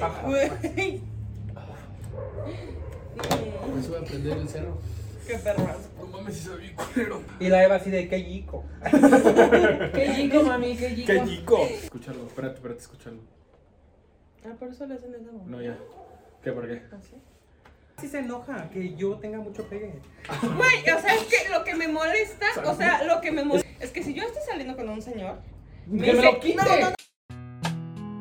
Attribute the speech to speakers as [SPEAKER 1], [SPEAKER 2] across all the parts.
[SPEAKER 1] paja.
[SPEAKER 2] Güey.
[SPEAKER 3] Por eso voy a prender el cerro.
[SPEAKER 2] Qué perras.
[SPEAKER 3] No mames, si soy bien culero.
[SPEAKER 1] Y la Eva así de qué yico.
[SPEAKER 4] Qué chico, mami, qué chico.
[SPEAKER 1] Qué yico.
[SPEAKER 3] Escúchalo, espérate, espérate, escúchalo.
[SPEAKER 2] Ah, por eso le hacen esa mamá.
[SPEAKER 3] No, ya. ¿Qué, por qué?
[SPEAKER 2] Así.
[SPEAKER 1] Sí se enoja que yo tenga mucho pegue.
[SPEAKER 2] Güey, o sea, es que lo que me molesta, o sea, lo que me molesta es que si yo estoy saliendo con un señor, me
[SPEAKER 1] Que me
[SPEAKER 2] dice,
[SPEAKER 1] lo quite.
[SPEAKER 2] "No, no, no".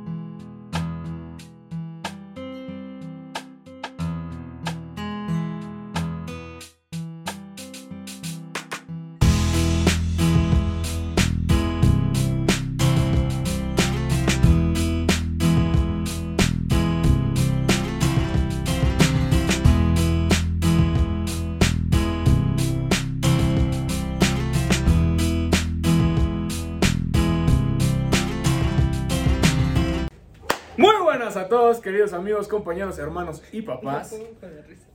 [SPEAKER 3] Muy buenas a todos, queridos amigos, compañeros, hermanos y papás.
[SPEAKER 1] Con la risa.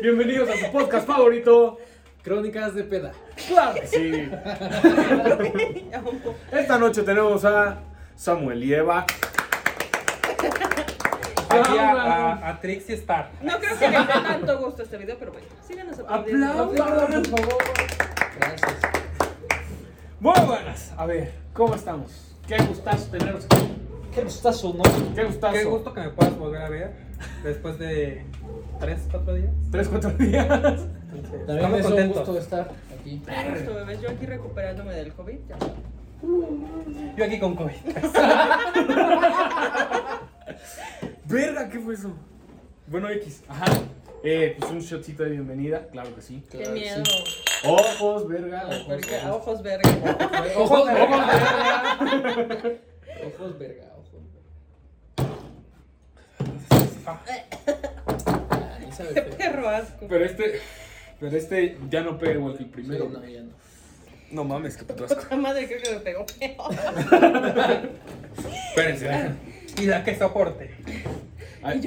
[SPEAKER 3] Bienvenidos a su podcast favorito.
[SPEAKER 4] Crónicas de peda.
[SPEAKER 3] Claro que sí. Esta noche tenemos a Samuel y Eva.
[SPEAKER 1] Aquí a, a, a Trixie Star.
[SPEAKER 2] No creo que le dé tanto gusto a este video, pero bueno, síganos aplaudiendo.
[SPEAKER 4] Aplaudan, por favor. Gracias.
[SPEAKER 3] Muy buenas. A ver, ¿cómo estamos? Qué gustazo teneros aquí.
[SPEAKER 4] Qué gustazo, ¿no?
[SPEAKER 3] Qué gustazo.
[SPEAKER 1] Qué gusto que me puedas volver a ver después de 3, 4 días.
[SPEAKER 3] Tres, cuatro días.
[SPEAKER 1] Entonces,
[SPEAKER 4] También
[SPEAKER 1] Estamos
[SPEAKER 4] es un gusto
[SPEAKER 1] contentos.
[SPEAKER 4] estar aquí.
[SPEAKER 2] Qué gusto, bebés. Yo aquí recuperándome del COVID. Ya.
[SPEAKER 1] Yo aquí con COVID.
[SPEAKER 3] Verga, ¿qué fue eso? Bueno, X. Ajá. Eh, pues un shotcito de bienvenida, claro que sí.
[SPEAKER 2] Qué miedo.
[SPEAKER 3] Ojos, verga.
[SPEAKER 2] Ojos
[SPEAKER 3] Ojos,
[SPEAKER 2] verga, ojos verga.
[SPEAKER 4] Ojos verga. Ojos verga, ojos verga. Ay, sabe
[SPEAKER 2] Qué
[SPEAKER 4] feo.
[SPEAKER 2] perro asco.
[SPEAKER 3] Pero este. Pero este ya no pega igual que el primero.
[SPEAKER 4] Sí, no, ya no.
[SPEAKER 3] No mames, qué puto asco.
[SPEAKER 2] Puta madre, creo que me pegó peor.
[SPEAKER 3] Espérense. Ah, dejen.
[SPEAKER 1] Y la que soporte.
[SPEAKER 3] Ay,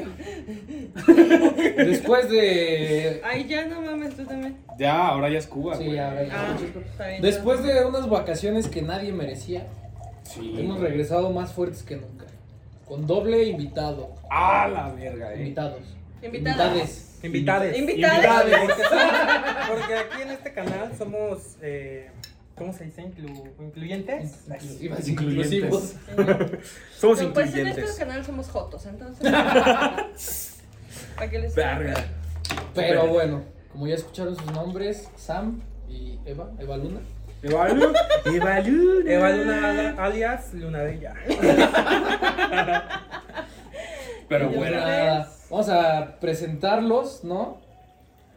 [SPEAKER 4] Después de.
[SPEAKER 2] Ay, ya no mames, tú también.
[SPEAKER 3] ya, ahora ya es Cuba,
[SPEAKER 4] Sí,
[SPEAKER 3] güey.
[SPEAKER 4] ahora
[SPEAKER 2] Ah,
[SPEAKER 4] ya.
[SPEAKER 2] está bien.
[SPEAKER 4] Después de unas vacaciones que nadie merecía,
[SPEAKER 3] Sí.
[SPEAKER 4] hemos regresado más fuertes que nunca. Con doble invitado.
[SPEAKER 3] Ah, la verga, eh.
[SPEAKER 4] Invitados.
[SPEAKER 2] Invitadas.
[SPEAKER 1] Invitades.
[SPEAKER 4] Invitades.
[SPEAKER 2] Invitades.
[SPEAKER 1] Porque, somos- porque aquí en este canal somos, eh, ¿cómo se dice? Inclu- incluyentes.
[SPEAKER 4] Inclu- Ibas
[SPEAKER 3] Incluyentes.
[SPEAKER 4] inclusivos.
[SPEAKER 3] Somos
[SPEAKER 2] No, pues en este
[SPEAKER 3] incluyentes.
[SPEAKER 2] canal somos jotos, entonces. ¿Para qué les
[SPEAKER 3] Verga.
[SPEAKER 4] Pero bueno, como ya escucharon sus nombres, Sam y Eva, Eva Luna.
[SPEAKER 3] Evalú. Evalú.
[SPEAKER 1] Eva Luna ala- alias Lunadilla.
[SPEAKER 3] Pero
[SPEAKER 4] Y
[SPEAKER 3] bueno,
[SPEAKER 4] ahora Vamos a presentarlos, ¿no?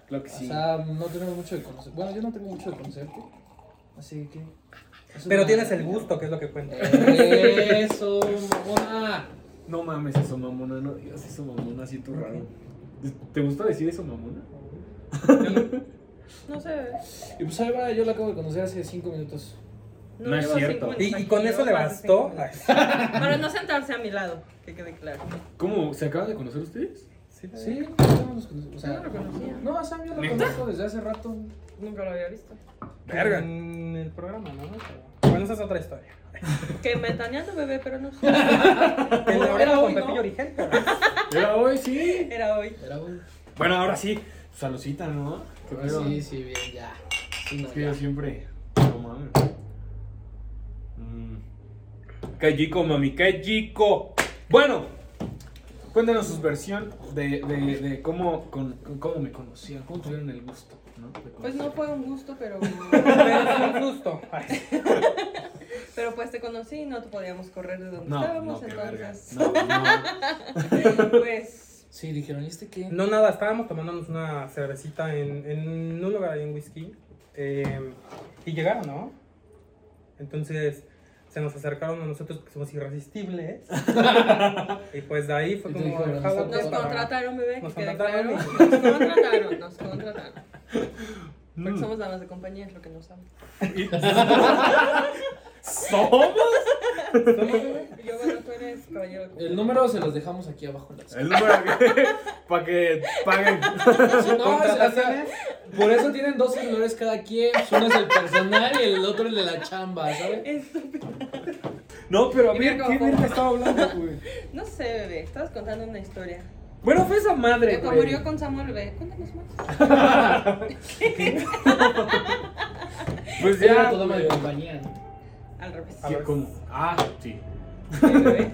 [SPEAKER 3] lo que sí.
[SPEAKER 4] O sea, no tenemos mucho de conocer. Bueno, yo no tengo mucho de conocerte. Así que. eso
[SPEAKER 1] Pero
[SPEAKER 4] es
[SPEAKER 1] tienes
[SPEAKER 4] una-
[SPEAKER 1] el gusto, que es lo que cuenta.
[SPEAKER 4] Eso, mamona.
[SPEAKER 3] No mames, eso mamona, no digas eso mamona, así tú raro. ¿Te gusta decir eso mamona?
[SPEAKER 2] No sé.
[SPEAKER 4] Y pues ahí va, yo la acabo de conocer hace cinco minutos.
[SPEAKER 3] No es
[SPEAKER 2] llevo
[SPEAKER 3] cierto.
[SPEAKER 2] cinco
[SPEAKER 1] Y,
[SPEAKER 2] minutos
[SPEAKER 1] y con
[SPEAKER 2] aquí,
[SPEAKER 1] eso
[SPEAKER 2] llevo
[SPEAKER 1] le
[SPEAKER 2] más de
[SPEAKER 1] bastó.
[SPEAKER 2] cinco
[SPEAKER 1] Ay,
[SPEAKER 2] minutos. Para no sentarse a mi lado, que quede claro.
[SPEAKER 3] ¿Cómo? ¿Se acaban de conocer ustedes?
[SPEAKER 1] sí,
[SPEAKER 3] Eh.
[SPEAKER 1] sí.
[SPEAKER 4] Sí, ya nos conocemos, o
[SPEAKER 2] Yo no
[SPEAKER 4] sea,
[SPEAKER 2] lo conocía.
[SPEAKER 4] no, a Sam yo la
[SPEAKER 3] ¿Neta?
[SPEAKER 4] conozco desde hace rato.
[SPEAKER 2] Nunca lo había visto.
[SPEAKER 4] Mm.
[SPEAKER 3] Verga.
[SPEAKER 1] En el programa, ¿no? Pero- Bueno, esa es otra historia.
[SPEAKER 2] Que me tanía tu bebé, pero no sé.
[SPEAKER 1] Que la oreja
[SPEAKER 4] era
[SPEAKER 1] con
[SPEAKER 4] hoy, ¿no?
[SPEAKER 1] Pepillo Origel.
[SPEAKER 3] Era hoy, sí.
[SPEAKER 2] Era hoy.
[SPEAKER 4] Era un.
[SPEAKER 3] Bueno, ahora sí. Salucita, ¿no? Qué
[SPEAKER 4] Ahora
[SPEAKER 3] pedo.
[SPEAKER 4] Sí, sí, bien, ya. Sí, no,
[SPEAKER 3] Es que
[SPEAKER 4] ya.
[SPEAKER 3] yo siempre. No mames. Mm. Qué chico, mami, qué chico. Bueno, cuéntenos su versión de, de, de cómo, con, con cómo me conocían, cómo tuvieron el gusto, ¿no? De
[SPEAKER 2] Pues
[SPEAKER 3] conocer.
[SPEAKER 2] no fue un gusto, pero.
[SPEAKER 1] Pero es un susto. Ay,
[SPEAKER 2] Pero pues te conocí y no te podíamos correr de donde
[SPEAKER 3] No, no,
[SPEAKER 2] estábamos,
[SPEAKER 3] qué verga.
[SPEAKER 2] entonces.
[SPEAKER 3] No, no.
[SPEAKER 2] Pues.
[SPEAKER 4] Sí, dijeron, ¿y este qué?
[SPEAKER 1] No, nada, estábamos tomándonos una cervecita en, en un lugar ahí en whisky. eh, y llegaron, ¿no? Entonces se nos acercaron a nosotros que somos irresistibles. y pues de ahí fue
[SPEAKER 4] Y te
[SPEAKER 1] como.
[SPEAKER 4] dijeron,
[SPEAKER 1] "How about
[SPEAKER 2] Nos
[SPEAKER 1] that?"
[SPEAKER 2] contrataron, bebé, que
[SPEAKER 1] Nos
[SPEAKER 2] quede claro.
[SPEAKER 1] contrataron.
[SPEAKER 2] Nos contrataron, nos contrataron. Porque
[SPEAKER 3] Mm.
[SPEAKER 2] somos damas de compañía, es lo que no saben.
[SPEAKER 3] ¿Somos?
[SPEAKER 2] Yo, bueno, tú eres caballero de compañía.
[SPEAKER 4] El número se los dejamos aquí abajo en la
[SPEAKER 3] El número que. Para que paguen.
[SPEAKER 4] No,
[SPEAKER 1] Contrataciones.
[SPEAKER 4] o sea, Por eso tienen dos celulares cada quien. pues Uno es el personal y el otro el de la chamba, ¿sabes?
[SPEAKER 2] Estúpido.
[SPEAKER 3] No, pero a
[SPEAKER 2] Y
[SPEAKER 3] ver,
[SPEAKER 2] mira
[SPEAKER 3] ¿qué
[SPEAKER 2] cómo-
[SPEAKER 3] verga estaba hablando, güey?
[SPEAKER 2] No sé, bebé, estabas contando una historia.
[SPEAKER 3] Bueno, fue esa madre,
[SPEAKER 2] De cómo
[SPEAKER 3] güey.
[SPEAKER 2] murió con Samuel, bebé. Cuéntanos más.
[SPEAKER 3] Pues
[SPEAKER 4] Él era
[SPEAKER 3] ya.
[SPEAKER 4] tu dama de
[SPEAKER 3] güey.
[SPEAKER 4] compañía. ¿no?
[SPEAKER 2] Al revés.
[SPEAKER 1] A
[SPEAKER 3] ¿Qué-
[SPEAKER 1] ver.
[SPEAKER 3] cómo? Ah, sí.
[SPEAKER 2] Bebé.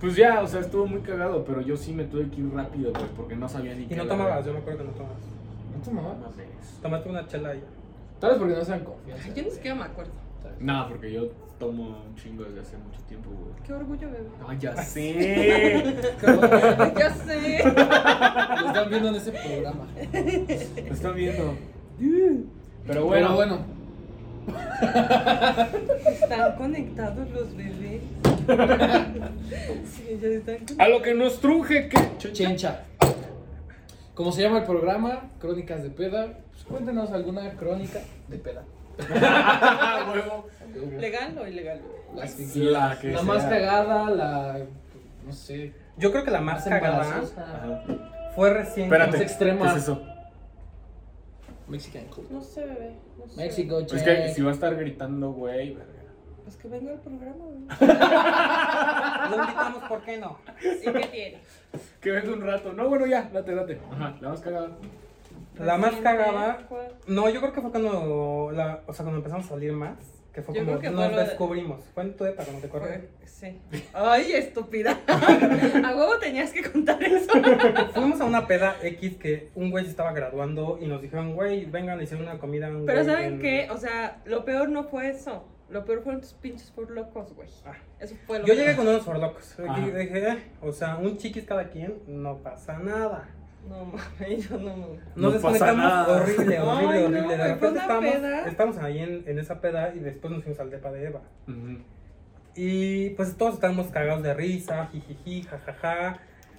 [SPEAKER 3] Pues ya, o sea, estuvo muy cagado, pero yo sí me tuve que ir rápido, güey, porque no sabía ni
[SPEAKER 1] Y
[SPEAKER 3] qué
[SPEAKER 1] no
[SPEAKER 3] era.
[SPEAKER 1] tomabas, yo me acuerdo que no tomabas.
[SPEAKER 4] ¿No tomaba?
[SPEAKER 3] Mames.
[SPEAKER 1] Tomaste una chela y
[SPEAKER 4] Tal vez porque no sean confianza.
[SPEAKER 2] Ay, Yo ni siquiera me acuerdo.
[SPEAKER 3] Nah, porque yo tomo un chingo desde hace mucho tiempo, güey.
[SPEAKER 2] Qué orgullo, bebé.
[SPEAKER 3] No, ya sé.
[SPEAKER 2] Ya sé.
[SPEAKER 4] Lo están viendo en ese programa.
[SPEAKER 3] Lo están viendo. Pero bueno,
[SPEAKER 4] Bueno, bueno.
[SPEAKER 2] Están conectados los bebés. Sí, ya están conectados.
[SPEAKER 3] A lo que nos truje, que.
[SPEAKER 4] Chencha. Como se llama el programa, Crónicas de Peda, pues cuéntenos alguna crónica de peda.
[SPEAKER 3] Ah, huevo.
[SPEAKER 2] ¿Legal o ilegal? bebé?
[SPEAKER 4] Las que
[SPEAKER 3] La
[SPEAKER 4] quieras.
[SPEAKER 3] que
[SPEAKER 4] la más
[SPEAKER 3] sea.
[SPEAKER 4] cagada, la. No sé.
[SPEAKER 1] Yo creo que la más cagada
[SPEAKER 4] embarazosa.
[SPEAKER 3] Ajá.
[SPEAKER 1] fue recién.
[SPEAKER 3] Espérate.
[SPEAKER 4] Más extrema.
[SPEAKER 3] ¿Qué es eso?
[SPEAKER 4] Mexican Cool.
[SPEAKER 2] No sé, bebé. No sé.
[SPEAKER 4] México,
[SPEAKER 3] Es que si va a estar gritando, güey, verga.
[SPEAKER 2] Pues que venga al programa, bebé.
[SPEAKER 1] Lo invitamos, ¿por qué no?
[SPEAKER 2] ¿Y qué tiene?
[SPEAKER 3] Que venga un rato. No, bueno, ya, date, date. Ajá, la más cagada.
[SPEAKER 1] La más
[SPEAKER 2] Reciente,
[SPEAKER 1] cagada.
[SPEAKER 2] ¿cuál?
[SPEAKER 1] No, yo creo que fue cuando, la, o sea, cuando empezamos a salir más. Que fue
[SPEAKER 2] Yo
[SPEAKER 1] como
[SPEAKER 2] creo que
[SPEAKER 1] nos
[SPEAKER 2] fue lo de-
[SPEAKER 1] descubrimos. Fue en tu época, cuando te corrí.
[SPEAKER 2] Sí. Ay, estúpida. A huevo tenías que contar eso.
[SPEAKER 1] Fuimos a una peda X que un güey se estaba graduando y nos dijeron, güey, vengan a hacer una comida. a un
[SPEAKER 2] Pero
[SPEAKER 1] güey
[SPEAKER 2] ¿saben
[SPEAKER 1] en-
[SPEAKER 2] qué? O sea, lo peor no fue eso. Lo peor fueron tus pinches por locos, güey.
[SPEAKER 1] Ah.
[SPEAKER 2] Eso fue lo
[SPEAKER 1] Yo
[SPEAKER 2] peor.
[SPEAKER 1] llegué con unos forlocos.
[SPEAKER 3] Ajá.
[SPEAKER 1] Y dije, "Eh, o sea, un chiquis cada quien, no pasa nada.
[SPEAKER 2] No mames, yo no me.
[SPEAKER 1] Nos
[SPEAKER 3] No pasa
[SPEAKER 1] desconectamos
[SPEAKER 3] nada.
[SPEAKER 1] horrible, horrible,
[SPEAKER 2] Ay, no,
[SPEAKER 1] horrible. de
[SPEAKER 2] güey, fue
[SPEAKER 1] repente
[SPEAKER 2] una
[SPEAKER 1] estábamos,
[SPEAKER 2] peda.
[SPEAKER 1] estábamos ahí en, en esa peda y después nos fuimos al depa de Eva.
[SPEAKER 3] Ujú.
[SPEAKER 1] Y pues todos estábamos cagados de risa, jijiji, jajaja.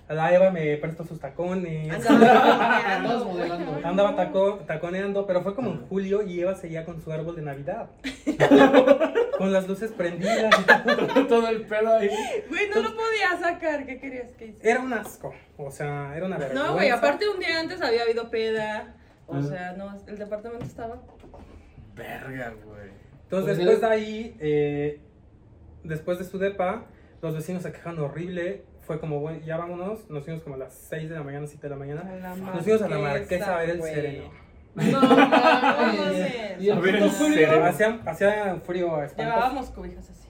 [SPEAKER 1] La Eva me prestó sus tacones.
[SPEAKER 4] Andabas
[SPEAKER 2] Andaba
[SPEAKER 4] modelando.
[SPEAKER 2] güey.
[SPEAKER 1] Andaba taco- taconeando, pero fue como en julio y Eva seguía con su árbol de Navidad. con las luces prendidas. y todo.
[SPEAKER 3] Todo el pedo ahí.
[SPEAKER 2] Güey, no lo podía sacar. ¿Qué querías que hiciera?
[SPEAKER 1] Era un asco, o sea, era una vergüenza.
[SPEAKER 2] No, güey, aparte un día antes había habido peda. O
[SPEAKER 3] Ajá.
[SPEAKER 2] sea, no, el departamento estaba.
[SPEAKER 3] Verga, güey.
[SPEAKER 1] Entonces,
[SPEAKER 4] Pues,
[SPEAKER 1] después de
[SPEAKER 4] era-
[SPEAKER 1] ahí, eh, después de su depa, los vecinos se quejaron horrible. Fue como, güey, ya vámonos. Nos fuimos como a las 6 de la mañana, 7 de la mañana.
[SPEAKER 2] la
[SPEAKER 1] Nos fuimos a la marquesa a ver el
[SPEAKER 2] güey.
[SPEAKER 1] sereno.
[SPEAKER 2] No, mames.
[SPEAKER 4] Y el
[SPEAKER 3] A ver,
[SPEAKER 4] puto
[SPEAKER 3] el
[SPEAKER 4] Julio,
[SPEAKER 3] cerebro.
[SPEAKER 1] Hacía, hacía frío a espantos.
[SPEAKER 2] Llevábamos cobijas así.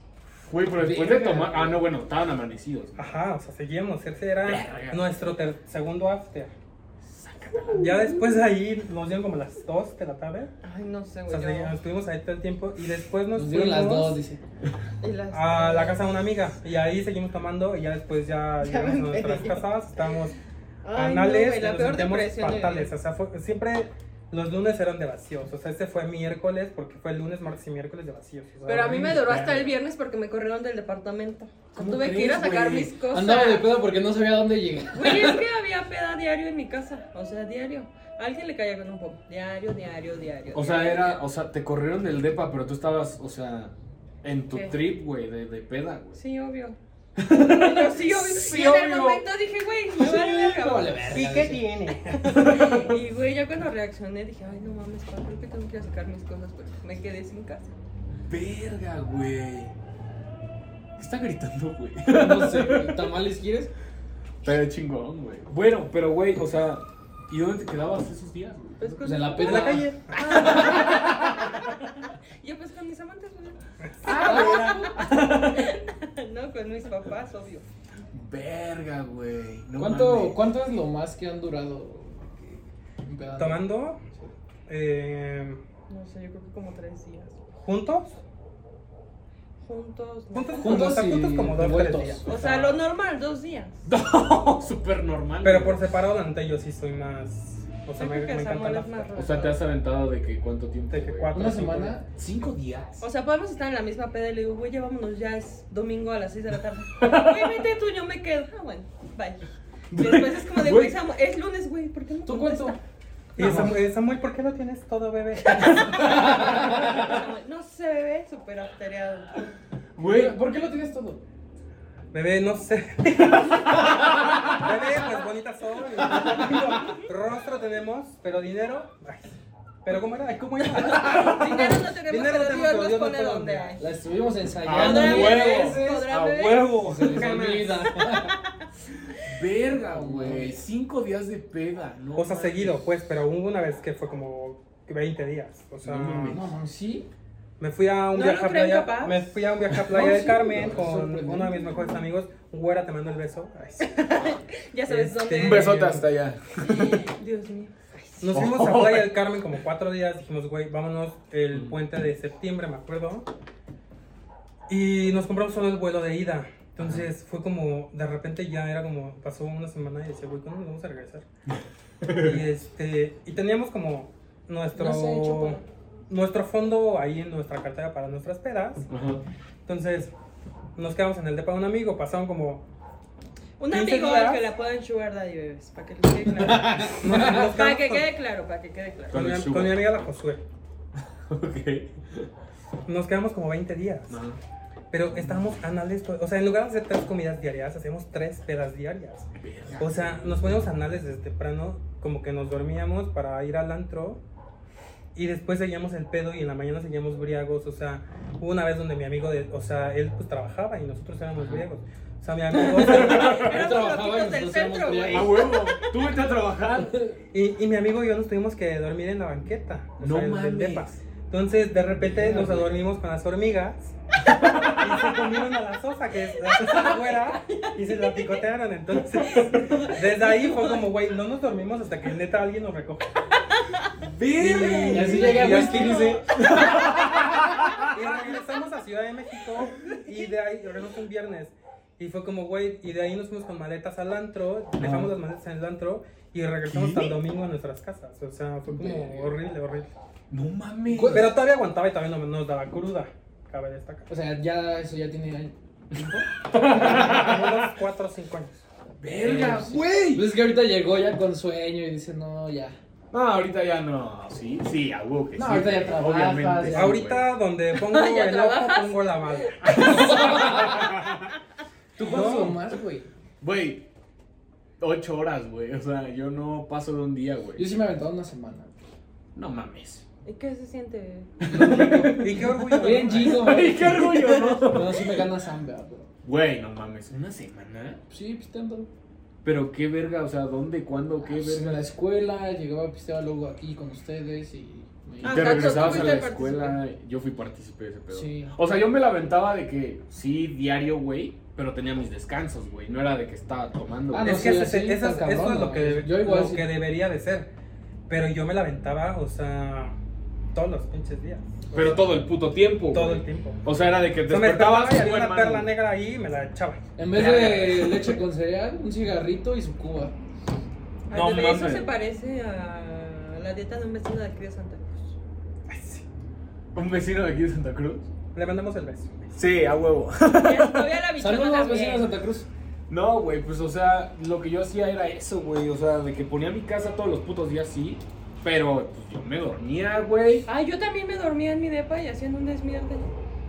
[SPEAKER 3] Güey, pero después de
[SPEAKER 4] Verga.
[SPEAKER 3] tomar. Ah, no, bueno, estaban amanecidos.
[SPEAKER 1] Ajá, o sea, seguíamos. Ese era
[SPEAKER 3] Verga.
[SPEAKER 1] nuestro ter- segundo after. Ya después de ahí nos dieron como las 2 de la tarde.
[SPEAKER 2] Ay, no sé,
[SPEAKER 1] O
[SPEAKER 2] güey.
[SPEAKER 1] sea,
[SPEAKER 2] yo-
[SPEAKER 1] nos estuvimos ahí todo el tiempo. Y después nos,
[SPEAKER 4] Nos dieron las
[SPEAKER 1] fuimos
[SPEAKER 4] dos, dice.
[SPEAKER 2] y las-
[SPEAKER 1] a la casa de una amiga. Y ahí seguimos tomando. Y ya después ya
[SPEAKER 2] Ya me
[SPEAKER 1] llegamos a nuestras
[SPEAKER 2] enteré.
[SPEAKER 1] casas. Estábamos
[SPEAKER 2] Ay, no,
[SPEAKER 1] anales
[SPEAKER 2] güey,
[SPEAKER 1] y
[SPEAKER 2] la
[SPEAKER 1] nos
[SPEAKER 2] peor
[SPEAKER 1] sentíamos
[SPEAKER 2] depresión. de mi
[SPEAKER 1] fatales.
[SPEAKER 2] vida.
[SPEAKER 1] O sea, fue- siempre los lunes eran de vacíos. O sea, este fue miércoles porque fue lunes, martes y miércoles de vacíos. o sea,
[SPEAKER 2] Pero a mí me duró hasta el
[SPEAKER 3] Verga.
[SPEAKER 2] viernes porque me corrieron del departamento. O sea,
[SPEAKER 3] ¿Cómo
[SPEAKER 2] tuve que ir a
[SPEAKER 3] crees,
[SPEAKER 2] sacar
[SPEAKER 3] güey?
[SPEAKER 2] mis cosas.
[SPEAKER 4] Andaba de pedo porque no sabía dónde llegar.
[SPEAKER 2] Güey, es que había peda diario en mi casa. O sea, diario. A alguien le caía con un poco. Diario, diario, diario.
[SPEAKER 3] O sea, era. O sea, te corrieron del depa, pero tú estabas, o sea, en tu
[SPEAKER 2] ¿Qué?
[SPEAKER 3] trip, güey, de, de peda, güey.
[SPEAKER 2] Sí, obvio. Yo, sí, obvio.
[SPEAKER 3] Sí,
[SPEAKER 2] y en el
[SPEAKER 3] obvio.
[SPEAKER 2] momento dije, güey, me vale verga, güey.
[SPEAKER 1] ¿Y qué tiene?
[SPEAKER 2] Y güey, ya cuando reaccioné dije, ay, no mames, pa, creo que tengo que ir a sacar mis cosas, pero me quedé sin casa.
[SPEAKER 3] Verga, güey. ¿Qué está gritando, güey?
[SPEAKER 4] No sé, güey, ¿tamales quieres?
[SPEAKER 3] Pero chingón, güey. Bueno, pero, güey, o sea, ¿y dónde te quedabas esos días, güey?
[SPEAKER 2] Pues con
[SPEAKER 4] Pues en la
[SPEAKER 1] En
[SPEAKER 4] peda.
[SPEAKER 1] la calle.
[SPEAKER 2] Ah. Yo pues con mis amantes, güey.
[SPEAKER 4] Ah,
[SPEAKER 2] No, con mis papás, obvio.
[SPEAKER 3] Verga, güey. No
[SPEAKER 4] ¿Cuánto,
[SPEAKER 3] mames.
[SPEAKER 4] ¿Cuánto es lo más que han durado? empedando?
[SPEAKER 1] Tomando eh,
[SPEAKER 2] No sé, yo creo que como tres días.
[SPEAKER 1] juntos.
[SPEAKER 2] Juntos. no.
[SPEAKER 1] Juntos,
[SPEAKER 4] Juntos
[SPEAKER 1] como, o sea,
[SPEAKER 4] y
[SPEAKER 1] juntos como dos,
[SPEAKER 4] revueltos.
[SPEAKER 1] tres
[SPEAKER 2] O
[SPEAKER 1] días.
[SPEAKER 2] sea, lo normal, dos días.
[SPEAKER 3] No, súper normal.
[SPEAKER 1] Pero
[SPEAKER 3] Oh, güey.
[SPEAKER 1] por separado, la neta, yo sí soy más. O sea,
[SPEAKER 2] Yo
[SPEAKER 1] me,
[SPEAKER 2] creo que
[SPEAKER 1] me encanta
[SPEAKER 2] Samuel
[SPEAKER 1] la
[SPEAKER 2] es más
[SPEAKER 1] fiesta.
[SPEAKER 3] O sea, te has aventado de que cuánto tiempo.
[SPEAKER 1] De que
[SPEAKER 3] güey?
[SPEAKER 1] cuatro.
[SPEAKER 4] ¿Una semana?
[SPEAKER 3] Cinco días.
[SPEAKER 2] O sea, podemos estar en la misma peda y le digo, güey, ya vámonos, ya es domingo a las 6 de la tarde. Güey, vete tú, yo me quedo. Ah, bueno, bye. Y después es como de, güey,
[SPEAKER 3] Güey.
[SPEAKER 2] Samu, es lunes, güey, ¿por qué no
[SPEAKER 4] ¿Tú cuánto?
[SPEAKER 2] contesta?
[SPEAKER 1] Y Samuel, Samuel, ¿por qué lo tienes todo, bebé?
[SPEAKER 2] Samuel, No se ve súper aftereado.
[SPEAKER 3] Güey,
[SPEAKER 4] ¿Por qué lo tienes todo?
[SPEAKER 1] Bebé, no sé. Bebé, pues bonita soy. Rostro tenemos, pero dinero. ay. Pero ¿cómo era? ¿Cómo era?
[SPEAKER 2] Dinero no tenemos,
[SPEAKER 1] Dinero
[SPEAKER 2] pero
[SPEAKER 1] tenemos,
[SPEAKER 2] Dios nos
[SPEAKER 1] Dios nos
[SPEAKER 2] pone
[SPEAKER 1] pone
[SPEAKER 2] donde
[SPEAKER 1] donde
[SPEAKER 2] hay. Ah,
[SPEAKER 4] La estuvimos
[SPEAKER 3] A
[SPEAKER 4] ensayando.
[SPEAKER 2] Podrá
[SPEAKER 4] mil
[SPEAKER 2] beber,
[SPEAKER 4] veces.
[SPEAKER 3] huevo,
[SPEAKER 2] podrá
[SPEAKER 3] a
[SPEAKER 2] beber.
[SPEAKER 3] huevo.
[SPEAKER 4] Se les
[SPEAKER 1] Jamás.
[SPEAKER 4] olvida.
[SPEAKER 3] Verga, güey. Cinco días de peda, ¿no?
[SPEAKER 1] O sea,
[SPEAKER 3] mames.
[SPEAKER 1] seguido, pues, pero hubo una vez que fue como 20 días. O sea,
[SPEAKER 3] No mames.
[SPEAKER 4] No, mames, sí.
[SPEAKER 1] me fui a un
[SPEAKER 2] ¿No
[SPEAKER 1] viaje
[SPEAKER 2] lo
[SPEAKER 1] a
[SPEAKER 2] creen
[SPEAKER 1] playa.
[SPEAKER 2] capaz?
[SPEAKER 1] Me fui a un viaje a playa
[SPEAKER 4] No,
[SPEAKER 1] de
[SPEAKER 4] sí,
[SPEAKER 1] Carmen
[SPEAKER 4] no,
[SPEAKER 1] con
[SPEAKER 4] sorprendente.
[SPEAKER 1] uno de mis mejores amigos. Güera, te mando el beso. Ay, sí.
[SPEAKER 2] Ya sabes
[SPEAKER 1] Este,
[SPEAKER 2] dónde.
[SPEAKER 3] Un besote hasta allá.
[SPEAKER 2] Dios mío.
[SPEAKER 3] Oh.
[SPEAKER 1] Nos fuimos a Playa del Carmen como cuatro días. Dijimos, güey, vámonos el
[SPEAKER 3] Mm.
[SPEAKER 1] puente de septiembre, me acuerdo. Y nos compramos solo el vuelo de ida. Entonces fue como, de repente ya era como, pasó una semana y decía, güey, ¿cuándo nos vamos a regresar? y, este, y teníamos como nuestro,
[SPEAKER 2] No sé, chupa.
[SPEAKER 1] nuestro fondo ahí en nuestra cartera para nuestras pedas.
[SPEAKER 3] Ajá.
[SPEAKER 1] Entonces nos quedamos en el depa de un amigo. Pasaron como,
[SPEAKER 2] Un
[SPEAKER 1] 15
[SPEAKER 2] amigo
[SPEAKER 1] días.
[SPEAKER 2] al que la puedan sugar daddy bebés. Para que les quede claro.
[SPEAKER 1] nos- nos
[SPEAKER 2] para
[SPEAKER 1] quedamos
[SPEAKER 2] que
[SPEAKER 1] con-
[SPEAKER 2] quede claro, para que quede claro.
[SPEAKER 1] con,
[SPEAKER 3] Con el
[SPEAKER 1] mi,
[SPEAKER 3] sugar.
[SPEAKER 1] con mi amiga la Josué.
[SPEAKER 3] Ok.
[SPEAKER 1] Nos quedamos como 20 días.
[SPEAKER 3] Ajá.
[SPEAKER 1] Pero estábamos anales, to- o sea, en lugar de hacer tres comidas diarias, hacíamos tres pedas diarias. O sea, nos poníamos anales desde temprano, como que nos dormíamos para ir al antro y después seguíamos el pedo y en la mañana seguíamos briagos. O sea, hubo una vez donde mi amigo, de- o sea, él pues trabajaba y nosotros éramos briagos. O sea, mi amigo,
[SPEAKER 2] Éramos
[SPEAKER 4] trabajaba
[SPEAKER 2] loquitos del
[SPEAKER 4] y nosotros éramos
[SPEAKER 2] centro, güey.
[SPEAKER 3] A huevo. Tú vete a trabajar.
[SPEAKER 1] y, y mi amigo y yo nos tuvimos que dormir en la banqueta. o
[SPEAKER 3] No
[SPEAKER 1] sea, en el
[SPEAKER 3] mames.
[SPEAKER 1] depa. Entonces, de repente nos adormimos con las hormigas y se comieron a la sosa, que es la sosa afuera, y se la picotearon. Entonces, desde ahí fue como, güey, no nos dormimos hasta que neta alguien nos recoja.
[SPEAKER 3] Verga.
[SPEAKER 4] Y así llega
[SPEAKER 1] Y
[SPEAKER 4] el
[SPEAKER 1] así
[SPEAKER 4] whisky.
[SPEAKER 1] dice. Y regresamos a Ciudad de México y de ahí regresamos un viernes. Y fue como, güey, y de ahí nos fuimos con maletas al antro, dejamos las maletas en el antro y regresamos
[SPEAKER 3] ¿Qué?
[SPEAKER 1] al domingo a nuestras casas. O sea, fue como
[SPEAKER 4] Verga.
[SPEAKER 1] horrible, horrible.
[SPEAKER 3] No mames.
[SPEAKER 4] ¿Cuál-
[SPEAKER 1] Pero todavía aguantaba y todavía no nos daba cruda. Cabe destacar.
[SPEAKER 4] O sea, ya eso ya tiene tiempo.
[SPEAKER 1] Como unos 4 o 5 años.
[SPEAKER 3] Verga,
[SPEAKER 4] Sí.
[SPEAKER 3] güey.
[SPEAKER 4] Pues es que ahorita llegó ya con sueño y dice, no, ya.
[SPEAKER 3] No, ahorita ya no. Sí, sí, a huevo que
[SPEAKER 4] No,
[SPEAKER 3] sí.
[SPEAKER 4] ahorita ya trabajas,
[SPEAKER 3] Obviamente.
[SPEAKER 4] ya.
[SPEAKER 3] sí,
[SPEAKER 1] Ahorita donde pongo
[SPEAKER 2] Ya
[SPEAKER 1] el ojo,
[SPEAKER 2] trabajas.
[SPEAKER 1] pongo la bala.
[SPEAKER 4] ¿Tú
[SPEAKER 1] cuánto
[SPEAKER 4] cuánto más, güey?
[SPEAKER 3] Güey. Güey, Ocho horas, güey. O sea, yo no paso de un día,
[SPEAKER 4] Yo
[SPEAKER 3] güey.
[SPEAKER 4] sí me he aventado una semana.
[SPEAKER 3] No mames.
[SPEAKER 2] ¿Y qué se siente?
[SPEAKER 1] Y qué orgullo. ¿no?
[SPEAKER 4] Bien, chico.
[SPEAKER 3] Ay, qué orgullo, ¿no?
[SPEAKER 4] No, sí me gana Zambia, pero.
[SPEAKER 3] Güey, no mames. ¿Una semana?
[SPEAKER 4] Sí, pues pisteando.
[SPEAKER 3] Pero qué verga, o sea, ¿dónde, cuándo, qué
[SPEAKER 4] Pues, en
[SPEAKER 3] verga?
[SPEAKER 4] la escuela, llegaba a pistear luego aquí con ustedes y. me-
[SPEAKER 2] Ah,
[SPEAKER 3] Te
[SPEAKER 2] Ajá,
[SPEAKER 3] regresabas
[SPEAKER 2] tú
[SPEAKER 3] a la
[SPEAKER 2] fuiste
[SPEAKER 3] escuela, yo fui partícipe de ese pedo.
[SPEAKER 4] Sí.
[SPEAKER 3] O sea, yo me la aventaba de que sí, diario, güey, pero tenía mis descansos, güey. No era de que estaba tomando.
[SPEAKER 4] Ah,
[SPEAKER 3] güey.
[SPEAKER 4] no,
[SPEAKER 1] Es que
[SPEAKER 4] sí,
[SPEAKER 1] ese-
[SPEAKER 4] sí,
[SPEAKER 1] ese-
[SPEAKER 4] está
[SPEAKER 1] eso
[SPEAKER 4] cabrón,
[SPEAKER 1] es lo, que,
[SPEAKER 4] güey.
[SPEAKER 1] debe-
[SPEAKER 4] Yo igual
[SPEAKER 1] lo
[SPEAKER 4] sí.
[SPEAKER 1] que debería de ser. Pero yo me la aventaba, o sea, todos los pinches días.
[SPEAKER 3] Pero todo el puto tiempo.
[SPEAKER 1] Todo
[SPEAKER 3] güey.
[SPEAKER 1] el tiempo.
[SPEAKER 3] O sea, era de que
[SPEAKER 1] O sea, me despertaba
[SPEAKER 3] despertabas
[SPEAKER 1] y
[SPEAKER 3] y
[SPEAKER 1] había
[SPEAKER 3] buen
[SPEAKER 1] una
[SPEAKER 3] mano.
[SPEAKER 1] perla negra ahí y me la echaba.
[SPEAKER 4] En vez de leche con cereal, un cigarrito y su cuba.
[SPEAKER 2] Ay,
[SPEAKER 3] No
[SPEAKER 2] bebé, eso
[SPEAKER 3] mames.
[SPEAKER 2] se parece a la dieta de un vecino de aquí de Santa Cruz.
[SPEAKER 3] Un vecino de aquí de Santa Cruz.
[SPEAKER 1] Le mandamos el beso.
[SPEAKER 3] Sí, a huevo.
[SPEAKER 2] Ya, Todavía la bichona
[SPEAKER 4] Saludos,
[SPEAKER 2] también.
[SPEAKER 4] vecinos de Santa Cruz.
[SPEAKER 3] No, güey, pues o sea, lo que yo hacía era eso, güey. O sea, de que ponía mi casa todos los putos días, sí. Pero pues, yo me dormía, güey.
[SPEAKER 2] Ay, yo también me dormía en mi depa y haciendo un desmierde.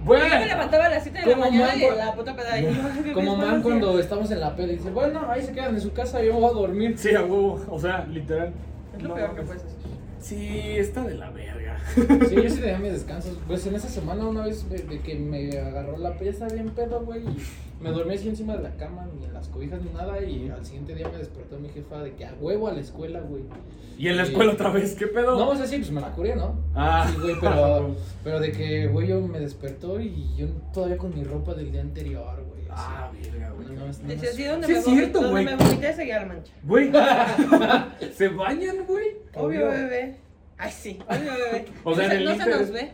[SPEAKER 3] Güey.
[SPEAKER 2] Yo me levantaba a las 7 de la
[SPEAKER 4] Como
[SPEAKER 2] mañana
[SPEAKER 4] man
[SPEAKER 2] y
[SPEAKER 4] cuando-
[SPEAKER 2] la puta peda y-
[SPEAKER 4] Como
[SPEAKER 2] Mis
[SPEAKER 4] man
[SPEAKER 2] manos
[SPEAKER 4] cuando estamos en la peda y dice, bueno, ahí se quedan en su casa, yo me voy a dormir.
[SPEAKER 3] Sí, a huevo. O sea, literal.
[SPEAKER 2] Es lo
[SPEAKER 3] No
[SPEAKER 2] peor que
[SPEAKER 3] mames.
[SPEAKER 2] puedes hacer.
[SPEAKER 3] Sí, está de la verga.
[SPEAKER 4] Sí, yo sí dejé mis descansos. Pues en esa semana una vez de, de que me agarró la pesa bien pedo, güey. y Me dormí así encima de la cama, ni en las cobijas ni nada. Y al siguiente día me despertó mi jefa de que a huevo a la escuela, güey.
[SPEAKER 3] Y en la
[SPEAKER 4] Sí.
[SPEAKER 3] escuela otra vez, ¿qué pedo?
[SPEAKER 4] No, o sea, sí, pues me la curé, ¿no?
[SPEAKER 3] Ah,
[SPEAKER 4] Sí, güey, pero, pero de que, güey, yo me despertó y yo todavía con mi ropa del día anterior, güey. así.
[SPEAKER 3] Ah, verga,
[SPEAKER 4] No,
[SPEAKER 3] güey.
[SPEAKER 4] no, no,
[SPEAKER 2] Decía,
[SPEAKER 4] no.
[SPEAKER 2] así donde
[SPEAKER 3] Sí,
[SPEAKER 2] me
[SPEAKER 3] es cierto,
[SPEAKER 2] vomité,
[SPEAKER 3] güey.
[SPEAKER 2] donde me vomité seguía la mancha.
[SPEAKER 3] Güey, ¿se bañan, güey?
[SPEAKER 2] Obvio, bebé. Ay, sí, obvio, bebé.
[SPEAKER 3] O sea,
[SPEAKER 2] no
[SPEAKER 3] en
[SPEAKER 2] se,
[SPEAKER 3] el
[SPEAKER 2] no se
[SPEAKER 3] Inter-
[SPEAKER 2] nos ve.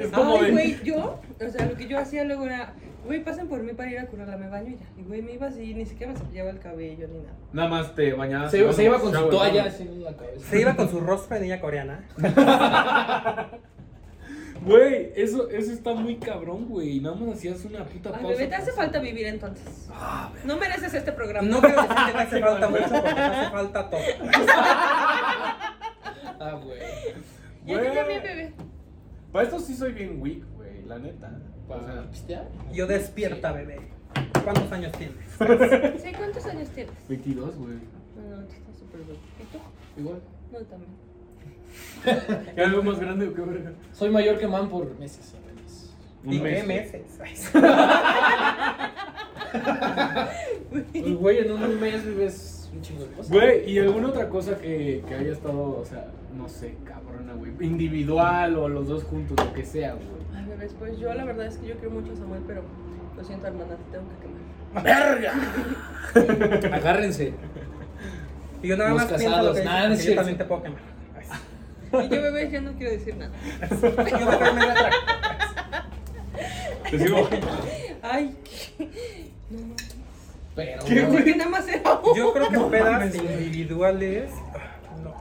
[SPEAKER 3] Es como
[SPEAKER 2] Ay,
[SPEAKER 3] de.
[SPEAKER 2] güey, yo, o sea, lo que yo hacía luego era, güey, pasen por mí para ir a curarla, me baño y ya. Y güey, me iba así, ni siquiera me cepillaba el cabello ni nada.
[SPEAKER 3] Nada más te bañabas.
[SPEAKER 4] Se,
[SPEAKER 3] y
[SPEAKER 4] iba- se iba
[SPEAKER 3] vámonos,
[SPEAKER 4] con su
[SPEAKER 3] shower,
[SPEAKER 4] toalla
[SPEAKER 3] vámonos.
[SPEAKER 4] así en la cabeza.
[SPEAKER 1] Se iba con su rostro de niña coreana.
[SPEAKER 3] Güey, eso, eso está muy cabrón, güey. Nada más hacías una puta
[SPEAKER 2] Ay,
[SPEAKER 3] pausa.
[SPEAKER 2] bebé, te hace
[SPEAKER 3] para-
[SPEAKER 2] falta vivir entonces.
[SPEAKER 3] Ah, verga.
[SPEAKER 2] No mereces este programa.
[SPEAKER 1] No quiero decir que te hace falta mucho porque te hace falta todo.
[SPEAKER 4] Ah, güey.
[SPEAKER 2] Y a ti
[SPEAKER 3] güey.
[SPEAKER 2] también, bebé.
[SPEAKER 3] Para esto sí soy bien weak, güey, la neta. O sea,
[SPEAKER 4] ¿Para pistear?
[SPEAKER 1] Yo despierta, bebé. ¿Cuántos años tienes?
[SPEAKER 2] Sí, ¿cuántos años tienes?
[SPEAKER 3] 22, güey.
[SPEAKER 2] No, no, tú estás súper bien. ¿Y tú?
[SPEAKER 4] Igual.
[SPEAKER 2] No, también.
[SPEAKER 3] ¿Y algo más grande o qué verga?
[SPEAKER 4] Soy mayor que man por meses apenas.
[SPEAKER 1] ¿Y qué
[SPEAKER 3] mes.
[SPEAKER 1] meses? Ay,
[SPEAKER 4] Pues, güey, en un mes vives un chingo de cosas.
[SPEAKER 3] Güey, ¿y alguna otra cosa que, que haya estado, o sea, no sé, cabrona, güey? Individual o los dos juntos, lo que sea, güey.
[SPEAKER 2] Ay, bebés, pues yo la verdad es que yo quiero mucho a Samuel, pero lo siento, hermana, te tengo que quemar.
[SPEAKER 4] Agárrense.
[SPEAKER 1] Y yo nada
[SPEAKER 4] Los
[SPEAKER 1] más pienso lo
[SPEAKER 4] casados,
[SPEAKER 1] que dices,
[SPEAKER 4] nada,
[SPEAKER 1] porque
[SPEAKER 4] no es
[SPEAKER 1] yo
[SPEAKER 4] cierto.
[SPEAKER 1] también te puedo quemar. Ay,
[SPEAKER 2] Y yo, bebés, ya no quiero decir nada.
[SPEAKER 1] Yo voy a quemar la otra.
[SPEAKER 3] Te digo,
[SPEAKER 2] Ay, qué. No, no.
[SPEAKER 4] Pero,
[SPEAKER 3] ¿Qué,
[SPEAKER 4] güey,
[SPEAKER 2] Pensé que nada más era uno.
[SPEAKER 1] Yo creo que
[SPEAKER 3] No
[SPEAKER 1] pedas
[SPEAKER 3] mames, güey.
[SPEAKER 1] individuales. ah, No.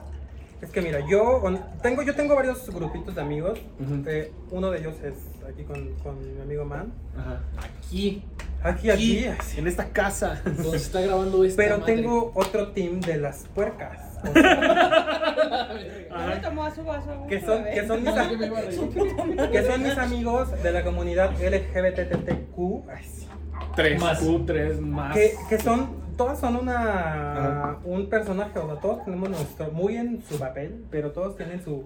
[SPEAKER 1] Es que mira, yo on- tengo, yo tengo varios grupitos de amigos.
[SPEAKER 3] Ujú.
[SPEAKER 1] Eh, uno de ellos es aquí con, con mi amigo Man.
[SPEAKER 3] Ajá.
[SPEAKER 4] aquí,
[SPEAKER 1] Aquí, aquí. ay, sí.
[SPEAKER 3] en esta casa.
[SPEAKER 4] donde se está grabando esto.
[SPEAKER 1] Pero tengo otro team de las puercas. o sea,
[SPEAKER 2] No le tomó a su vaso.
[SPEAKER 1] que, son, que, son mis, a- que son mis amigos de la comunidad LGBTQ. ay, sí.
[SPEAKER 3] Tres.
[SPEAKER 4] Más.
[SPEAKER 3] Tú, tres más.
[SPEAKER 1] que, que son todas son una un personaje o sea todos tenemos nuestro muy en su papel pero todos tienen su,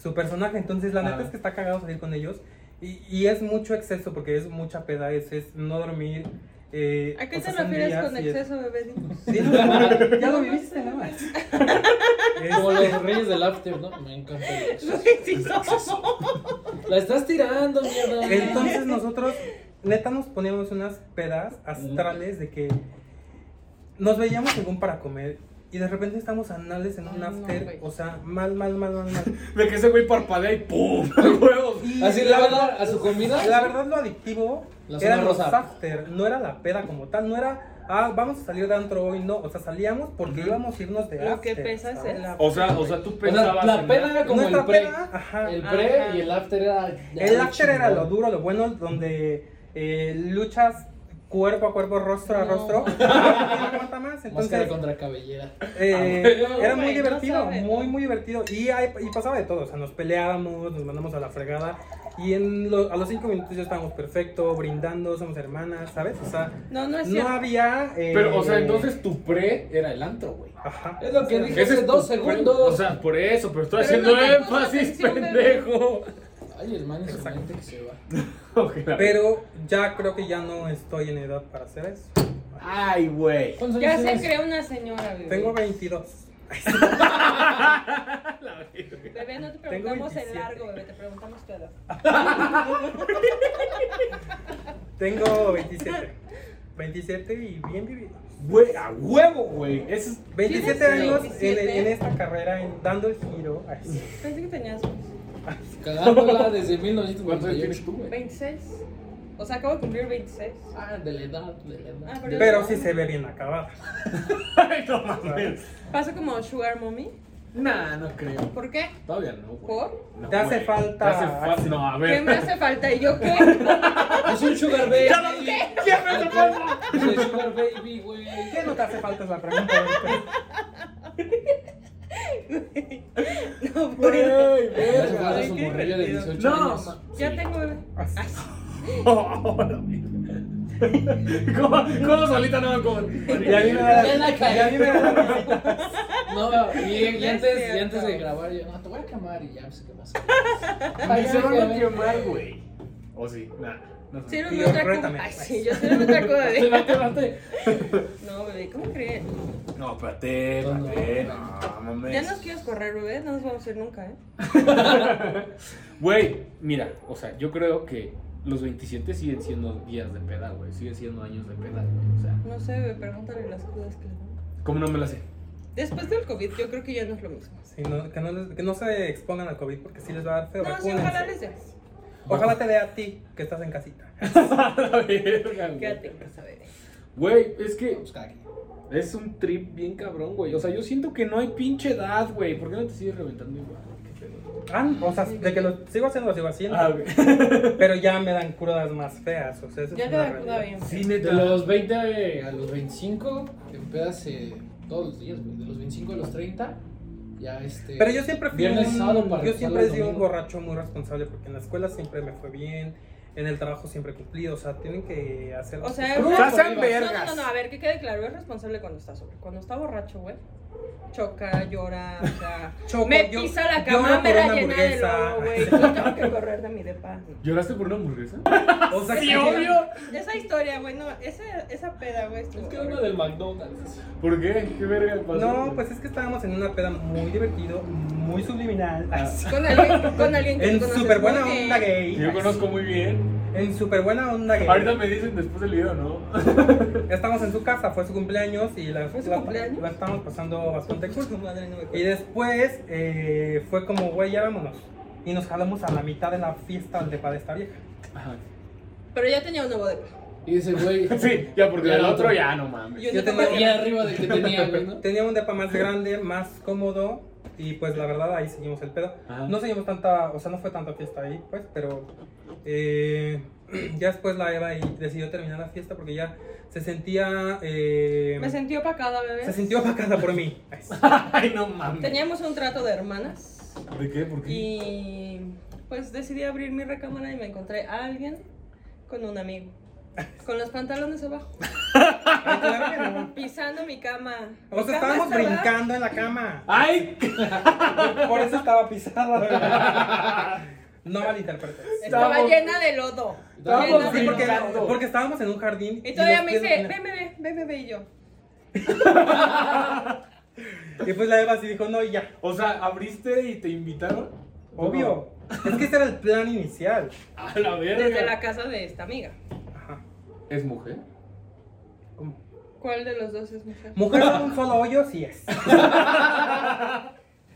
[SPEAKER 1] su personaje entonces la neta
[SPEAKER 3] Ajá.
[SPEAKER 1] es que está cagado salir con ellos y, y es mucho exceso porque es mucha peda es, es no dormir eh,
[SPEAKER 2] ¿A qué
[SPEAKER 1] o
[SPEAKER 2] te
[SPEAKER 1] sea,
[SPEAKER 2] refieres
[SPEAKER 1] sandías
[SPEAKER 2] con
[SPEAKER 1] y es-
[SPEAKER 2] exceso, bebé? Dinos.
[SPEAKER 1] Sí, no, no, ya lo viviste nada más Este,
[SPEAKER 4] Como los reyes del after, ¿no? Me encanta.
[SPEAKER 2] Sí, somos.
[SPEAKER 4] La estás tirando, mierda.
[SPEAKER 1] Entonces nosotros, neta, nos poníamos unas pedas astrales de que nos veíamos según para comer y de repente estamos anales en un
[SPEAKER 2] Ay, no,
[SPEAKER 1] after,
[SPEAKER 2] güey.
[SPEAKER 1] o sea, mal, mal, mal, mal, mal.
[SPEAKER 3] De que ese güey parpadea y ¡pum! ¡Huevos!
[SPEAKER 1] Y
[SPEAKER 4] Así le
[SPEAKER 1] la
[SPEAKER 4] va a
[SPEAKER 1] verdad,
[SPEAKER 4] dar a su comida.
[SPEAKER 1] la verdad lo adictivo
[SPEAKER 4] La zona
[SPEAKER 1] era los
[SPEAKER 4] rosa.
[SPEAKER 1] after, no era la peda como tal, no era, ah, vamos a salir de antro hoy, no, o sea, salíamos porque
[SPEAKER 3] Ujú.
[SPEAKER 1] íbamos a irnos de
[SPEAKER 2] Lo que
[SPEAKER 1] after,
[SPEAKER 2] pesa es
[SPEAKER 1] ¿sabes?
[SPEAKER 2] el after.
[SPEAKER 3] O sea, o sea, tú
[SPEAKER 4] O sea,
[SPEAKER 3] pensabas.
[SPEAKER 4] la
[SPEAKER 3] en-
[SPEAKER 4] peda era como el
[SPEAKER 1] Nuestra
[SPEAKER 4] pre.
[SPEAKER 1] peda, ajá.
[SPEAKER 4] El pre
[SPEAKER 2] Ajá.
[SPEAKER 4] y el after era.
[SPEAKER 1] El after era lo duro, lo bueno, donde eh, luchas cuerpo a cuerpo, rostro a
[SPEAKER 4] No.
[SPEAKER 1] rostro. No importa más.
[SPEAKER 4] Máscara
[SPEAKER 1] Entonces,
[SPEAKER 4] contra cabellera.
[SPEAKER 1] eh,
[SPEAKER 2] Ah,
[SPEAKER 1] era
[SPEAKER 2] bueno.
[SPEAKER 1] muy
[SPEAKER 2] Bueno,
[SPEAKER 1] divertido,
[SPEAKER 2] sabe.
[SPEAKER 1] muy, muy divertido. Y, ahí- y pasaba de todo, o sea, nos peleábamos, nos mandamos a la fregada. Y en lo- a los cinco minutos ya estábamos perfecto, brindando, somos hermanas, ¿sabes? O sea,
[SPEAKER 2] No, no es
[SPEAKER 1] no
[SPEAKER 2] cierto.
[SPEAKER 1] había... eh,
[SPEAKER 3] Pero, o sea, entonces tu pre era el antro, güey.
[SPEAKER 1] Ajá.
[SPEAKER 4] Es lo que dije hace
[SPEAKER 3] tu
[SPEAKER 4] dos
[SPEAKER 3] pre-
[SPEAKER 4] segundos.
[SPEAKER 3] O sea, por eso, pero estoy
[SPEAKER 2] Pero
[SPEAKER 3] haciendo
[SPEAKER 2] no te puso
[SPEAKER 3] énfasis,
[SPEAKER 2] atención,
[SPEAKER 3] pendejo.
[SPEAKER 4] Ay, el man es su mente que se va.
[SPEAKER 3] Ok, la-
[SPEAKER 1] Pero ya creo que ya no estoy en edad para hacer eso.
[SPEAKER 3] Ay, güey.
[SPEAKER 4] ¿Cuántos
[SPEAKER 2] Ya
[SPEAKER 4] años
[SPEAKER 2] se
[SPEAKER 4] tienes?
[SPEAKER 2] creó una señora, bebé.
[SPEAKER 1] Tengo 22.
[SPEAKER 2] Bebé, no te
[SPEAKER 1] Tengo
[SPEAKER 2] preguntamos el
[SPEAKER 1] 27.
[SPEAKER 2] largo, bebé, te preguntamos tu edad.
[SPEAKER 1] Tengo 27. 27 y bien vivido.
[SPEAKER 3] Güey, a huevo, güey. Ese es
[SPEAKER 1] 27
[SPEAKER 2] ¿Tienes
[SPEAKER 1] años en-
[SPEAKER 2] 27?
[SPEAKER 1] En, esta carrera, en, dando el giro. este. Ay, sí.
[SPEAKER 2] Pensé que tenías
[SPEAKER 4] Cagándola desde
[SPEAKER 3] ¿Cuántos años tienes
[SPEAKER 4] 1998.
[SPEAKER 3] tú, güey?
[SPEAKER 2] 26. O sea, acabo de cumplir 26.
[SPEAKER 4] Ah, de la edad, de la edad.
[SPEAKER 2] Ah, pero-
[SPEAKER 1] Pero sí se ve bien acabada.
[SPEAKER 3] Ay, no mames.
[SPEAKER 2] Paso como Sugar Mommy.
[SPEAKER 3] Nah, no creo.
[SPEAKER 2] ¿Por qué?
[SPEAKER 3] Todavía no, güey.
[SPEAKER 2] ¿Por?
[SPEAKER 3] No,
[SPEAKER 1] Te hace
[SPEAKER 3] güey.
[SPEAKER 1] falta-
[SPEAKER 3] Te hace falta. No, a
[SPEAKER 2] ¿Qué
[SPEAKER 3] ver.
[SPEAKER 2] me hace falta? ¿Y yo qué?
[SPEAKER 4] Es un sugar baby.
[SPEAKER 3] Ya lo dije. ¿Qué me hace falta?
[SPEAKER 4] Es un sugar baby, güey.
[SPEAKER 1] ¿Qué no te hace falta es la pregunta? ahorita.
[SPEAKER 2] No, pues.
[SPEAKER 3] Güey,
[SPEAKER 4] Me hace
[SPEAKER 3] verga.
[SPEAKER 4] falta
[SPEAKER 2] Ay,
[SPEAKER 4] su
[SPEAKER 2] qué
[SPEAKER 4] morrillo de
[SPEAKER 1] divertido.
[SPEAKER 4] 18
[SPEAKER 3] No,
[SPEAKER 4] años.
[SPEAKER 3] ma-
[SPEAKER 2] Ya tengo bebé.
[SPEAKER 1] Ay, sí.
[SPEAKER 3] Oh, la mierda. ¿Cómo, cómo solita no con?
[SPEAKER 1] Y a mí me da
[SPEAKER 4] Ya la cagué.
[SPEAKER 1] y a mí me da la visita.
[SPEAKER 4] No, y, y
[SPEAKER 2] No es
[SPEAKER 4] antes, y
[SPEAKER 2] cierto.
[SPEAKER 4] antes de grabar, yo, no, te voy a quemar y ya, pues, ¿qué pasa?
[SPEAKER 3] Ni se van a quemar, güey. O sí, nah, no sé.
[SPEAKER 2] Sírveme
[SPEAKER 1] Tío,
[SPEAKER 2] otra
[SPEAKER 1] rétame.
[SPEAKER 2] copa. Ay, sí, yo sírveme otra copa,
[SPEAKER 4] Te
[SPEAKER 2] bebé.
[SPEAKER 4] va, te va, te-
[SPEAKER 2] No, bebé, ¿cómo crees?
[SPEAKER 3] No, espérate,
[SPEAKER 4] No, no.
[SPEAKER 3] espérate. No, mames.
[SPEAKER 1] Pues
[SPEAKER 2] Ya nos quieres correr, bebé. No nos vamos a ir nunca, ¿eh?
[SPEAKER 3] Güey, mira, o sea, yo creo que los 27 siguen siendo días de peda, güey. Siguen siendo años de peda, güey. O sea,
[SPEAKER 2] No sé, bebé, pregúntale las cosas que le dan.
[SPEAKER 3] ¿cómo no me la sé?
[SPEAKER 2] Después del COVID, yo creo que ya no es lo mismo.
[SPEAKER 1] Sí, no, que, no les- que no se expongan al COVID porque sí les va a dar feo.
[SPEAKER 2] No, sí,
[SPEAKER 1] vacúnense.
[SPEAKER 2] ojalá les dé.
[SPEAKER 1] Ojalá te dé a ti que estás en casita.
[SPEAKER 3] La verga, güey.
[SPEAKER 2] Quédate en casa, bebé.
[SPEAKER 3] Güey, es que
[SPEAKER 4] Pues, cague.
[SPEAKER 3] es un trip bien cabrón, güey. O sea, yo siento que no hay pinche edad, güey. ¿Por qué no te sigues reventando igual? ¿Qué pedo?
[SPEAKER 1] Ah, o sea, de que lo sigo haciendo, lo sigo haciendo.
[SPEAKER 3] Ah, güey.
[SPEAKER 1] Pero ya me dan crudas más feas. O sea, eso
[SPEAKER 2] Ya
[SPEAKER 1] es
[SPEAKER 2] te
[SPEAKER 1] una
[SPEAKER 2] da cuidado
[SPEAKER 1] realidad.
[SPEAKER 2] bien.
[SPEAKER 3] Sí,
[SPEAKER 4] De
[SPEAKER 3] neta.
[SPEAKER 4] los 20 a los 25, te empedas eh, todos los días, güey. De los 25 a los 30, ya este.
[SPEAKER 1] Pero yo siempre fui
[SPEAKER 4] Viernes,
[SPEAKER 1] un,
[SPEAKER 4] sábado para
[SPEAKER 1] yo
[SPEAKER 4] sábado,
[SPEAKER 1] siempre he sido un
[SPEAKER 4] domingo.
[SPEAKER 1] borracho muy responsable porque en la escuela siempre me fue bien, en el trabajo siempre cumplí, o sea, tienen que hacer
[SPEAKER 2] O sea,
[SPEAKER 4] Cruz
[SPEAKER 2] o sea,
[SPEAKER 4] Estás en
[SPEAKER 2] no,
[SPEAKER 3] vergas.
[SPEAKER 2] No, no, no, a ver, que quede claro, es responsable cuando está sobre. Cuando está borracho, güey, choca, llora, o sea,
[SPEAKER 1] Choco,
[SPEAKER 2] me
[SPEAKER 1] yo-
[SPEAKER 2] pisa la
[SPEAKER 1] lloro
[SPEAKER 2] cama,
[SPEAKER 1] por
[SPEAKER 2] me la
[SPEAKER 1] una
[SPEAKER 2] llena de
[SPEAKER 1] hamburguesa.
[SPEAKER 2] lodo, güey. Yo tengo que correr de mi depa.
[SPEAKER 3] ¿Lloraste por una hamburguesa?
[SPEAKER 1] O sea,
[SPEAKER 2] Sí,
[SPEAKER 1] que-
[SPEAKER 2] obvio. Esa historia, güey, no, esa, esa peda, güey. estuvo
[SPEAKER 4] Es que era una del McDonald's.
[SPEAKER 3] ¿Por qué? ¿Qué verga pasó?
[SPEAKER 1] No, pues es que estábamos en una peda muy divertido, muy subliminal.
[SPEAKER 3] Ah.
[SPEAKER 1] así,
[SPEAKER 2] Con alguien, con alguien que
[SPEAKER 1] En
[SPEAKER 2] tú conoces
[SPEAKER 1] súper buena
[SPEAKER 2] muy bien.
[SPEAKER 1] onda gay.
[SPEAKER 3] Yo conozco muy bien.
[SPEAKER 1] En súper buena onda gay.
[SPEAKER 3] Ahorita me dicen después del video, ¿no?
[SPEAKER 1] Estamos en su casa, fue su cumpleaños y la,
[SPEAKER 2] ¿Fue su
[SPEAKER 1] la-
[SPEAKER 2] cumpleaños?
[SPEAKER 1] la estábamos pasando bastante cool.
[SPEAKER 2] Tu madre, no me acuerdo.
[SPEAKER 1] Y después eh, fue como, güey, ya vámonos. Y nos jalamos a la mitad de la fiesta al depa de esta vieja.
[SPEAKER 3] Ajá.
[SPEAKER 2] Pero ya tenía un nuevo depa.
[SPEAKER 4] Y dice, güey.
[SPEAKER 3] Sí, ya porque
[SPEAKER 4] Ya
[SPEAKER 3] el
[SPEAKER 4] el
[SPEAKER 3] otro
[SPEAKER 4] otro.
[SPEAKER 3] ya no mames.
[SPEAKER 2] Yo
[SPEAKER 1] Yo
[SPEAKER 2] no
[SPEAKER 1] tenía-
[SPEAKER 2] tenía-
[SPEAKER 4] Ya arriba del que tenía, güey, ¿no?
[SPEAKER 1] Tenía un depa más grande, más cómodo. Y pues la verdad ahí seguimos el pedo.
[SPEAKER 3] Ajá.
[SPEAKER 1] No seguimos tanta, o sea, no fue tanta fiesta ahí, pues, pero eh, ya después la Eva y decidió terminar la fiesta porque ya se sentía... eh,
[SPEAKER 2] Me sentí opacada, bebé.
[SPEAKER 1] se sintió vacada por mí. Ay, sí.
[SPEAKER 3] Ay, no mames.
[SPEAKER 2] Teníamos un trato de hermanas
[SPEAKER 3] ¿De qué? ¿Por qué?
[SPEAKER 2] y pues decidí abrir mi recámara y me encontré a alguien con un amigo. Con los pantalones abajo,
[SPEAKER 1] Ay, claro que no.
[SPEAKER 2] pisando mi cama. Mi
[SPEAKER 1] O sea,
[SPEAKER 2] cama
[SPEAKER 1] estábamos
[SPEAKER 2] estaba-
[SPEAKER 1] brincando en la cama.
[SPEAKER 3] ¡Ay!
[SPEAKER 1] Por eso estaba pisada. No malinterpretes.
[SPEAKER 2] Estaba
[SPEAKER 3] Estábamos-
[SPEAKER 2] llena de lodo.
[SPEAKER 4] Estábamos
[SPEAKER 2] llena de
[SPEAKER 1] Sí, porque,
[SPEAKER 2] lodo.
[SPEAKER 4] brincando.
[SPEAKER 1] porque estábamos en un jardín.
[SPEAKER 2] Y todavía
[SPEAKER 1] los
[SPEAKER 2] me
[SPEAKER 1] pies
[SPEAKER 2] dice,
[SPEAKER 1] no
[SPEAKER 2] ven
[SPEAKER 1] tenían-
[SPEAKER 2] bebé, ven bebé y yo.
[SPEAKER 1] Y pues la Eva así dijo, no, y ya.
[SPEAKER 3] O sea, abriste y te invitaron.
[SPEAKER 1] Obvio. Es que ese era el plan inicial.
[SPEAKER 3] A la verga.
[SPEAKER 2] Desde la casa de esta amiga.
[SPEAKER 1] Ajá.
[SPEAKER 3] ¿Es mujer?
[SPEAKER 1] ¿Cómo?
[SPEAKER 2] ¿Cuál de los dos es mujer?
[SPEAKER 1] Mujer con un solo hoyo, sí es.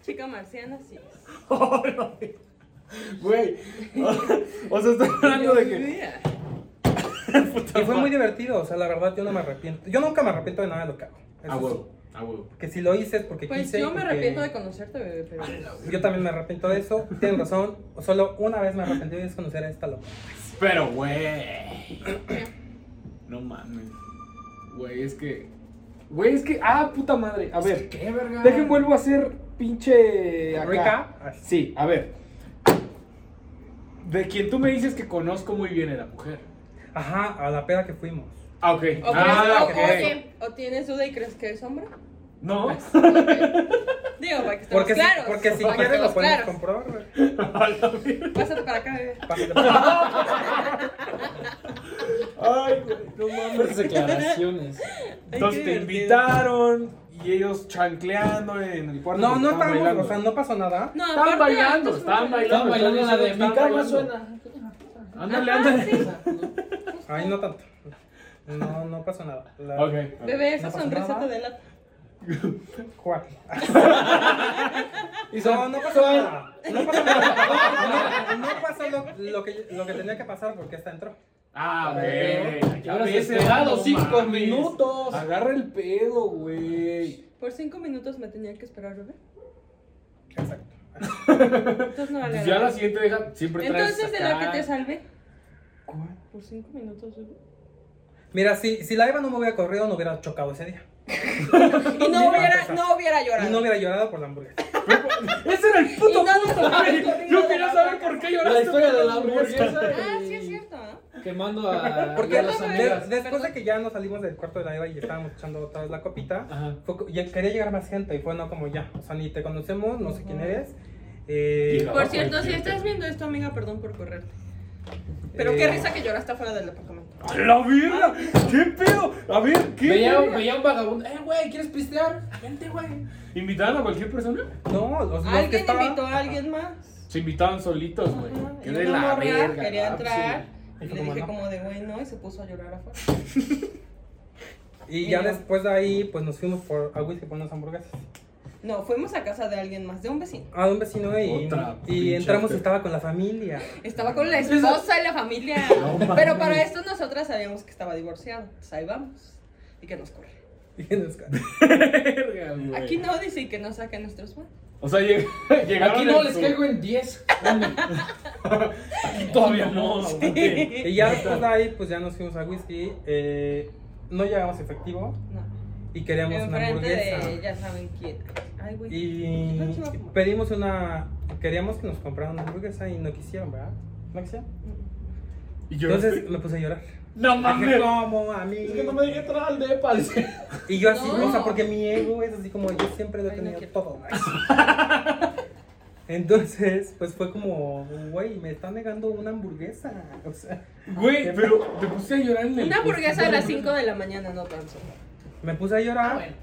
[SPEAKER 2] Chica marciana, sí. es.
[SPEAKER 3] Güey. O, o sea, estoy hablando de que.
[SPEAKER 1] Y fue muy divertido, o sea, la verdad yo no me arrepiento. Yo nunca me arrepiento de nada de lo que hago. Eso
[SPEAKER 3] A
[SPEAKER 1] sí.
[SPEAKER 3] huevo. A huevo.
[SPEAKER 1] Que si lo hice es porque
[SPEAKER 2] Ah, Pues
[SPEAKER 1] quise. y
[SPEAKER 2] yo me
[SPEAKER 1] porque-
[SPEAKER 2] arrepiento de conocerte, bebé, pero.
[SPEAKER 1] Yo también me arrepiento de eso. Tienen razón. Solo una vez me arrepentí de desconocer a esta loca.
[SPEAKER 3] Pero, güey. No mames. Güey, es que. Güey, es que. Ah, puta madre. A ver.
[SPEAKER 4] ¿Qué verga?
[SPEAKER 3] Dejen vuelvo a hacer pinche. acá.
[SPEAKER 1] Recap.
[SPEAKER 3] Sí, a ver. De quien tú me dices que conozco muy bien era mujer.
[SPEAKER 1] Ajá, a la peda que fuimos.
[SPEAKER 3] Ah, ok.
[SPEAKER 2] O,
[SPEAKER 3] ah,
[SPEAKER 2] crees- o- oye, o tienes duda y crees que es hombre.
[SPEAKER 3] No.
[SPEAKER 2] Ok. Digo, para que estemos
[SPEAKER 1] Porque, si-
[SPEAKER 2] claros.
[SPEAKER 1] porque si
[SPEAKER 2] para que
[SPEAKER 1] quieres lo
[SPEAKER 2] estemos
[SPEAKER 1] podemos
[SPEAKER 2] claros.
[SPEAKER 1] comprobar. güey.
[SPEAKER 3] A la mierda.
[SPEAKER 2] Pásate para acá, bebé.
[SPEAKER 1] Pásale, pásale.
[SPEAKER 3] Ay, güey, no mames.
[SPEAKER 4] Esas declaraciones.
[SPEAKER 3] Entonces
[SPEAKER 2] qué
[SPEAKER 3] te
[SPEAKER 2] divertido.
[SPEAKER 3] invitaron y ellos chancleando en el cuarto.
[SPEAKER 1] No,
[SPEAKER 3] porque
[SPEAKER 1] no
[SPEAKER 3] estaban
[SPEAKER 1] estábamos,
[SPEAKER 3] bailando.
[SPEAKER 1] o sea, no pasó nada.
[SPEAKER 2] No,
[SPEAKER 3] Estaban
[SPEAKER 2] aparte,
[SPEAKER 3] bailando,
[SPEAKER 2] esto es
[SPEAKER 3] estaban
[SPEAKER 2] un-
[SPEAKER 4] Estaban bailando la de mi cama
[SPEAKER 3] Bailando.
[SPEAKER 4] suena.
[SPEAKER 3] Ándale,
[SPEAKER 2] Ajá,
[SPEAKER 3] ándale.
[SPEAKER 2] sí.
[SPEAKER 1] Ay, no tanto. No, no pasó nada. La-
[SPEAKER 3] Ok.
[SPEAKER 2] Bebé, esa
[SPEAKER 1] No pasa
[SPEAKER 2] sonrisa
[SPEAKER 1] nada.
[SPEAKER 2] te delata.
[SPEAKER 1] ¿Cuál?
[SPEAKER 4] Y
[SPEAKER 1] No,
[SPEAKER 4] son-
[SPEAKER 1] no pasó nada. No pasó nada. No, no pasó lo, lo que, lo que tenía que pasar porque esta entró.
[SPEAKER 3] Ah,
[SPEAKER 4] Eh,
[SPEAKER 3] güey.
[SPEAKER 4] ya habrás
[SPEAKER 3] ves,
[SPEAKER 4] esperado
[SPEAKER 3] no
[SPEAKER 4] cinco
[SPEAKER 3] mames.
[SPEAKER 4] minutos.
[SPEAKER 3] Agarra el pedo, güey.
[SPEAKER 2] Por cinco minutos me tenía que esperar, bebé.
[SPEAKER 1] Exacto.
[SPEAKER 2] Entonces no vale.
[SPEAKER 3] Pues ya
[SPEAKER 2] la
[SPEAKER 3] la siguiente deja. Siempre traes.
[SPEAKER 2] Entonces, de la
[SPEAKER 3] acá.
[SPEAKER 2] que te salvé. Por cinco minutos, bebé.
[SPEAKER 1] Mira, si, si la Eva no me hubiera corrido, no hubiera chocado ese día.
[SPEAKER 2] Y no hubiera,
[SPEAKER 1] empezar.
[SPEAKER 2] no hubiera llorado.
[SPEAKER 1] Y no hubiera llorado por la hamburguesa.
[SPEAKER 3] Ese era el puto
[SPEAKER 2] Y no nos
[SPEAKER 3] punto,
[SPEAKER 2] hubiéramos
[SPEAKER 3] güey.
[SPEAKER 2] corrido
[SPEAKER 3] Yo
[SPEAKER 2] de
[SPEAKER 3] quería
[SPEAKER 2] la
[SPEAKER 3] saber
[SPEAKER 2] boca.
[SPEAKER 3] por qué lloraste.
[SPEAKER 4] La historia
[SPEAKER 3] por
[SPEAKER 4] de la
[SPEAKER 3] hamburguesa.
[SPEAKER 4] hamburguesa.
[SPEAKER 2] Ah, sí es
[SPEAKER 4] y
[SPEAKER 2] cierto. ¿ah?
[SPEAKER 4] Quemando a,
[SPEAKER 1] Porque
[SPEAKER 4] a las
[SPEAKER 1] de-
[SPEAKER 4] amigas.
[SPEAKER 1] después de que ya nos salimos del cuarto de la Eva y estábamos echando otra vez la copita,
[SPEAKER 3] Ajá.
[SPEAKER 1] fue co- ya quería llegar más gente y fue no como ya. O sea, ni te conocemos, no sé quién eres. Eh,
[SPEAKER 3] Llega.
[SPEAKER 2] Por cierto, si estás viendo esto, amiga, perdón por correrte. Pero qué
[SPEAKER 1] Eh.
[SPEAKER 2] risa que lloraste afuera del departamento.
[SPEAKER 3] ¡A la verga! ¿Qué pedo? A ver, ¿qué?
[SPEAKER 4] Veía,
[SPEAKER 3] verga?
[SPEAKER 4] veía un vagabundo. Eh, güey, ¿quieres pistear? Vente, güey.
[SPEAKER 3] ¿Invitaban a cualquier persona?
[SPEAKER 1] no, los, los que
[SPEAKER 2] ¿Alguien
[SPEAKER 1] estaban-
[SPEAKER 2] invitó a alguien más?
[SPEAKER 3] Se invitaban solitos, güey.
[SPEAKER 2] Ajá,
[SPEAKER 3] Qué
[SPEAKER 2] y
[SPEAKER 3] de
[SPEAKER 2] una
[SPEAKER 3] la
[SPEAKER 2] morra
[SPEAKER 3] verga.
[SPEAKER 2] quería
[SPEAKER 3] ah,
[SPEAKER 2] entrar.
[SPEAKER 1] sí.
[SPEAKER 2] Y
[SPEAKER 1] Y
[SPEAKER 2] le
[SPEAKER 1] como
[SPEAKER 2] dije
[SPEAKER 1] no.
[SPEAKER 2] como de güey no y se puso a llorar afuera.
[SPEAKER 1] Y ya
[SPEAKER 2] Mira.
[SPEAKER 1] después de ahí, pues nos fuimos por a whisky por unas hamburguesas.
[SPEAKER 2] No, fuimos a casa de alguien más, de un vecino.
[SPEAKER 1] A un vecino y,
[SPEAKER 3] Otra
[SPEAKER 1] y
[SPEAKER 3] pinche
[SPEAKER 1] entramos y
[SPEAKER 3] te-
[SPEAKER 1] estaba con la familia.
[SPEAKER 2] Estaba con la esposa y la familia. Pero para esto nosotras sabíamos que estaba divorciado. Entonces ahí vamos. Y que nos corre.
[SPEAKER 1] Y nos ca-
[SPEAKER 3] Verga, güey.
[SPEAKER 2] Aquí no dice y que no saque nuestros manos.
[SPEAKER 3] O sea, lleg- llegaron.
[SPEAKER 4] Aquí
[SPEAKER 3] en
[SPEAKER 4] no les
[SPEAKER 3] su-
[SPEAKER 4] caigo en 10.
[SPEAKER 3] Todavía no. güey.
[SPEAKER 1] Y ya después de ahí, pues ya nos fuimos a whisky. eh, no llevamos efectivo
[SPEAKER 2] No.
[SPEAKER 1] y queríamos una
[SPEAKER 2] Enfrente
[SPEAKER 1] hamburguesa.
[SPEAKER 2] de ya saben quién. Ay, güey.
[SPEAKER 1] Y
[SPEAKER 2] Yo estaba como-
[SPEAKER 1] pedimos una. Queríamos que nos compraran una hamburguesa y no quisieron, ¿verdad? ¿No quisieron?
[SPEAKER 3] Y yo.
[SPEAKER 1] Entonces me puse a llorar.
[SPEAKER 3] no
[SPEAKER 1] Dije,
[SPEAKER 3] mames.
[SPEAKER 1] ¿cómo a mí?
[SPEAKER 4] Es que no me dejé entrar al depa. dice.
[SPEAKER 1] Y yo así,
[SPEAKER 2] No.
[SPEAKER 1] o sea, porque mi ego es así como yo siempre lo he
[SPEAKER 2] Ay, no
[SPEAKER 1] tenido
[SPEAKER 2] quiero.
[SPEAKER 1] todo. Ay. Entonces, pues fue como, güey, me está negando una hamburguesa. O sea,
[SPEAKER 3] Güey, pero te puse a llorar en el.
[SPEAKER 2] Una hamburguesa a
[SPEAKER 3] de
[SPEAKER 2] las 5 de la mañana, no tan solo.
[SPEAKER 1] me puse a llorar
[SPEAKER 4] Ah, bueno.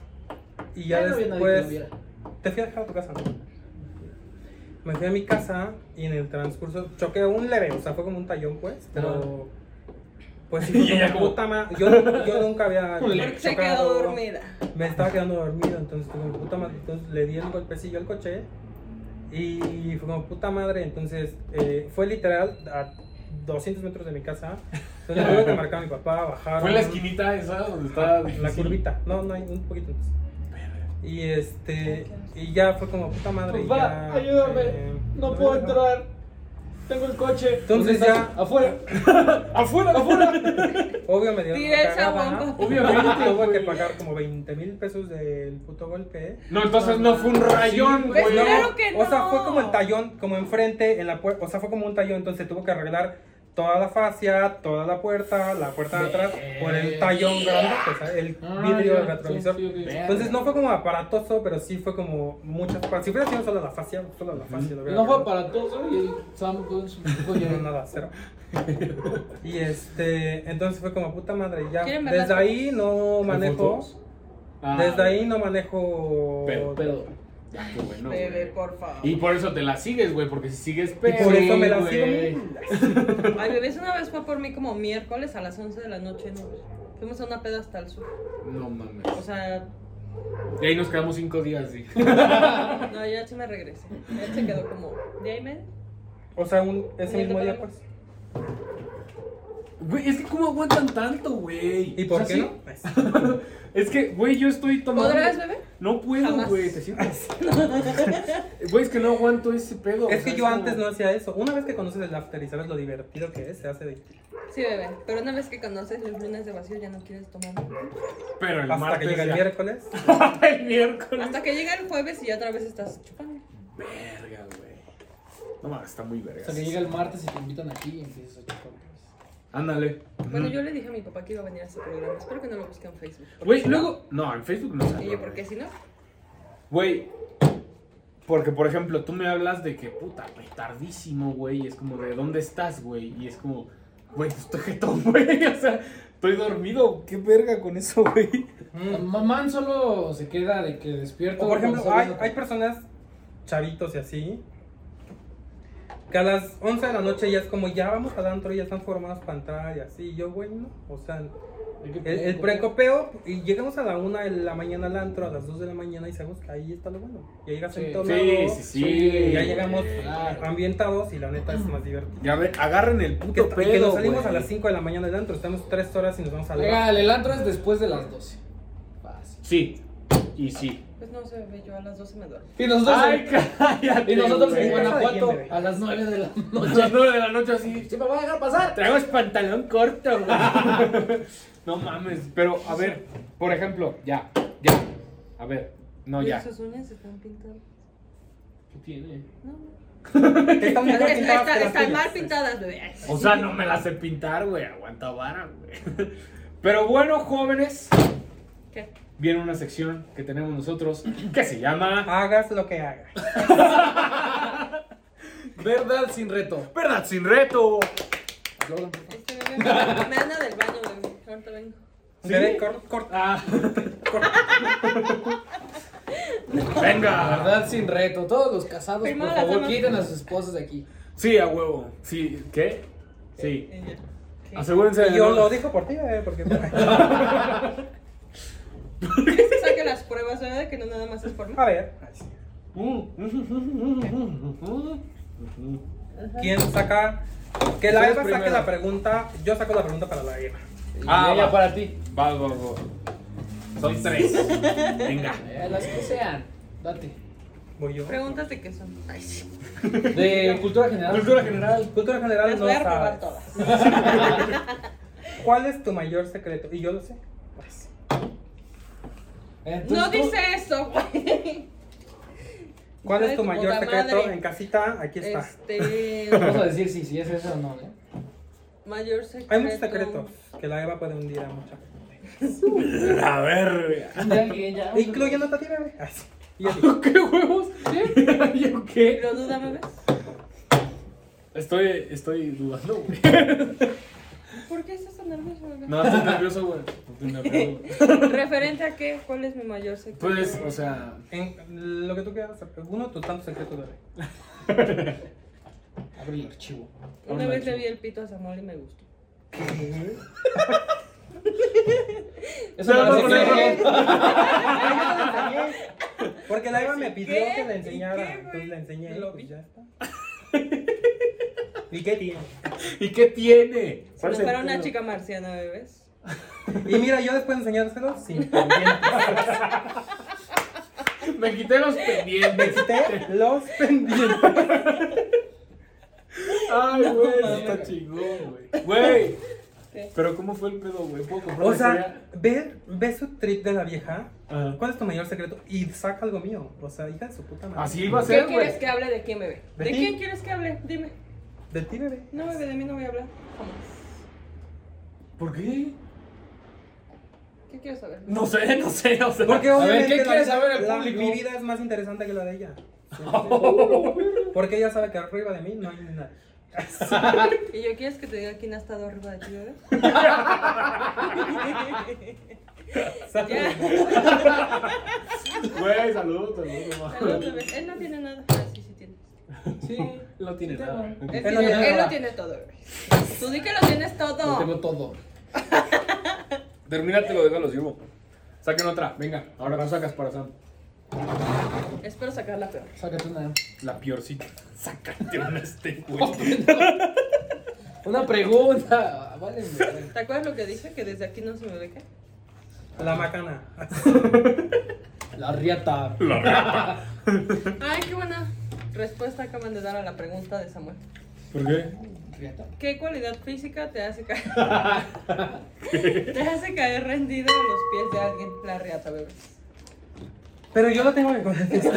[SPEAKER 1] y ya
[SPEAKER 4] Ay, no había nadie que lo
[SPEAKER 1] después
[SPEAKER 4] viera.
[SPEAKER 1] te fui a dejar a tu casa, ¿no? Me fui a mi casa y en el transcurso choqué un leve, o sea, fue como un tallón, pues, pero.
[SPEAKER 2] Ah.
[SPEAKER 1] Pues sí, fue
[SPEAKER 3] Y ella
[SPEAKER 1] como,
[SPEAKER 3] como-
[SPEAKER 1] puta ma- yo, nu- yo nunca había.
[SPEAKER 3] Un leve.
[SPEAKER 2] Se
[SPEAKER 1] chocado.
[SPEAKER 2] quedó dormida.
[SPEAKER 1] me estaba quedando dormido, entonces fue como puta madre, entonces le di el golpecillo al coche y fue como puta madre, entonces eh, fue literal a 200 metros de mi casa, entonces luego que marcar a mi papá, bajaron
[SPEAKER 3] Fue en la esquinita esa donde está.
[SPEAKER 1] Ah, la
[SPEAKER 3] difícil.
[SPEAKER 1] curvita, no, no, hay un poquito antes. Y este, y ya fue como puta madre.
[SPEAKER 3] Pues
[SPEAKER 1] y
[SPEAKER 4] Papá,
[SPEAKER 1] ya,
[SPEAKER 4] ayúdame.
[SPEAKER 1] eh,
[SPEAKER 4] no
[SPEAKER 1] me
[SPEAKER 4] puedo
[SPEAKER 1] dejaron.
[SPEAKER 4] entrar. Tengo el coche.
[SPEAKER 1] Entonces
[SPEAKER 4] ¿Dónde estás?
[SPEAKER 1] ya-
[SPEAKER 4] Afuera.
[SPEAKER 3] ¡Afuera, afuera!
[SPEAKER 1] Obvio me dieron
[SPEAKER 2] Tira
[SPEAKER 1] una
[SPEAKER 2] el
[SPEAKER 1] cagada,
[SPEAKER 2] sabón,
[SPEAKER 3] Obviamente,
[SPEAKER 1] Tuve que
[SPEAKER 3] güey.
[SPEAKER 1] pagar como 20 mil pesos del puto golpe.
[SPEAKER 3] No, entonces no fue un rayón,
[SPEAKER 2] Pues
[SPEAKER 3] güey.
[SPEAKER 2] claro que
[SPEAKER 1] O sea,
[SPEAKER 2] no.
[SPEAKER 1] fue como el tallón, como enfrente, en la puerta. O sea, fue como un tallón, entonces tuvo que arreglar toda la fascia, toda la puerta, la puerta de atrás, por el tallón grande, o sea, el
[SPEAKER 4] Ah,
[SPEAKER 1] vidrio del retrovisor. Entonces no fue como aparatoso, pero sí fue como muchas partes. Si hubiera sido solo la fascia, solo la fascia. lo hubiera
[SPEAKER 4] No fue
[SPEAKER 1] arreglado.
[SPEAKER 4] aparatoso y el Sam con su hijo
[SPEAKER 1] No,
[SPEAKER 4] llorando.
[SPEAKER 1] nada, cero. Y este, entonces fue como puta madre, ya.
[SPEAKER 2] ¿Quieren ver
[SPEAKER 1] Desde
[SPEAKER 2] las
[SPEAKER 1] ahí no manejo.
[SPEAKER 3] fotos? Ah,
[SPEAKER 1] Desde ahí no manejo.
[SPEAKER 3] Pero-
[SPEAKER 4] Pero
[SPEAKER 3] ya, qué bueno, güey.
[SPEAKER 2] Bebé, por favor.
[SPEAKER 3] Y por eso te la sigues, güey, porque si sigues
[SPEAKER 1] y por
[SPEAKER 3] pedo,
[SPEAKER 1] eso me la
[SPEAKER 3] güey.
[SPEAKER 1] sigo. mm,
[SPEAKER 2] Ay, bebés, una vez fue por mí como miércoles a las 11 de la noche. ¿no? Fuimos a una peda hasta el sur.
[SPEAKER 3] No mames.
[SPEAKER 2] O sea,
[SPEAKER 3] Y ahí nos quedamos cinco días, sí.
[SPEAKER 2] no, ya sí me regresé. Él se quedó como, ¿de ahí men?
[SPEAKER 1] O sea, un, ese
[SPEAKER 2] Ni
[SPEAKER 1] mismo
[SPEAKER 2] te
[SPEAKER 1] día,
[SPEAKER 2] pagamos.
[SPEAKER 1] pues.
[SPEAKER 3] Güey, es que ¿cómo aguantan tanto, güey?
[SPEAKER 1] ¿Y por
[SPEAKER 3] O sea,
[SPEAKER 1] qué
[SPEAKER 3] sí,
[SPEAKER 1] no? Pues,
[SPEAKER 3] Es que, güey, yo estoy tomando...
[SPEAKER 2] ¿Podrás, bebé?
[SPEAKER 3] No puedo,
[SPEAKER 2] Jamás.
[SPEAKER 3] güey, te siento. Güey, es que no aguanto ese pedo. o
[SPEAKER 1] Es
[SPEAKER 3] sea,
[SPEAKER 1] que yo
[SPEAKER 3] como-
[SPEAKER 1] antes no hacía eso. Una vez que conoces el after y sabes lo divertido que es, se hace de.
[SPEAKER 2] Sí, bebé. Pero una vez que conoces los lunes de vacío ya no quieres tomar.
[SPEAKER 3] Pero el
[SPEAKER 1] Hasta que
[SPEAKER 3] martes
[SPEAKER 1] llega el
[SPEAKER 3] ya.
[SPEAKER 1] miércoles.
[SPEAKER 3] el miércoles.
[SPEAKER 2] Hasta que llega el jueves y ya otra vez estás chupando.
[SPEAKER 3] Verga, güey. No mames, está muy verga.
[SPEAKER 4] hasta que llega el martes y te invitan aquí y empiezas a chupar.
[SPEAKER 3] Ándale.
[SPEAKER 2] Bueno,
[SPEAKER 3] Ujú.
[SPEAKER 2] yo le dije a mi papá que iba a venir a este programa. Espero que no lo busque en Facebook.
[SPEAKER 3] Güey, luego... No, en Facebook no sale.
[SPEAKER 2] Y yo, ¿por qué si no?
[SPEAKER 3] Güey, porque por ejemplo, tú me hablas de que puta, güey, tardísimo, güey. y es como, ¿de dónde estás, güey? Y es como, güey, pues, estoy jetón, güey. O sea, estoy dormido. ¿Qué verga con eso, güey?
[SPEAKER 1] Mm.
[SPEAKER 4] Mamán solo se queda de que despierto.
[SPEAKER 1] O por ejemplo,
[SPEAKER 4] cuando
[SPEAKER 1] hay,
[SPEAKER 4] sales a-
[SPEAKER 1] hay personas, chavitos y así, que a las 11 de la noche ya es como, ya vamos al antro, ya están formados para entrar y así. Y yo, güey, no. O sea,
[SPEAKER 4] Hay que
[SPEAKER 1] el, el precopeo, y llegamos a la 1 de la mañana al antro, a las 2 de la mañana y sabemos que ahí está lo bueno. Ya llegas
[SPEAKER 4] Sí.
[SPEAKER 1] entonado,
[SPEAKER 3] Sí, sí, sí.
[SPEAKER 4] sí,
[SPEAKER 1] ya llegamos
[SPEAKER 4] claro.
[SPEAKER 1] ambientados y la neta es más divertido.
[SPEAKER 3] Ya ve, agarren el
[SPEAKER 1] Que,
[SPEAKER 3] puto
[SPEAKER 1] y
[SPEAKER 3] pedo.
[SPEAKER 1] que nos salimos
[SPEAKER 3] güey.
[SPEAKER 1] a las 5 de la mañana del antro, estamos 3 horas y nos vamos a la...
[SPEAKER 4] Oiga, el antro es después de las 12. Fácil.
[SPEAKER 3] Sí, y sí.
[SPEAKER 2] Pues no sé, bebé, yo a las 12 me duermo.
[SPEAKER 4] Y nosotros,
[SPEAKER 3] cállate.
[SPEAKER 4] y nosotros
[SPEAKER 1] güey.
[SPEAKER 4] en Guanajuato
[SPEAKER 1] Eso de
[SPEAKER 4] a las 9 de la
[SPEAKER 3] A
[SPEAKER 4] noche.
[SPEAKER 3] las 9 de la noche así.
[SPEAKER 4] ¿Sí me va a dejar pasar?
[SPEAKER 3] Traemos pantalón corto, güey. No mames, pero a ver, por ejemplo, ya, ya. A ver, no,
[SPEAKER 2] Oye,
[SPEAKER 3] ya.
[SPEAKER 2] Sus uñas están pintadas.
[SPEAKER 3] ¿Qué tiene?
[SPEAKER 2] No, no.
[SPEAKER 1] Están
[SPEAKER 2] Está-
[SPEAKER 1] mejor
[SPEAKER 2] está-
[SPEAKER 1] pintadas que
[SPEAKER 2] Están
[SPEAKER 1] las tuyas.
[SPEAKER 2] mal pintadas, bebé. Ay,
[SPEAKER 3] O sea, no me la sé pintar, güey. Aguanta vara, güey. Pero bueno, jóvenes,
[SPEAKER 2] ¿Qué?
[SPEAKER 3] viene una sección que tenemos nosotros que se llama
[SPEAKER 1] Hagas lo que hagas.
[SPEAKER 4] Verdad sin reto.
[SPEAKER 3] Verdad sin reto.
[SPEAKER 4] Aplaudan, por favor.
[SPEAKER 2] Este bebé me me anda del baño, bebé. Ahorita vengo.
[SPEAKER 3] ¿Sí?
[SPEAKER 1] Bebé, cor- corta.
[SPEAKER 3] Ah. Venga.
[SPEAKER 4] Verdad sin reto. Todos los casados,
[SPEAKER 2] Primero
[SPEAKER 4] por
[SPEAKER 2] la
[SPEAKER 4] favor,
[SPEAKER 2] cama.
[SPEAKER 4] quiten a sus esposas de aquí.
[SPEAKER 3] Sí, a huevo. Sí, ¿qué? Sí.
[SPEAKER 2] Y ya. ¿Qué?
[SPEAKER 3] Asegúrense de
[SPEAKER 1] Eh, Y yo
[SPEAKER 3] no-
[SPEAKER 1] lo dijo por ti, bebé, porque...
[SPEAKER 2] ¿Quieres que saque las pruebas, bebé, de que no nada más es por mí?
[SPEAKER 1] A ver,
[SPEAKER 3] Uh.
[SPEAKER 1] ¿quién saca? Que la
[SPEAKER 3] Ustedes
[SPEAKER 1] Eva saque
[SPEAKER 3] primero.
[SPEAKER 1] la pregunta, yo saco la pregunta para la Eva.
[SPEAKER 3] Ah,
[SPEAKER 4] Y ella
[SPEAKER 3] va.
[SPEAKER 4] para ti.
[SPEAKER 3] Va, va, va. Son tres. Venga.
[SPEAKER 4] Eh, las que sean. Date.
[SPEAKER 1] Voy yo.
[SPEAKER 2] Pregúntate qué son. Ay, sí.
[SPEAKER 4] De cultura general.
[SPEAKER 3] Cultura general.
[SPEAKER 1] Cultura general
[SPEAKER 2] Las
[SPEAKER 1] no
[SPEAKER 2] voy a probar
[SPEAKER 1] sabes.
[SPEAKER 2] todas.
[SPEAKER 1] ¿Cuál es tu mayor secreto? Y yo lo sé. Pues,
[SPEAKER 4] Entonces,
[SPEAKER 2] No
[SPEAKER 4] tú-
[SPEAKER 2] dice eso, güey.
[SPEAKER 1] ¿Cuál
[SPEAKER 2] Hijo de
[SPEAKER 1] es tu
[SPEAKER 2] tu
[SPEAKER 1] mayor
[SPEAKER 2] puta
[SPEAKER 1] secreto?
[SPEAKER 2] madre.
[SPEAKER 1] En casita, aquí está.
[SPEAKER 2] Este.
[SPEAKER 4] Vamos a decir si, si es eso o no, ¿eh?
[SPEAKER 2] Mayor secreto.
[SPEAKER 1] Hay muchos secretos que la Eva puede hundir a mucha gente.
[SPEAKER 3] A ver,
[SPEAKER 1] Incluyendo a Tatiana. güey. Ay, sí. Y así.
[SPEAKER 3] ¿Qué huevos? ¿Yo qué?
[SPEAKER 2] Pero duda, ¿me ves?
[SPEAKER 3] Estoy, estoy dudando, güey.
[SPEAKER 2] ¿Por qué estás tan nervioso? bebé?
[SPEAKER 3] No, estoy nervioso, güey. Estoy nervioso. güey.
[SPEAKER 2] ¿Referente a qué? ¿Cuál es mi mayor secreto?
[SPEAKER 3] Pues, o sea,
[SPEAKER 1] En lo que tú quieras, uno de tus tantos secretos de la
[SPEAKER 4] Abre el archivo.
[SPEAKER 2] Una vez le vi el pito a Samuel y me gustó.
[SPEAKER 4] Eso
[SPEAKER 3] No, no,
[SPEAKER 4] no, lo
[SPEAKER 3] no, no.
[SPEAKER 4] sé.
[SPEAKER 1] Porque la Eva me pidió
[SPEAKER 2] ¿Qué?
[SPEAKER 1] que le
[SPEAKER 2] ¿Y
[SPEAKER 1] enseñara.
[SPEAKER 2] qué, güey?
[SPEAKER 1] Entonces la enseñé
[SPEAKER 2] Me
[SPEAKER 1] y
[SPEAKER 2] lo
[SPEAKER 1] pues
[SPEAKER 2] vi.
[SPEAKER 1] ya está. ¿Y qué tiene?
[SPEAKER 3] ¿y qué tiene?
[SPEAKER 2] Si no
[SPEAKER 3] ¿Cuál
[SPEAKER 2] fuera
[SPEAKER 3] sentido?
[SPEAKER 2] una chica marciana, bebés.
[SPEAKER 1] Y mira, yo después de enseñárselo sin pendientes.
[SPEAKER 3] Me quité los
[SPEAKER 1] Me
[SPEAKER 3] pendientes.
[SPEAKER 1] quité los pendientes.
[SPEAKER 3] Ay, güey, está chingón, güey. Güey,
[SPEAKER 2] ¿Qué?
[SPEAKER 3] pero ¿cómo fue el pedo, güey? ¿Puedo comprar
[SPEAKER 1] O
[SPEAKER 3] una
[SPEAKER 1] sea,
[SPEAKER 3] historia?
[SPEAKER 1] ve, ve su trip de la vieja.
[SPEAKER 3] Ajá.
[SPEAKER 1] ¿Cuál es tu mayor secreto? Y saca algo mío. O sea, hija de su puta madre.
[SPEAKER 3] Así iba a
[SPEAKER 2] ¿Qué
[SPEAKER 3] ser,
[SPEAKER 2] quieres
[SPEAKER 3] güey.
[SPEAKER 2] que hable de quién, bebé?
[SPEAKER 1] ¿De
[SPEAKER 2] ¿De
[SPEAKER 1] ti?
[SPEAKER 2] quién quieres que hable? Dime.
[SPEAKER 1] De ti, bebé.
[SPEAKER 2] No, bebé, de mí no voy a hablar. Jamás.
[SPEAKER 3] ¿Por qué?
[SPEAKER 2] ¿Qué quieres saber?
[SPEAKER 3] No sé, no sé, o sea.
[SPEAKER 1] Porque
[SPEAKER 4] A ver,
[SPEAKER 1] obviamente
[SPEAKER 4] ¿qué
[SPEAKER 1] la-
[SPEAKER 4] quieres saber el
[SPEAKER 1] la-
[SPEAKER 4] público?
[SPEAKER 1] mi vida es más interesante que la de ella. Porque ella sabe que arriba de mí no hay nada.
[SPEAKER 2] ¿Y yo quieres que te diga quién ha estado arriba de ti, bebé? ya.
[SPEAKER 3] Güey, saludos, saludos, mamá.
[SPEAKER 2] Salud, bebé. Él no tiene nada. Ah, sí, sí tiene.
[SPEAKER 4] Sí,
[SPEAKER 3] No tiene nada.
[SPEAKER 2] Él,
[SPEAKER 1] Él
[SPEAKER 2] tiene,
[SPEAKER 1] no tiene
[SPEAKER 2] él lo
[SPEAKER 1] nada.
[SPEAKER 2] tiene todo, bebé. Tú di que lo tienes
[SPEAKER 4] lo
[SPEAKER 2] todo.
[SPEAKER 4] tengo todo.
[SPEAKER 3] Termínate, lo déjalo, sirvo. Saquen otra, venga. Ahora tú sacas para Sam.
[SPEAKER 2] Espero sacar la peor.
[SPEAKER 4] Sácate una.
[SPEAKER 3] La piorcita. Sácate una este, güey.
[SPEAKER 4] Una pregunta. Ah, Vale, güey.
[SPEAKER 2] ¿Te acuerdas lo que dije? Que desde aquí no se me ve qué?
[SPEAKER 1] La macana.
[SPEAKER 4] La riata.
[SPEAKER 2] Ay, qué buena respuesta acaban de dar a la pregunta de Samuel.
[SPEAKER 3] ¿Por qué?
[SPEAKER 4] Riata.
[SPEAKER 2] ¿Qué cualidad física te hace caer? te hace caer rendido a los pies de alguien, la reata, bebé.
[SPEAKER 1] Pero yo lo tengo que contestar.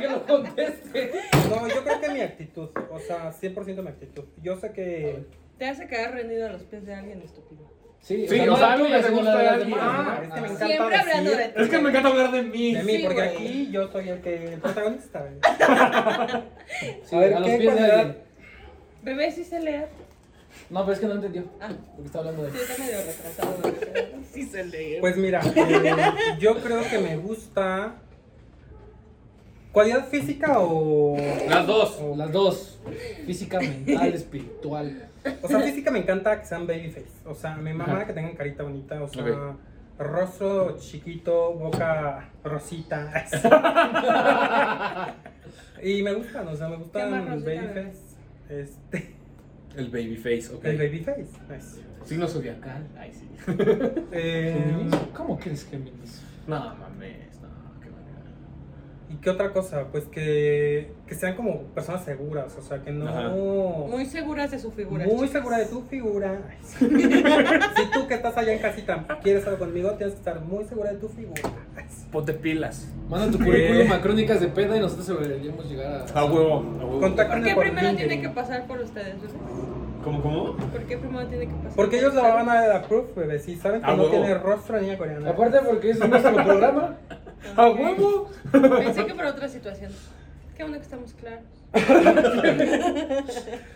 [SPEAKER 4] que lo conteste.
[SPEAKER 1] No, yo creo que mi actitud. O sea, 100% mi actitud. Yo sé que.
[SPEAKER 2] Te hace caer rendido a los pies de alguien, estúpido.
[SPEAKER 4] Sí,
[SPEAKER 3] Sí, o
[SPEAKER 4] no
[SPEAKER 3] sea,
[SPEAKER 4] la
[SPEAKER 3] algo
[SPEAKER 4] tuya,
[SPEAKER 3] que te
[SPEAKER 4] sino
[SPEAKER 3] gusta
[SPEAKER 4] la de
[SPEAKER 3] de
[SPEAKER 4] las
[SPEAKER 3] alguien.
[SPEAKER 1] Ah, es
[SPEAKER 4] demás.
[SPEAKER 1] que me encanta
[SPEAKER 2] Siempre hablando
[SPEAKER 1] decir
[SPEAKER 2] de ti.
[SPEAKER 3] Es que me encanta hablar de mí.
[SPEAKER 1] de mí,
[SPEAKER 2] Sí,
[SPEAKER 1] porque
[SPEAKER 2] güey.
[SPEAKER 1] aquí yo soy el que. El protagonista. güey.
[SPEAKER 4] Sí,
[SPEAKER 1] A ver,
[SPEAKER 4] a los
[SPEAKER 1] ¿qué
[SPEAKER 4] pies de
[SPEAKER 1] cualidad?
[SPEAKER 4] alguien.
[SPEAKER 2] Bebé, sí se lea.
[SPEAKER 4] No, pero es que no entendió.
[SPEAKER 2] Ah,
[SPEAKER 4] Lo que está hablando
[SPEAKER 2] sí,
[SPEAKER 4] de.
[SPEAKER 2] está medio retrasado. bebé. Sí se lee.
[SPEAKER 1] Pues mira, eh, yo creo que me gusta. ¿Cualidad física o.?
[SPEAKER 3] Las dos.
[SPEAKER 1] o-
[SPEAKER 4] Las dos. Física, mental, espiritual.
[SPEAKER 1] O sea, física me encanta que sean babyface. O sea, me mama
[SPEAKER 3] Ajá.
[SPEAKER 1] que tengan carita bonita. O sea,
[SPEAKER 3] Ok.
[SPEAKER 1] rostro chiquito, boca rosita. y me gustan, o sea, me
[SPEAKER 2] ¿Qué
[SPEAKER 1] gustan
[SPEAKER 2] más rosita
[SPEAKER 1] babyface. Este,
[SPEAKER 3] El babyface, ok.
[SPEAKER 1] el babyface. nice.
[SPEAKER 3] Signo zodiacal. Ay, sí.
[SPEAKER 1] Eh,
[SPEAKER 4] ¿Géminis? ¿Cómo crees Géminis?
[SPEAKER 3] No, mames. No, qué manera.
[SPEAKER 1] ¿Y qué otra cosa? Pues que, que sean como personas seguras. O sea, que no.
[SPEAKER 3] Ajá.
[SPEAKER 2] Muy seguras de su figura.
[SPEAKER 1] Muy
[SPEAKER 2] chicas.
[SPEAKER 1] segura de tu figura. Ay, sí. si tú que estás allá en casita quieres estar conmigo, tienes que estar muy segura de tu figura. Ay, sí.
[SPEAKER 3] Ponte pilas.
[SPEAKER 4] Manda tu currículum a Crónicas de Peda y nosotros deberíamos llegar a.
[SPEAKER 3] A huevo. A huevo.
[SPEAKER 1] Contacta-
[SPEAKER 2] ¿Por qué
[SPEAKER 1] Por
[SPEAKER 2] primero
[SPEAKER 1] LinkedIn.
[SPEAKER 2] tiene que pasar por ustedes, bebés?
[SPEAKER 3] ¿Cómo, cómo?
[SPEAKER 2] ¿Por qué primero tiene que pasar?
[SPEAKER 1] Porque
[SPEAKER 2] por
[SPEAKER 1] ellos la
[SPEAKER 2] ustedes?
[SPEAKER 1] van a dar proof, bebé. Si saben que
[SPEAKER 3] A
[SPEAKER 1] no
[SPEAKER 3] huevo.
[SPEAKER 1] tiene rostro de niña coreana.
[SPEAKER 4] Aparte, porque es nuestro programa.
[SPEAKER 3] A huevo.
[SPEAKER 2] Pensé que por otra situación. Qué bueno que estamos claros.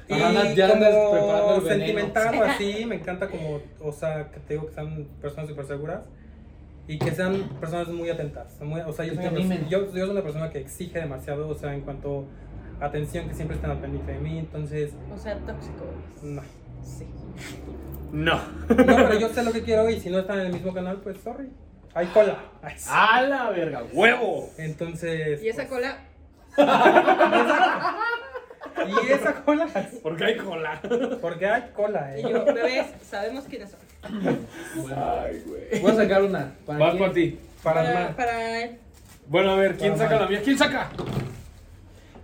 [SPEAKER 1] y
[SPEAKER 4] Ajá, ya andas
[SPEAKER 1] como
[SPEAKER 4] preparando el veneno.
[SPEAKER 1] sentimental o así, me encanta como, o sea, que te digo que sean personas súper seguras y que sean personas muy atentas. muy- o sea, yo
[SPEAKER 4] Que
[SPEAKER 1] soy,
[SPEAKER 4] te
[SPEAKER 1] una persona,
[SPEAKER 4] mimen.
[SPEAKER 1] yo, yo soy una persona que exige demasiado, o sea, en cuanto a atención, que siempre están al pendiente de mí, entonces,
[SPEAKER 2] O sea, tóxico. bebés.
[SPEAKER 1] no.
[SPEAKER 2] Sí.
[SPEAKER 3] No.
[SPEAKER 1] No, pero yo sé lo que quiero y si no están en el mismo canal, pues sorry. Hay cola. Ay, sí.
[SPEAKER 3] A la verga. Huevo.
[SPEAKER 1] Entonces.
[SPEAKER 2] Y esa
[SPEAKER 1] pues,
[SPEAKER 2] cola.
[SPEAKER 1] Y esa cola.
[SPEAKER 3] Porque hay cola.
[SPEAKER 1] Porque hay cola,
[SPEAKER 2] Y
[SPEAKER 1] eh.
[SPEAKER 2] yo, bebés, sabemos quiénes son.
[SPEAKER 3] Ay, güey.
[SPEAKER 4] Voy a sacar una. ¿Para
[SPEAKER 3] Vas
[SPEAKER 4] quién?
[SPEAKER 3] para ti.
[SPEAKER 1] Para armar.
[SPEAKER 2] para él.
[SPEAKER 3] Bueno, a ver, ¿quién
[SPEAKER 1] Para
[SPEAKER 3] saca
[SPEAKER 1] mal.
[SPEAKER 3] la mía? ¿Quién saca?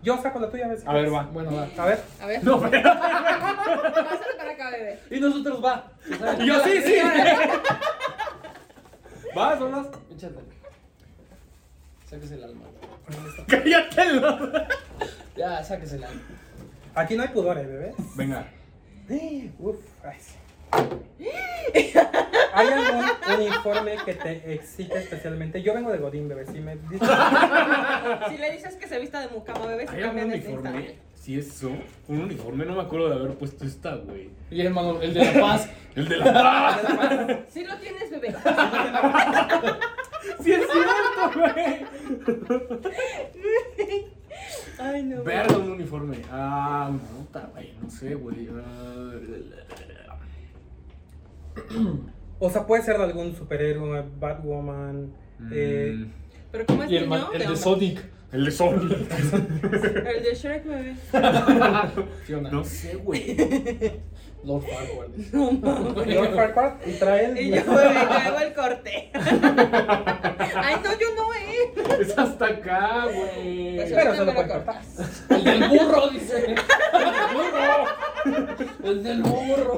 [SPEAKER 1] Yo saco la tuya a ver si
[SPEAKER 3] A ver,
[SPEAKER 1] quieres.
[SPEAKER 3] va.
[SPEAKER 4] Bueno, va.
[SPEAKER 1] A ver.
[SPEAKER 2] A ver.
[SPEAKER 3] No, pero-
[SPEAKER 2] Pásale para acá, bebé.
[SPEAKER 4] Y nosotros va.
[SPEAKER 3] Y Yo sí, sí. Vas, o vas.
[SPEAKER 4] Échate. Saques el alma.
[SPEAKER 3] Cállate.
[SPEAKER 4] Ya, saques el alma.
[SPEAKER 1] Aquí no hay pudores, ¿eh, bebés.
[SPEAKER 3] Venga.
[SPEAKER 1] Uf, ay, sí. ¿Hay algún uniforme que te excite especialmente? Yo vengo de Godín, bebé. Si me dices-
[SPEAKER 2] Si le dices que se vista de mucama bebé, se
[SPEAKER 3] ¿Hay algún
[SPEAKER 2] cambian de fiesta.
[SPEAKER 3] uniforme? Si es eso, un uniforme no me acuerdo de haber puesto esta, güey.
[SPEAKER 4] Y hermano, el de La Paz.
[SPEAKER 3] El de la ¡Ah! paz.
[SPEAKER 2] Si lo tienes, bebé.
[SPEAKER 3] Sí es cierto, güey.
[SPEAKER 2] Ay, no. güey.
[SPEAKER 3] Verga un uniforme. Ah, puta, güey. No sé, güey. Ah,
[SPEAKER 1] O sea, puede ser de algún superhéroe, Batwoman. Eh,
[SPEAKER 3] mm,
[SPEAKER 2] Pero como es
[SPEAKER 4] Y el,
[SPEAKER 2] niño,
[SPEAKER 4] ma- el
[SPEAKER 2] te
[SPEAKER 4] de
[SPEAKER 2] amo.
[SPEAKER 4] Sonic.
[SPEAKER 3] el de Sonic.
[SPEAKER 2] El de Shrek, bebé.
[SPEAKER 4] Fiona.
[SPEAKER 3] No sé, güey.
[SPEAKER 4] Lord Farquaad.
[SPEAKER 2] No mames.
[SPEAKER 1] Lord Farquaad y trae el.
[SPEAKER 2] Y yo, bebé, traigo el corte. Ay, no, yo no, eh.
[SPEAKER 3] Es hasta acá, güey.
[SPEAKER 2] Pues,
[SPEAKER 1] Pero se
[SPEAKER 2] me
[SPEAKER 1] lo puede cortar.
[SPEAKER 4] El del burro, dice. El del burro. El del burro.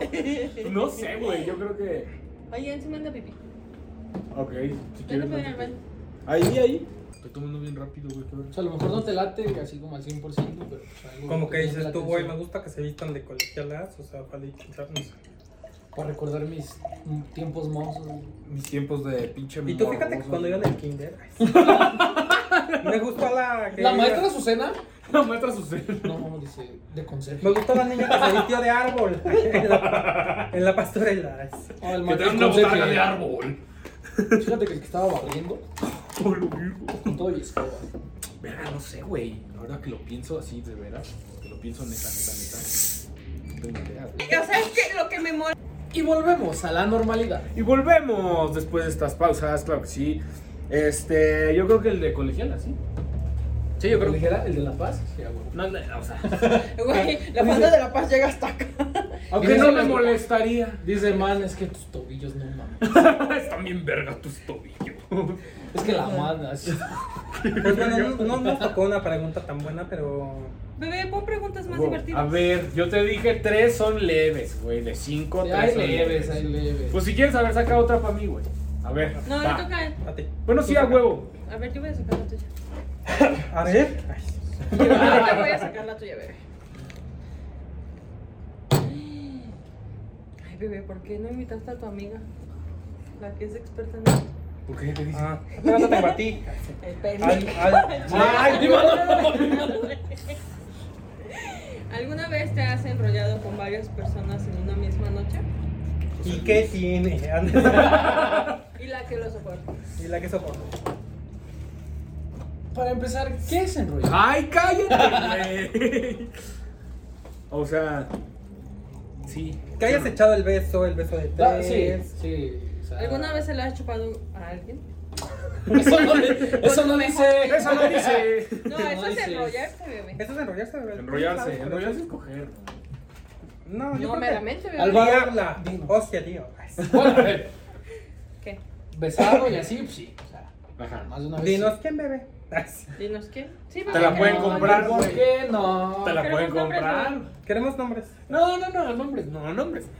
[SPEAKER 3] No sé, güey. Yo creo que.
[SPEAKER 2] Oye, encima anda pipí.
[SPEAKER 3] Ok, si
[SPEAKER 2] Vete
[SPEAKER 3] quieres.
[SPEAKER 2] para ir al baño.
[SPEAKER 3] Ahí, ahí. Estoy tomando bien rápido, güey. qué hora
[SPEAKER 4] O
[SPEAKER 3] es.
[SPEAKER 4] sea, a lo mejor no te late así como al 100%, pero pues, algo
[SPEAKER 1] Como
[SPEAKER 4] te
[SPEAKER 1] que
[SPEAKER 4] llama la
[SPEAKER 1] dices tú, güey, me
[SPEAKER 4] atención.
[SPEAKER 1] gusta que se vistan de colegialas. O sea, para luchar, no sé.
[SPEAKER 4] Para recordar mis mm, tiempos mozos.
[SPEAKER 3] Mis tiempos de pinche
[SPEAKER 1] Y tú fíjate que
[SPEAKER 3] morboso,
[SPEAKER 1] cuando
[SPEAKER 3] güey.
[SPEAKER 1] iba en el kinder. ay, sí. me gustó la.
[SPEAKER 3] Eh,
[SPEAKER 1] que
[SPEAKER 4] ¿La
[SPEAKER 1] iba-
[SPEAKER 4] maestra Azucena?
[SPEAKER 3] La muestra su cel.
[SPEAKER 4] No, dice, de conserje.
[SPEAKER 1] Me gustó la niña que se vistió de árbol. En la, en la pastorela. ay, sí.
[SPEAKER 4] Ah, el
[SPEAKER 3] Que
[SPEAKER 4] maestro
[SPEAKER 3] trae una
[SPEAKER 4] conserje.
[SPEAKER 3] botana de árbol.
[SPEAKER 4] Fíjate que el que estaba barriendo,
[SPEAKER 3] Oh, lo viejo.
[SPEAKER 4] con todo y escoba.
[SPEAKER 3] Verga, no sé, güey. La verdad que lo pienso así, de veras. Que lo pienso neta, neta, neta. No tengo idea, güey.
[SPEAKER 2] O sea, es que lo que me mola.
[SPEAKER 4] Y volvemos a la normalidad.
[SPEAKER 3] Y volvemos después de estas pausas, claro que sí. Este, yo creo que el de colegiala, sí. Sí, yo creo que.
[SPEAKER 4] dijera el de La Paz? Sí, a huevo.
[SPEAKER 3] No, no, o sea,
[SPEAKER 2] Güey, la banda de la paz llega hasta acá.
[SPEAKER 3] aunque no me
[SPEAKER 4] Dice-
[SPEAKER 3] molestaría.
[SPEAKER 4] Dice, man, es que tus tobillos no mames.
[SPEAKER 3] Están bien verga tus tobillos.
[SPEAKER 4] Es que la mano así.
[SPEAKER 1] Pues bueno, no, no nos tocó una pregunta tan buena, pero.
[SPEAKER 2] Bebé, pon preguntas más
[SPEAKER 3] A
[SPEAKER 2] divertidas.
[SPEAKER 3] ver, yo te dije tres son leves, güey. De cinco, tres
[SPEAKER 4] Hay
[SPEAKER 3] son
[SPEAKER 4] leves, hay leves.
[SPEAKER 3] Pues si quieres, a ver, saca otra para mí, güey. A ver.
[SPEAKER 2] No,
[SPEAKER 3] va.
[SPEAKER 2] le toca a él.
[SPEAKER 1] A ti.
[SPEAKER 3] Bueno, sí, a huevo.
[SPEAKER 2] A ver, yo voy a sacar la tuya.
[SPEAKER 1] A ver. ay, sí.
[SPEAKER 3] Ah,
[SPEAKER 2] Ahorita voy a sacar la tuya, bebé. Ay, bebé, ¿por qué no invitaste a tu amiga? La que es experta en esto.
[SPEAKER 3] ¿Por qué te dices?
[SPEAKER 1] Ah, pero no tengo a ti. Ay, sí.
[SPEAKER 2] El
[SPEAKER 1] Al-
[SPEAKER 2] pendejo.
[SPEAKER 1] al-
[SPEAKER 3] ¡Ay, mi mano!
[SPEAKER 2] ¿Alguna vez te has enrollado con varias personas en una misma noche?
[SPEAKER 1] ¿Y qué tiene? Ándale.
[SPEAKER 2] Y la que lo soporta.
[SPEAKER 1] Y la que soporta.
[SPEAKER 4] Para empezar, ¿qué es enrollar?
[SPEAKER 3] ¡Ay, cállate, güey! O sea, sí.
[SPEAKER 1] Que hayas echado el beso, el beso de
[SPEAKER 4] Ah, sí,
[SPEAKER 1] tres.
[SPEAKER 4] sí. o sea,
[SPEAKER 2] ¿Alguna vez se la has chupado a alguien?
[SPEAKER 4] Eso no, eso no dice.
[SPEAKER 3] Eso no dice.
[SPEAKER 2] No, eso es
[SPEAKER 4] dices.
[SPEAKER 2] enrollarse, bebé.
[SPEAKER 1] Eso es enrollarse, bebé.
[SPEAKER 3] Enrollarse, enrollarse es coger.
[SPEAKER 2] No,
[SPEAKER 1] No, yo creo que-
[SPEAKER 2] meramente, bebé.
[SPEAKER 4] Alba-
[SPEAKER 1] Diabla.
[SPEAKER 4] Dino.
[SPEAKER 1] Hostia, tío. Ay, sí.
[SPEAKER 4] Bueno, a ver,
[SPEAKER 2] ¿Qué?
[SPEAKER 4] besado y así, pues sí. O sea,
[SPEAKER 3] Ajá.
[SPEAKER 4] más de una vez.
[SPEAKER 1] Dinos quién bebe. Ay, sí.
[SPEAKER 2] Dinos qué. Sí,
[SPEAKER 3] Te la
[SPEAKER 4] No,
[SPEAKER 2] bebé.
[SPEAKER 3] pueden comprar,
[SPEAKER 4] ¿Por
[SPEAKER 3] güey.
[SPEAKER 4] qué no?
[SPEAKER 3] Te la
[SPEAKER 2] Pero
[SPEAKER 3] pueden
[SPEAKER 2] los nombres
[SPEAKER 3] comprar.
[SPEAKER 2] no.
[SPEAKER 1] Queremos nombres.
[SPEAKER 3] No, no, no, nombres no, nombres no, nombres no.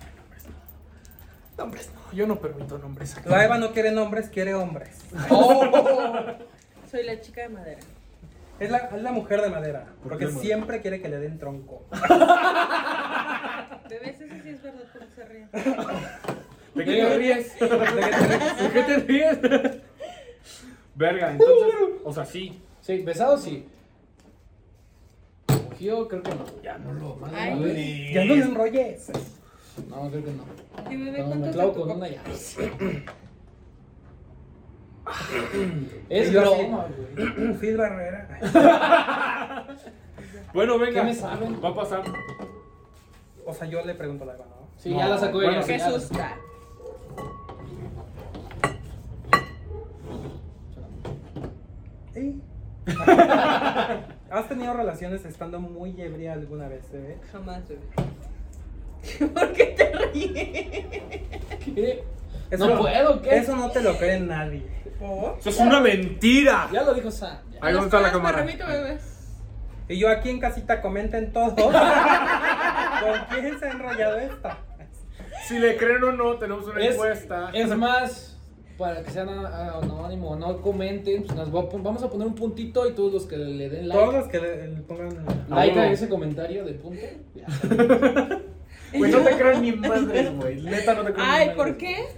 [SPEAKER 3] Nombres no, yo no permito nombres acá.
[SPEAKER 1] La Eva no quiere nombres, quiere hombres.
[SPEAKER 4] Oh,
[SPEAKER 2] Soy la chica de madera.
[SPEAKER 1] Es la, es la mujer de madera.
[SPEAKER 3] ¿Por
[SPEAKER 1] Porque
[SPEAKER 3] qué, madre?
[SPEAKER 1] siempre quiere que le den tronco.
[SPEAKER 2] Bebés, eso sí es verdad, porque se ríen.
[SPEAKER 3] ¿De qué te ríes? ¿De qué te ríes? Verga, entonces, o sea, sí.
[SPEAKER 4] Sí, besado sí. Cogido, creo que no.
[SPEAKER 3] Ya no lo
[SPEAKER 4] Más de
[SPEAKER 2] Ay.
[SPEAKER 4] una vez.
[SPEAKER 1] Ya no le enrolles.
[SPEAKER 4] No, creo que no.
[SPEAKER 2] Y bebé,
[SPEAKER 4] No, me
[SPEAKER 2] ¿cuántos
[SPEAKER 4] clavo
[SPEAKER 2] te
[SPEAKER 4] con
[SPEAKER 2] tocó?
[SPEAKER 4] una ya. Es
[SPEAKER 1] Y yo así.
[SPEAKER 4] broma, güey.
[SPEAKER 1] Phil Barrera.
[SPEAKER 3] Bueno, venga.
[SPEAKER 4] ¿Qué me saben?
[SPEAKER 3] Va a pasar.
[SPEAKER 1] O sea, yo le pregunto a la Eva, ¿no?
[SPEAKER 4] Sí,
[SPEAKER 3] No,
[SPEAKER 4] ya la sacó
[SPEAKER 3] bueno,
[SPEAKER 4] ella.
[SPEAKER 2] Qué
[SPEAKER 4] ya la-
[SPEAKER 2] susta.
[SPEAKER 1] ¿Eh? ¿Has tenido relaciones estando muy ebria alguna vez, eh?
[SPEAKER 2] Jamás, bebé. ¿Por qué te ríes?
[SPEAKER 4] ¿Qué? No puedo, ¿qué?
[SPEAKER 1] Eso no te lo cree nadie.
[SPEAKER 3] Eso es una mentira.
[SPEAKER 4] Ya lo dijo Sam. ya.
[SPEAKER 3] Ahí dónde está la cámara.
[SPEAKER 2] Permito, bebé.
[SPEAKER 1] Y yo aquí en casita comenten todo. ¿Con quién se ha enrollado esta?
[SPEAKER 3] Si le creen o no, tenemos una
[SPEAKER 4] Es,
[SPEAKER 3] encuesta.
[SPEAKER 4] es más, para que sean a- a- anónimo, no comenten, pues nos va a pon- vamos a poner un puntito y todos los que le den like,
[SPEAKER 1] Todos los que le, le pongan.
[SPEAKER 4] like
[SPEAKER 3] Ah,
[SPEAKER 4] a
[SPEAKER 3] bueno.
[SPEAKER 4] ese comentario de punto. ya.
[SPEAKER 3] Güey, no te creo ni madres, güey. Neta, no te creo
[SPEAKER 2] Ay,
[SPEAKER 3] ni
[SPEAKER 2] ¿por
[SPEAKER 3] madres.
[SPEAKER 2] qué?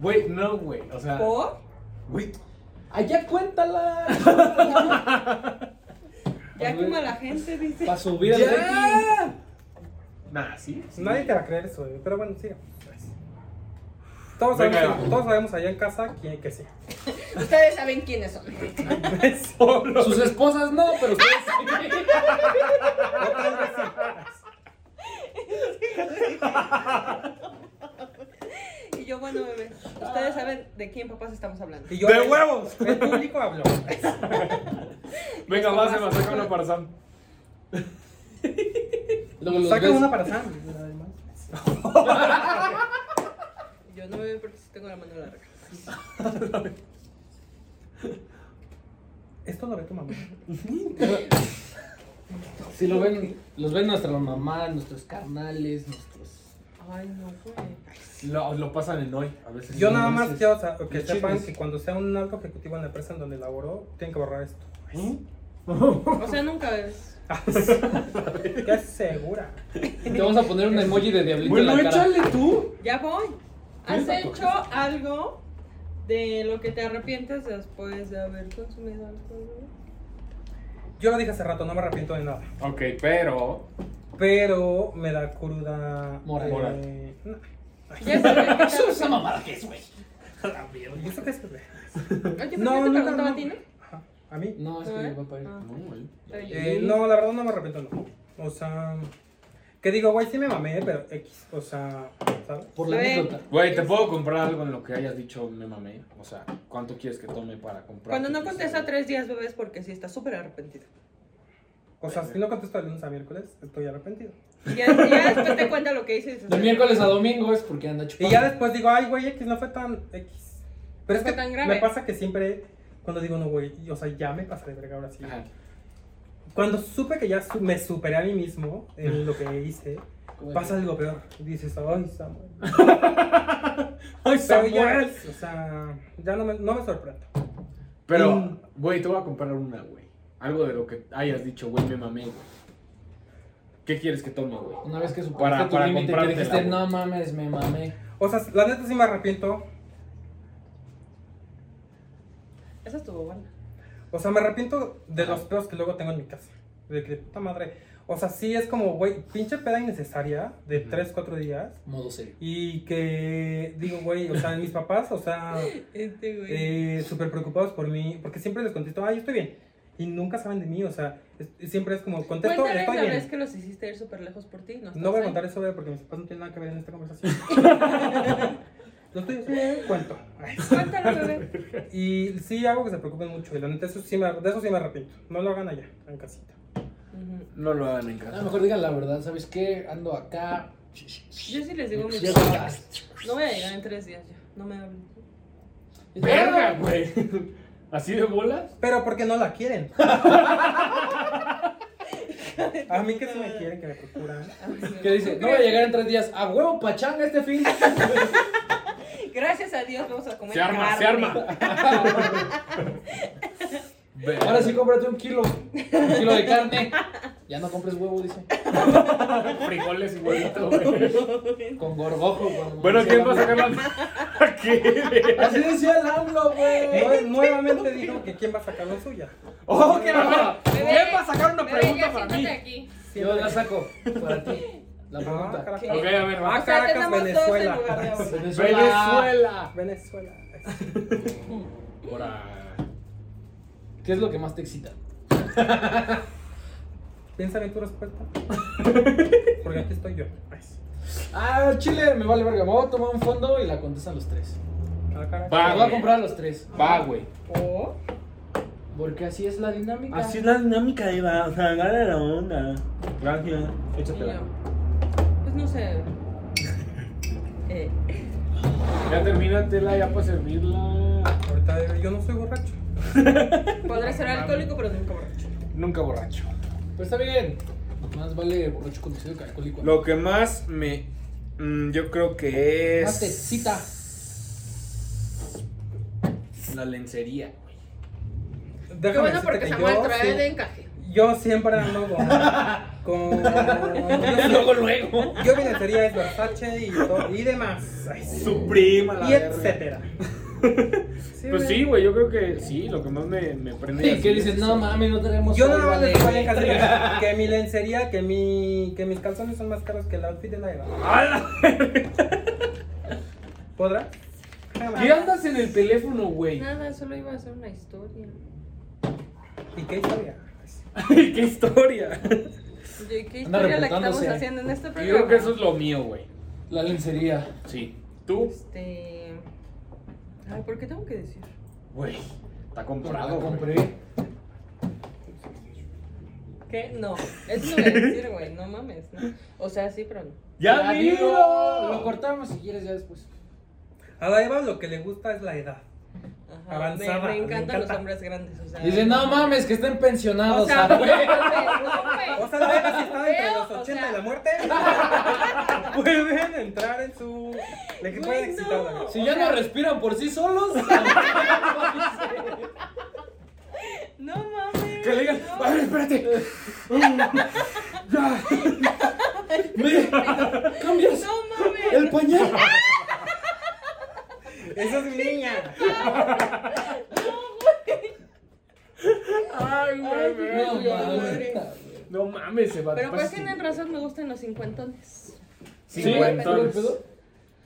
[SPEAKER 3] Güey, no, güey. O sea,
[SPEAKER 2] ¿Por?
[SPEAKER 3] güey,
[SPEAKER 4] Allá cuéntala.
[SPEAKER 2] Ya quema la gente, dice.
[SPEAKER 4] Para subir al rating.
[SPEAKER 3] Nah, sí. sí.
[SPEAKER 1] Nadie te va a creer eso, güey, pero bueno, siga. Todos
[SPEAKER 3] Venga.
[SPEAKER 1] sabemos, todos sabemos allá en casa quién que sí.
[SPEAKER 2] Ustedes saben quiénes son.
[SPEAKER 1] Solo.
[SPEAKER 4] Sus esposas no, pero ustedes sí.
[SPEAKER 2] Y yo, bueno, bebé, ustedes saben de quién papás estamos hablando.
[SPEAKER 1] Y yo,
[SPEAKER 3] ¡De huevos!
[SPEAKER 1] El público habló.
[SPEAKER 3] Venga, va, se me saca una para Sam.
[SPEAKER 4] Luego los
[SPEAKER 1] Saca
[SPEAKER 4] ves-
[SPEAKER 1] una para Sam. además.
[SPEAKER 2] Yo no bebé porque sí tengo la mano larga.
[SPEAKER 1] Esto lo ve tu mamá.
[SPEAKER 4] Si lo ven, los ven nuestra mamá, nuestros carnales, nuestros.
[SPEAKER 2] Ay, no, güey.
[SPEAKER 3] Lo, lo pasan en hoy, a veces.
[SPEAKER 1] Yo
[SPEAKER 4] no,
[SPEAKER 1] nada
[SPEAKER 4] ese
[SPEAKER 1] más
[SPEAKER 4] es-
[SPEAKER 1] quiero sa- que
[SPEAKER 4] los
[SPEAKER 1] sepan
[SPEAKER 4] chismes.
[SPEAKER 1] que cuando sea un alto ejecutivo en la empresa en donde laboró, tienen que borrar esto.
[SPEAKER 3] ¿Mm?
[SPEAKER 2] O sea, nunca bebes.
[SPEAKER 1] ¿Qué segura?
[SPEAKER 4] Te vamos a poner un emoji de diablito
[SPEAKER 3] Bueno,
[SPEAKER 4] en la cara.
[SPEAKER 3] échale tú.
[SPEAKER 2] Ya voy. ¿Has
[SPEAKER 3] Cuenta,
[SPEAKER 2] hecho algo de lo que te arrepientes después de haber consumido alcohol? bebé?
[SPEAKER 1] Yo lo dije hace rato, no me arrepiento de nada.
[SPEAKER 3] Ok, pero.
[SPEAKER 1] Pero me da cruda.
[SPEAKER 4] Moral.
[SPEAKER 1] eh, no.
[SPEAKER 2] Ya sabes. que te
[SPEAKER 4] Eso
[SPEAKER 2] arrepientes.
[SPEAKER 4] es una mamada que es, güey.
[SPEAKER 1] ¿Y eso qué es?
[SPEAKER 2] Oye,
[SPEAKER 1] No,
[SPEAKER 2] ¿por qué te
[SPEAKER 1] nunca,
[SPEAKER 2] preguntaba a
[SPEAKER 1] no.
[SPEAKER 2] ti, no?
[SPEAKER 1] Ajá, ¿A mí?
[SPEAKER 4] No, es que
[SPEAKER 2] ¿Eh?
[SPEAKER 4] va a parir.
[SPEAKER 2] Ah,
[SPEAKER 3] güey.
[SPEAKER 2] está bien.
[SPEAKER 1] Eh, no, la verdad no me arrepiento, no. O sea. Que digo, güey, sí me mamé, pero X. O sea, ¿sabes?
[SPEAKER 4] Por la
[SPEAKER 2] Ven.
[SPEAKER 4] anécdota.
[SPEAKER 3] Güey, ¿te puedo comprar algo en lo que hayas dicho me mamé? O sea, ¿cuánto quieres que tome para comprar?
[SPEAKER 2] Cuando no contesta tres días, bebé, es porque sí está súper arrepentido.
[SPEAKER 1] O sea, si no contesto de lunes a miércoles, estoy arrepentido.
[SPEAKER 2] Y ya, ya después te cuenta lo que hice. y dices,
[SPEAKER 4] De miércoles a domingo es porque anda
[SPEAKER 1] Y
[SPEAKER 4] chupando.
[SPEAKER 1] ya después digo, ay, güey, X no fue tan X. Pero es
[SPEAKER 2] fue
[SPEAKER 1] que
[SPEAKER 2] tan grave.
[SPEAKER 1] me pasa que siempre, cuando digo, no, güey, y- o sea, ya me pasé de verga ahora sí.
[SPEAKER 3] Ajá.
[SPEAKER 1] Cuando supe que ya su- me superé a mí mismo en lo que hice,
[SPEAKER 4] Como
[SPEAKER 1] pasa algo peor. Y dices, ay, Samuel.
[SPEAKER 2] Ah,
[SPEAKER 3] ¡Ay,
[SPEAKER 1] Pero ya,
[SPEAKER 3] Samuel!
[SPEAKER 1] o sea, ya no me, no me sorprendo.
[SPEAKER 3] Pero,
[SPEAKER 1] Mm.
[SPEAKER 3] güey, te voy a comprar una, güey. Algo de lo que hayas dicho, güey, me mamé, güey. ¿Qué quieres que tome, güey?
[SPEAKER 4] Una vez que
[SPEAKER 3] Para-
[SPEAKER 4] superaste tu
[SPEAKER 3] para
[SPEAKER 4] límite que
[SPEAKER 3] comprártela,
[SPEAKER 4] dijiste,
[SPEAKER 3] güey.
[SPEAKER 4] no mames, me mamé.
[SPEAKER 1] O sea, la neta sí me arrepiento.
[SPEAKER 2] Esa estuvo buena.
[SPEAKER 1] O sea, me arrepiento de los pedos que luego tengo en mi casa. De que puta madre. O sea, sí es como, güey, pinche peda innecesaria de
[SPEAKER 3] Ujú.
[SPEAKER 1] 3, 4 días.
[SPEAKER 4] Modo serio.
[SPEAKER 1] Y que digo, güey, o sea, mis papás, o sea,
[SPEAKER 2] Este güey.
[SPEAKER 1] eh, súper preocupados por mí, porque siempre les contesto, ay, estoy bien. Y nunca saben de mí, o sea, es- siempre es como, contesto,
[SPEAKER 2] Cuéntales
[SPEAKER 1] estoy
[SPEAKER 2] la vez
[SPEAKER 1] bien.
[SPEAKER 2] que los hiciste ir súper lejos por ti. No,
[SPEAKER 1] No voy a
[SPEAKER 2] estás
[SPEAKER 1] contar eso, güey, porque mis papás no tienen nada que ver en esta conversación. Lo estoy haciendo, cuento. Ay.
[SPEAKER 2] ahí. Cuéntalo, bebé.
[SPEAKER 1] Y sí hago que se preocupen mucho, y la neta, eso sí me, de eso sí me arrepiento. No lo hagan allá, en casita.
[SPEAKER 2] Ujú.
[SPEAKER 3] No lo hagan en
[SPEAKER 4] A
[SPEAKER 3] casa.
[SPEAKER 4] lo mejor digan la verdad, ¿sabes qué? Ando acá.
[SPEAKER 2] Yo sí les digo mis
[SPEAKER 4] Ya
[SPEAKER 2] cosas. No voy a llegar en tres días ya. No me hablen.
[SPEAKER 3] ¡Verga, güey! ¿Así de bolas?
[SPEAKER 1] Pero porque no la quieren. A mí que sí me quieren, que me procuran.
[SPEAKER 4] ¿Qué dice? No voy a llegar en tres días. ¡A huevo, pachanga este fin!
[SPEAKER 2] Gracias a Dios vamos a comer.
[SPEAKER 3] Se arma, se
[SPEAKER 2] carne.
[SPEAKER 3] arma. Verga.
[SPEAKER 4] Ahora sí, cómprate un kilo. Un kilo de carne. Ya no compres huevo, dice.
[SPEAKER 3] frijoles igualito, güey.
[SPEAKER 4] Con gorgojo. con-
[SPEAKER 3] Bueno, ¿quién va a
[SPEAKER 4] Así
[SPEAKER 3] sacar la... ¿Qué?
[SPEAKER 4] decía el AMLO, güey.
[SPEAKER 1] Nue- Nuevamente digo que quién va a sacar la suya.
[SPEAKER 3] ¡Oh, qué la verga!
[SPEAKER 2] Bebé,
[SPEAKER 3] ¿Quién va a sacar una
[SPEAKER 2] bebé,
[SPEAKER 3] pregunta
[SPEAKER 2] ya
[SPEAKER 3] para mí?
[SPEAKER 2] siéntate aquí.
[SPEAKER 4] Yo la saco para ti. La
[SPEAKER 1] Ah,
[SPEAKER 4] pregunta.
[SPEAKER 1] carajo.
[SPEAKER 3] Ok, a ver,
[SPEAKER 2] O
[SPEAKER 3] va.
[SPEAKER 2] sea,
[SPEAKER 1] Caracas,
[SPEAKER 2] tenemos
[SPEAKER 1] Venezuela.
[SPEAKER 2] dos en lugar de uno.
[SPEAKER 3] ¡Venezuela!
[SPEAKER 1] Venezuela.
[SPEAKER 3] Ahora...
[SPEAKER 4] ¿Qué es lo que más te excita?
[SPEAKER 1] Piensa bien tu respuesta. Porque aquí estoy yo. Ay, sí.
[SPEAKER 4] Ah, chile, me vale verga. Me voy a tomar un fondo y la contestan los tres.
[SPEAKER 1] Ah, caray.
[SPEAKER 3] Va,
[SPEAKER 4] La voy a comprar a los tres.
[SPEAKER 3] Va, güey.
[SPEAKER 1] O
[SPEAKER 4] Porque así es la dinámica.
[SPEAKER 3] la dinámica, Eva. O sea, agarra la onda. Gracias.
[SPEAKER 2] Y yo, Pues no sé. Eh,
[SPEAKER 3] Ya termínatela, ya para servirla.
[SPEAKER 1] ahorita eh, yo no soy borracho.
[SPEAKER 2] podré ser alcohólico, pero nunca borracho.
[SPEAKER 3] Nunca borracho.
[SPEAKER 4] Pero está bien. Más vale borracho conducido que alcohólico.
[SPEAKER 3] Lo que más me. mm, yo creo que es.
[SPEAKER 4] Más te excita.
[SPEAKER 3] La lencería, güey.
[SPEAKER 1] Déjame
[SPEAKER 2] Qué bueno
[SPEAKER 1] decirte
[SPEAKER 2] porque
[SPEAKER 1] que
[SPEAKER 2] Samuel
[SPEAKER 1] yo
[SPEAKER 2] trae
[SPEAKER 1] sí-
[SPEAKER 2] de encaje.
[SPEAKER 1] yo siempre ando con. con
[SPEAKER 3] Luego,
[SPEAKER 1] yo,
[SPEAKER 3] luego.
[SPEAKER 1] yo mi lencería es Versace y, todo- y demás. Ay, sí.
[SPEAKER 3] Su prima, la
[SPEAKER 1] Y
[SPEAKER 3] verga.
[SPEAKER 1] etcétera. Sí,
[SPEAKER 3] Pues sí, güey, yo creo que sí, lo que más me, me prende.
[SPEAKER 4] Y
[SPEAKER 3] así
[SPEAKER 4] que
[SPEAKER 3] es
[SPEAKER 4] dices,
[SPEAKER 3] eso.
[SPEAKER 4] no mames, no tenemos.
[SPEAKER 1] Yo
[SPEAKER 4] sol,
[SPEAKER 1] nada más
[SPEAKER 4] vale,
[SPEAKER 1] les voy a
[SPEAKER 4] güey".
[SPEAKER 1] dejar de decir que mi lencería, que, mi, que mis calzones son más caros que el outfit de la Eva.
[SPEAKER 3] ¡Hala!
[SPEAKER 1] ¿Podrá?
[SPEAKER 3] ¿Qué andas en el teléfono, güey?
[SPEAKER 2] Nada, solo iba a hacer una historia.
[SPEAKER 1] ¿Y qué historia?
[SPEAKER 3] ¡Qué historia!
[SPEAKER 2] ¿De qué
[SPEAKER 4] Anda
[SPEAKER 2] historia la que estamos
[SPEAKER 4] reportándose.
[SPEAKER 2] haciendo en este
[SPEAKER 3] Yo
[SPEAKER 2] programa?
[SPEAKER 3] creo que eso es lo mío, güey.
[SPEAKER 4] La lencería.
[SPEAKER 3] Sí. ¿Tú?
[SPEAKER 2] Este. Ay, ¿por qué tengo que decir?
[SPEAKER 3] Güey, está comprado,
[SPEAKER 4] Pues La
[SPEAKER 3] güey.
[SPEAKER 4] compré.
[SPEAKER 2] ¿Qué? No, eso no voy a decir, güey, no mames. ¿no? O sea, sí, pero no.
[SPEAKER 3] ¡Ya
[SPEAKER 4] La
[SPEAKER 3] digo!
[SPEAKER 4] Lo cortamos si quieres ya después.
[SPEAKER 1] A la Eva lo que le gusta es la edad.
[SPEAKER 2] Ajá,
[SPEAKER 1] Avanzada,
[SPEAKER 2] Me, me
[SPEAKER 1] me
[SPEAKER 2] encantan los
[SPEAKER 1] encanta.
[SPEAKER 2] hombres grandes, o sea.
[SPEAKER 4] Dice, no mames, que estén pensionados.
[SPEAKER 2] O sea, no,
[SPEAKER 4] güey".
[SPEAKER 2] güey, no,
[SPEAKER 1] O
[SPEAKER 2] güey.
[SPEAKER 1] sea, la Eva si está entre
[SPEAKER 2] Pero,
[SPEAKER 1] los
[SPEAKER 2] o
[SPEAKER 1] 80
[SPEAKER 2] sea-
[SPEAKER 1] y la muerte, pueden entrar en su. Le que
[SPEAKER 2] Güey,
[SPEAKER 1] pueden excitar
[SPEAKER 2] no.
[SPEAKER 1] la vida.
[SPEAKER 4] Si ya no respiran por sí solos.
[SPEAKER 2] No mames.
[SPEAKER 3] Que le digan,
[SPEAKER 2] no.
[SPEAKER 3] a ver, espérate. Ya.
[SPEAKER 4] Cambias
[SPEAKER 2] No mames.
[SPEAKER 4] el pañal.
[SPEAKER 1] Esa es mi niña.
[SPEAKER 3] Ay, güey,
[SPEAKER 4] No
[SPEAKER 3] güey.
[SPEAKER 4] mames.
[SPEAKER 3] No mames, se va
[SPEAKER 2] Pero pues
[SPEAKER 3] pasa-
[SPEAKER 2] tienen razón, me gustan los cincuentones.
[SPEAKER 3] Sí,
[SPEAKER 4] Sí,
[SPEAKER 3] güey,
[SPEAKER 4] güey, ¿todo el pedo?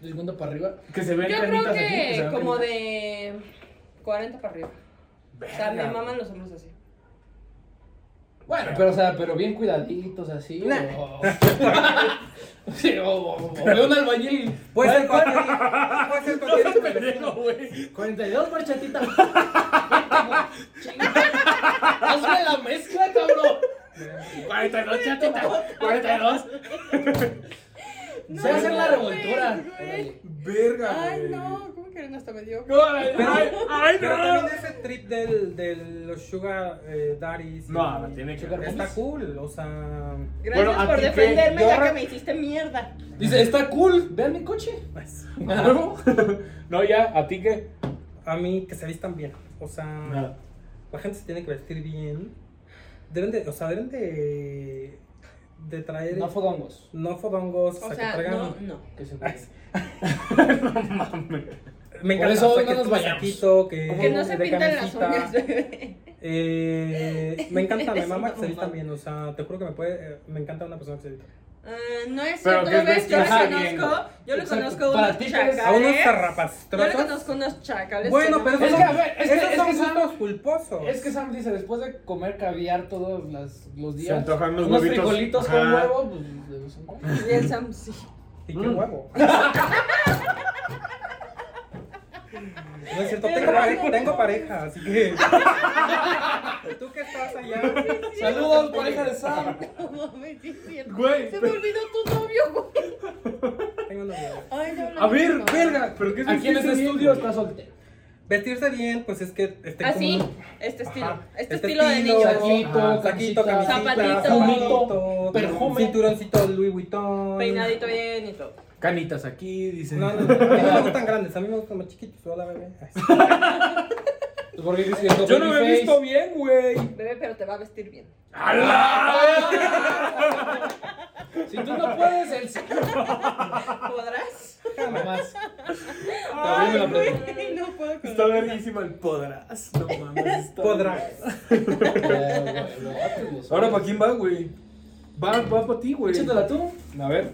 [SPEAKER 4] Del mundo para arriba.
[SPEAKER 3] Que se vean
[SPEAKER 2] Yo creo
[SPEAKER 3] canitas aquí, se
[SPEAKER 2] que
[SPEAKER 3] vean
[SPEAKER 2] como
[SPEAKER 3] canitas.
[SPEAKER 2] de 40 para arriba. O sea, me
[SPEAKER 3] Verga.
[SPEAKER 2] maman los hombres así.
[SPEAKER 4] Bueno, pero o sea, pero bien cuidaditos así.
[SPEAKER 1] Nah.
[SPEAKER 4] o- Sí, o, o- o veo un albañil. pues,
[SPEAKER 1] Puede ser
[SPEAKER 4] Cuarenta-
[SPEAKER 1] cualquier. Puede ser cualquier. hijo de
[SPEAKER 3] Pendejo,
[SPEAKER 1] vecino.
[SPEAKER 3] güey.
[SPEAKER 4] 42 marchatita. Chinga. Hazme la mezcla, cabrón.
[SPEAKER 3] 42, chatita. 42.
[SPEAKER 4] Se va a hacer la
[SPEAKER 2] mames,
[SPEAKER 4] revoltura.
[SPEAKER 2] güey.
[SPEAKER 3] Verga,
[SPEAKER 2] Ay,
[SPEAKER 3] güey.
[SPEAKER 2] no, ¿cómo que no hasta me dio?
[SPEAKER 3] Ay, ay, ay,
[SPEAKER 1] Pero
[SPEAKER 3] no.
[SPEAKER 1] también ese trip del, de los sugar eh, daddies.
[SPEAKER 3] No,
[SPEAKER 1] y-
[SPEAKER 3] ahora tiene que ver.
[SPEAKER 1] Está cool, o sea.
[SPEAKER 2] Gracias
[SPEAKER 3] Bueno, ¿a
[SPEAKER 2] por
[SPEAKER 3] ti qué?
[SPEAKER 2] defenderme
[SPEAKER 3] Yo
[SPEAKER 2] ya
[SPEAKER 3] ahora-
[SPEAKER 2] que me hiciste mierda.
[SPEAKER 4] Dice, está cool. Vean mi coche.
[SPEAKER 1] pues,
[SPEAKER 3] No, ya, a ti qué.
[SPEAKER 1] a mí que se vistan bien. O sea,
[SPEAKER 3] Nada.
[SPEAKER 1] la gente se tiene que vestir bien. Deben de, o sea, deben de, de traer
[SPEAKER 4] No
[SPEAKER 1] no,
[SPEAKER 4] fogongos.
[SPEAKER 1] fodongos, o sea,
[SPEAKER 2] O
[SPEAKER 1] que
[SPEAKER 2] sea,
[SPEAKER 1] traigan.
[SPEAKER 2] no, no.
[SPEAKER 4] Que se
[SPEAKER 1] Me
[SPEAKER 4] Por
[SPEAKER 1] encanta
[SPEAKER 4] eso
[SPEAKER 1] o sea,
[SPEAKER 4] hoy no
[SPEAKER 1] que
[SPEAKER 4] nos
[SPEAKER 1] tu
[SPEAKER 4] vayamos.
[SPEAKER 1] saquito, que,
[SPEAKER 2] Que no se
[SPEAKER 1] de
[SPEAKER 2] pintan las
[SPEAKER 1] camisita.
[SPEAKER 2] uñas, bebé.
[SPEAKER 1] Eh, me encanta, me
[SPEAKER 2] Eres
[SPEAKER 1] mama
[SPEAKER 2] una
[SPEAKER 1] que se vistan
[SPEAKER 2] mamá.
[SPEAKER 1] bien, o sea, te juro que me puede, eh, me encanta una persona que se vista.
[SPEAKER 2] Ah, no es
[SPEAKER 3] Pero
[SPEAKER 2] cierto,
[SPEAKER 3] que es
[SPEAKER 2] ¿ves? Yo lo
[SPEAKER 3] vestirse
[SPEAKER 2] conozco.
[SPEAKER 3] bien.
[SPEAKER 2] Yo lo
[SPEAKER 4] Exacto.
[SPEAKER 2] conozco
[SPEAKER 4] Para
[SPEAKER 2] unos
[SPEAKER 4] ti que eres-
[SPEAKER 2] chacales.
[SPEAKER 1] A unos
[SPEAKER 2] Yo le
[SPEAKER 1] zarrapastrosos.
[SPEAKER 2] conozco unos chacales.
[SPEAKER 1] Bueno,
[SPEAKER 2] que
[SPEAKER 1] pero
[SPEAKER 2] no-
[SPEAKER 1] esos
[SPEAKER 4] Es que,
[SPEAKER 1] son-
[SPEAKER 4] a ver, es que-
[SPEAKER 1] esos
[SPEAKER 4] es
[SPEAKER 1] son
[SPEAKER 4] que son-
[SPEAKER 1] gustos culposos.
[SPEAKER 4] Es que Sam dice, después de comer caviar todos las- los días,
[SPEAKER 3] Se antojan unos
[SPEAKER 4] unos
[SPEAKER 3] huevitos.
[SPEAKER 4] frijolitos con
[SPEAKER 3] Ajá.
[SPEAKER 4] huevo, pues de vez en cuando.
[SPEAKER 2] Y el Sam sí.
[SPEAKER 1] Y qué
[SPEAKER 3] Mm.
[SPEAKER 1] huevo. No es cierto, tengo pareja, tengo pareja, así que. ¿Tú qué estás allá?
[SPEAKER 4] Saludos, pareja de Sam.
[SPEAKER 2] No mames, sí es cierto.
[SPEAKER 3] Güey,
[SPEAKER 2] Se me
[SPEAKER 3] pero-
[SPEAKER 2] olvidó tu novio, güey.
[SPEAKER 1] Tengo novio.
[SPEAKER 2] Ay, no, no,
[SPEAKER 3] A ver,
[SPEAKER 2] no.
[SPEAKER 3] verga, pero qué es
[SPEAKER 4] Aquí en
[SPEAKER 3] vestirse
[SPEAKER 4] este
[SPEAKER 3] bien,
[SPEAKER 4] estudio
[SPEAKER 3] güey?
[SPEAKER 4] está soltero.
[SPEAKER 1] Vestirse bien, pues es que esté
[SPEAKER 4] Ah,
[SPEAKER 2] Así,
[SPEAKER 1] como-
[SPEAKER 2] este estilo.
[SPEAKER 1] Ajá,
[SPEAKER 2] Este, estilo, de niño.
[SPEAKER 4] Saquito,
[SPEAKER 1] Ajá, saquito,
[SPEAKER 4] camisita,
[SPEAKER 1] camisita,
[SPEAKER 4] zapatito,
[SPEAKER 1] zapatito,
[SPEAKER 4] perfume.
[SPEAKER 1] cinturoncito Louis Vuitton.
[SPEAKER 2] Peinadito bien y todo.
[SPEAKER 3] Canitas aquí, dicen.
[SPEAKER 1] No, no, no, a mí no me gustan grandes, a mí me gustan más chiquitos, hola bebé.
[SPEAKER 4] Pues, Porque dice,
[SPEAKER 3] Yo no me he
[SPEAKER 4] babyface.
[SPEAKER 3] visto bien, güey.
[SPEAKER 2] Bebé, pero te va a vestir bien.
[SPEAKER 3] ¡Hala!
[SPEAKER 4] Si tú no puedes, el señor
[SPEAKER 2] ¿Podrás?
[SPEAKER 4] más.
[SPEAKER 3] Ay,
[SPEAKER 4] También me la
[SPEAKER 3] güey.
[SPEAKER 4] prendo.
[SPEAKER 2] Ay, no puedo con
[SPEAKER 3] Está verguísima el podrás. No mames. está-
[SPEAKER 1] Podrás.
[SPEAKER 3] Ahora, ¿para quién va, güey? Va, va para ti, güey.
[SPEAKER 4] Échatela tú.
[SPEAKER 3] A ver.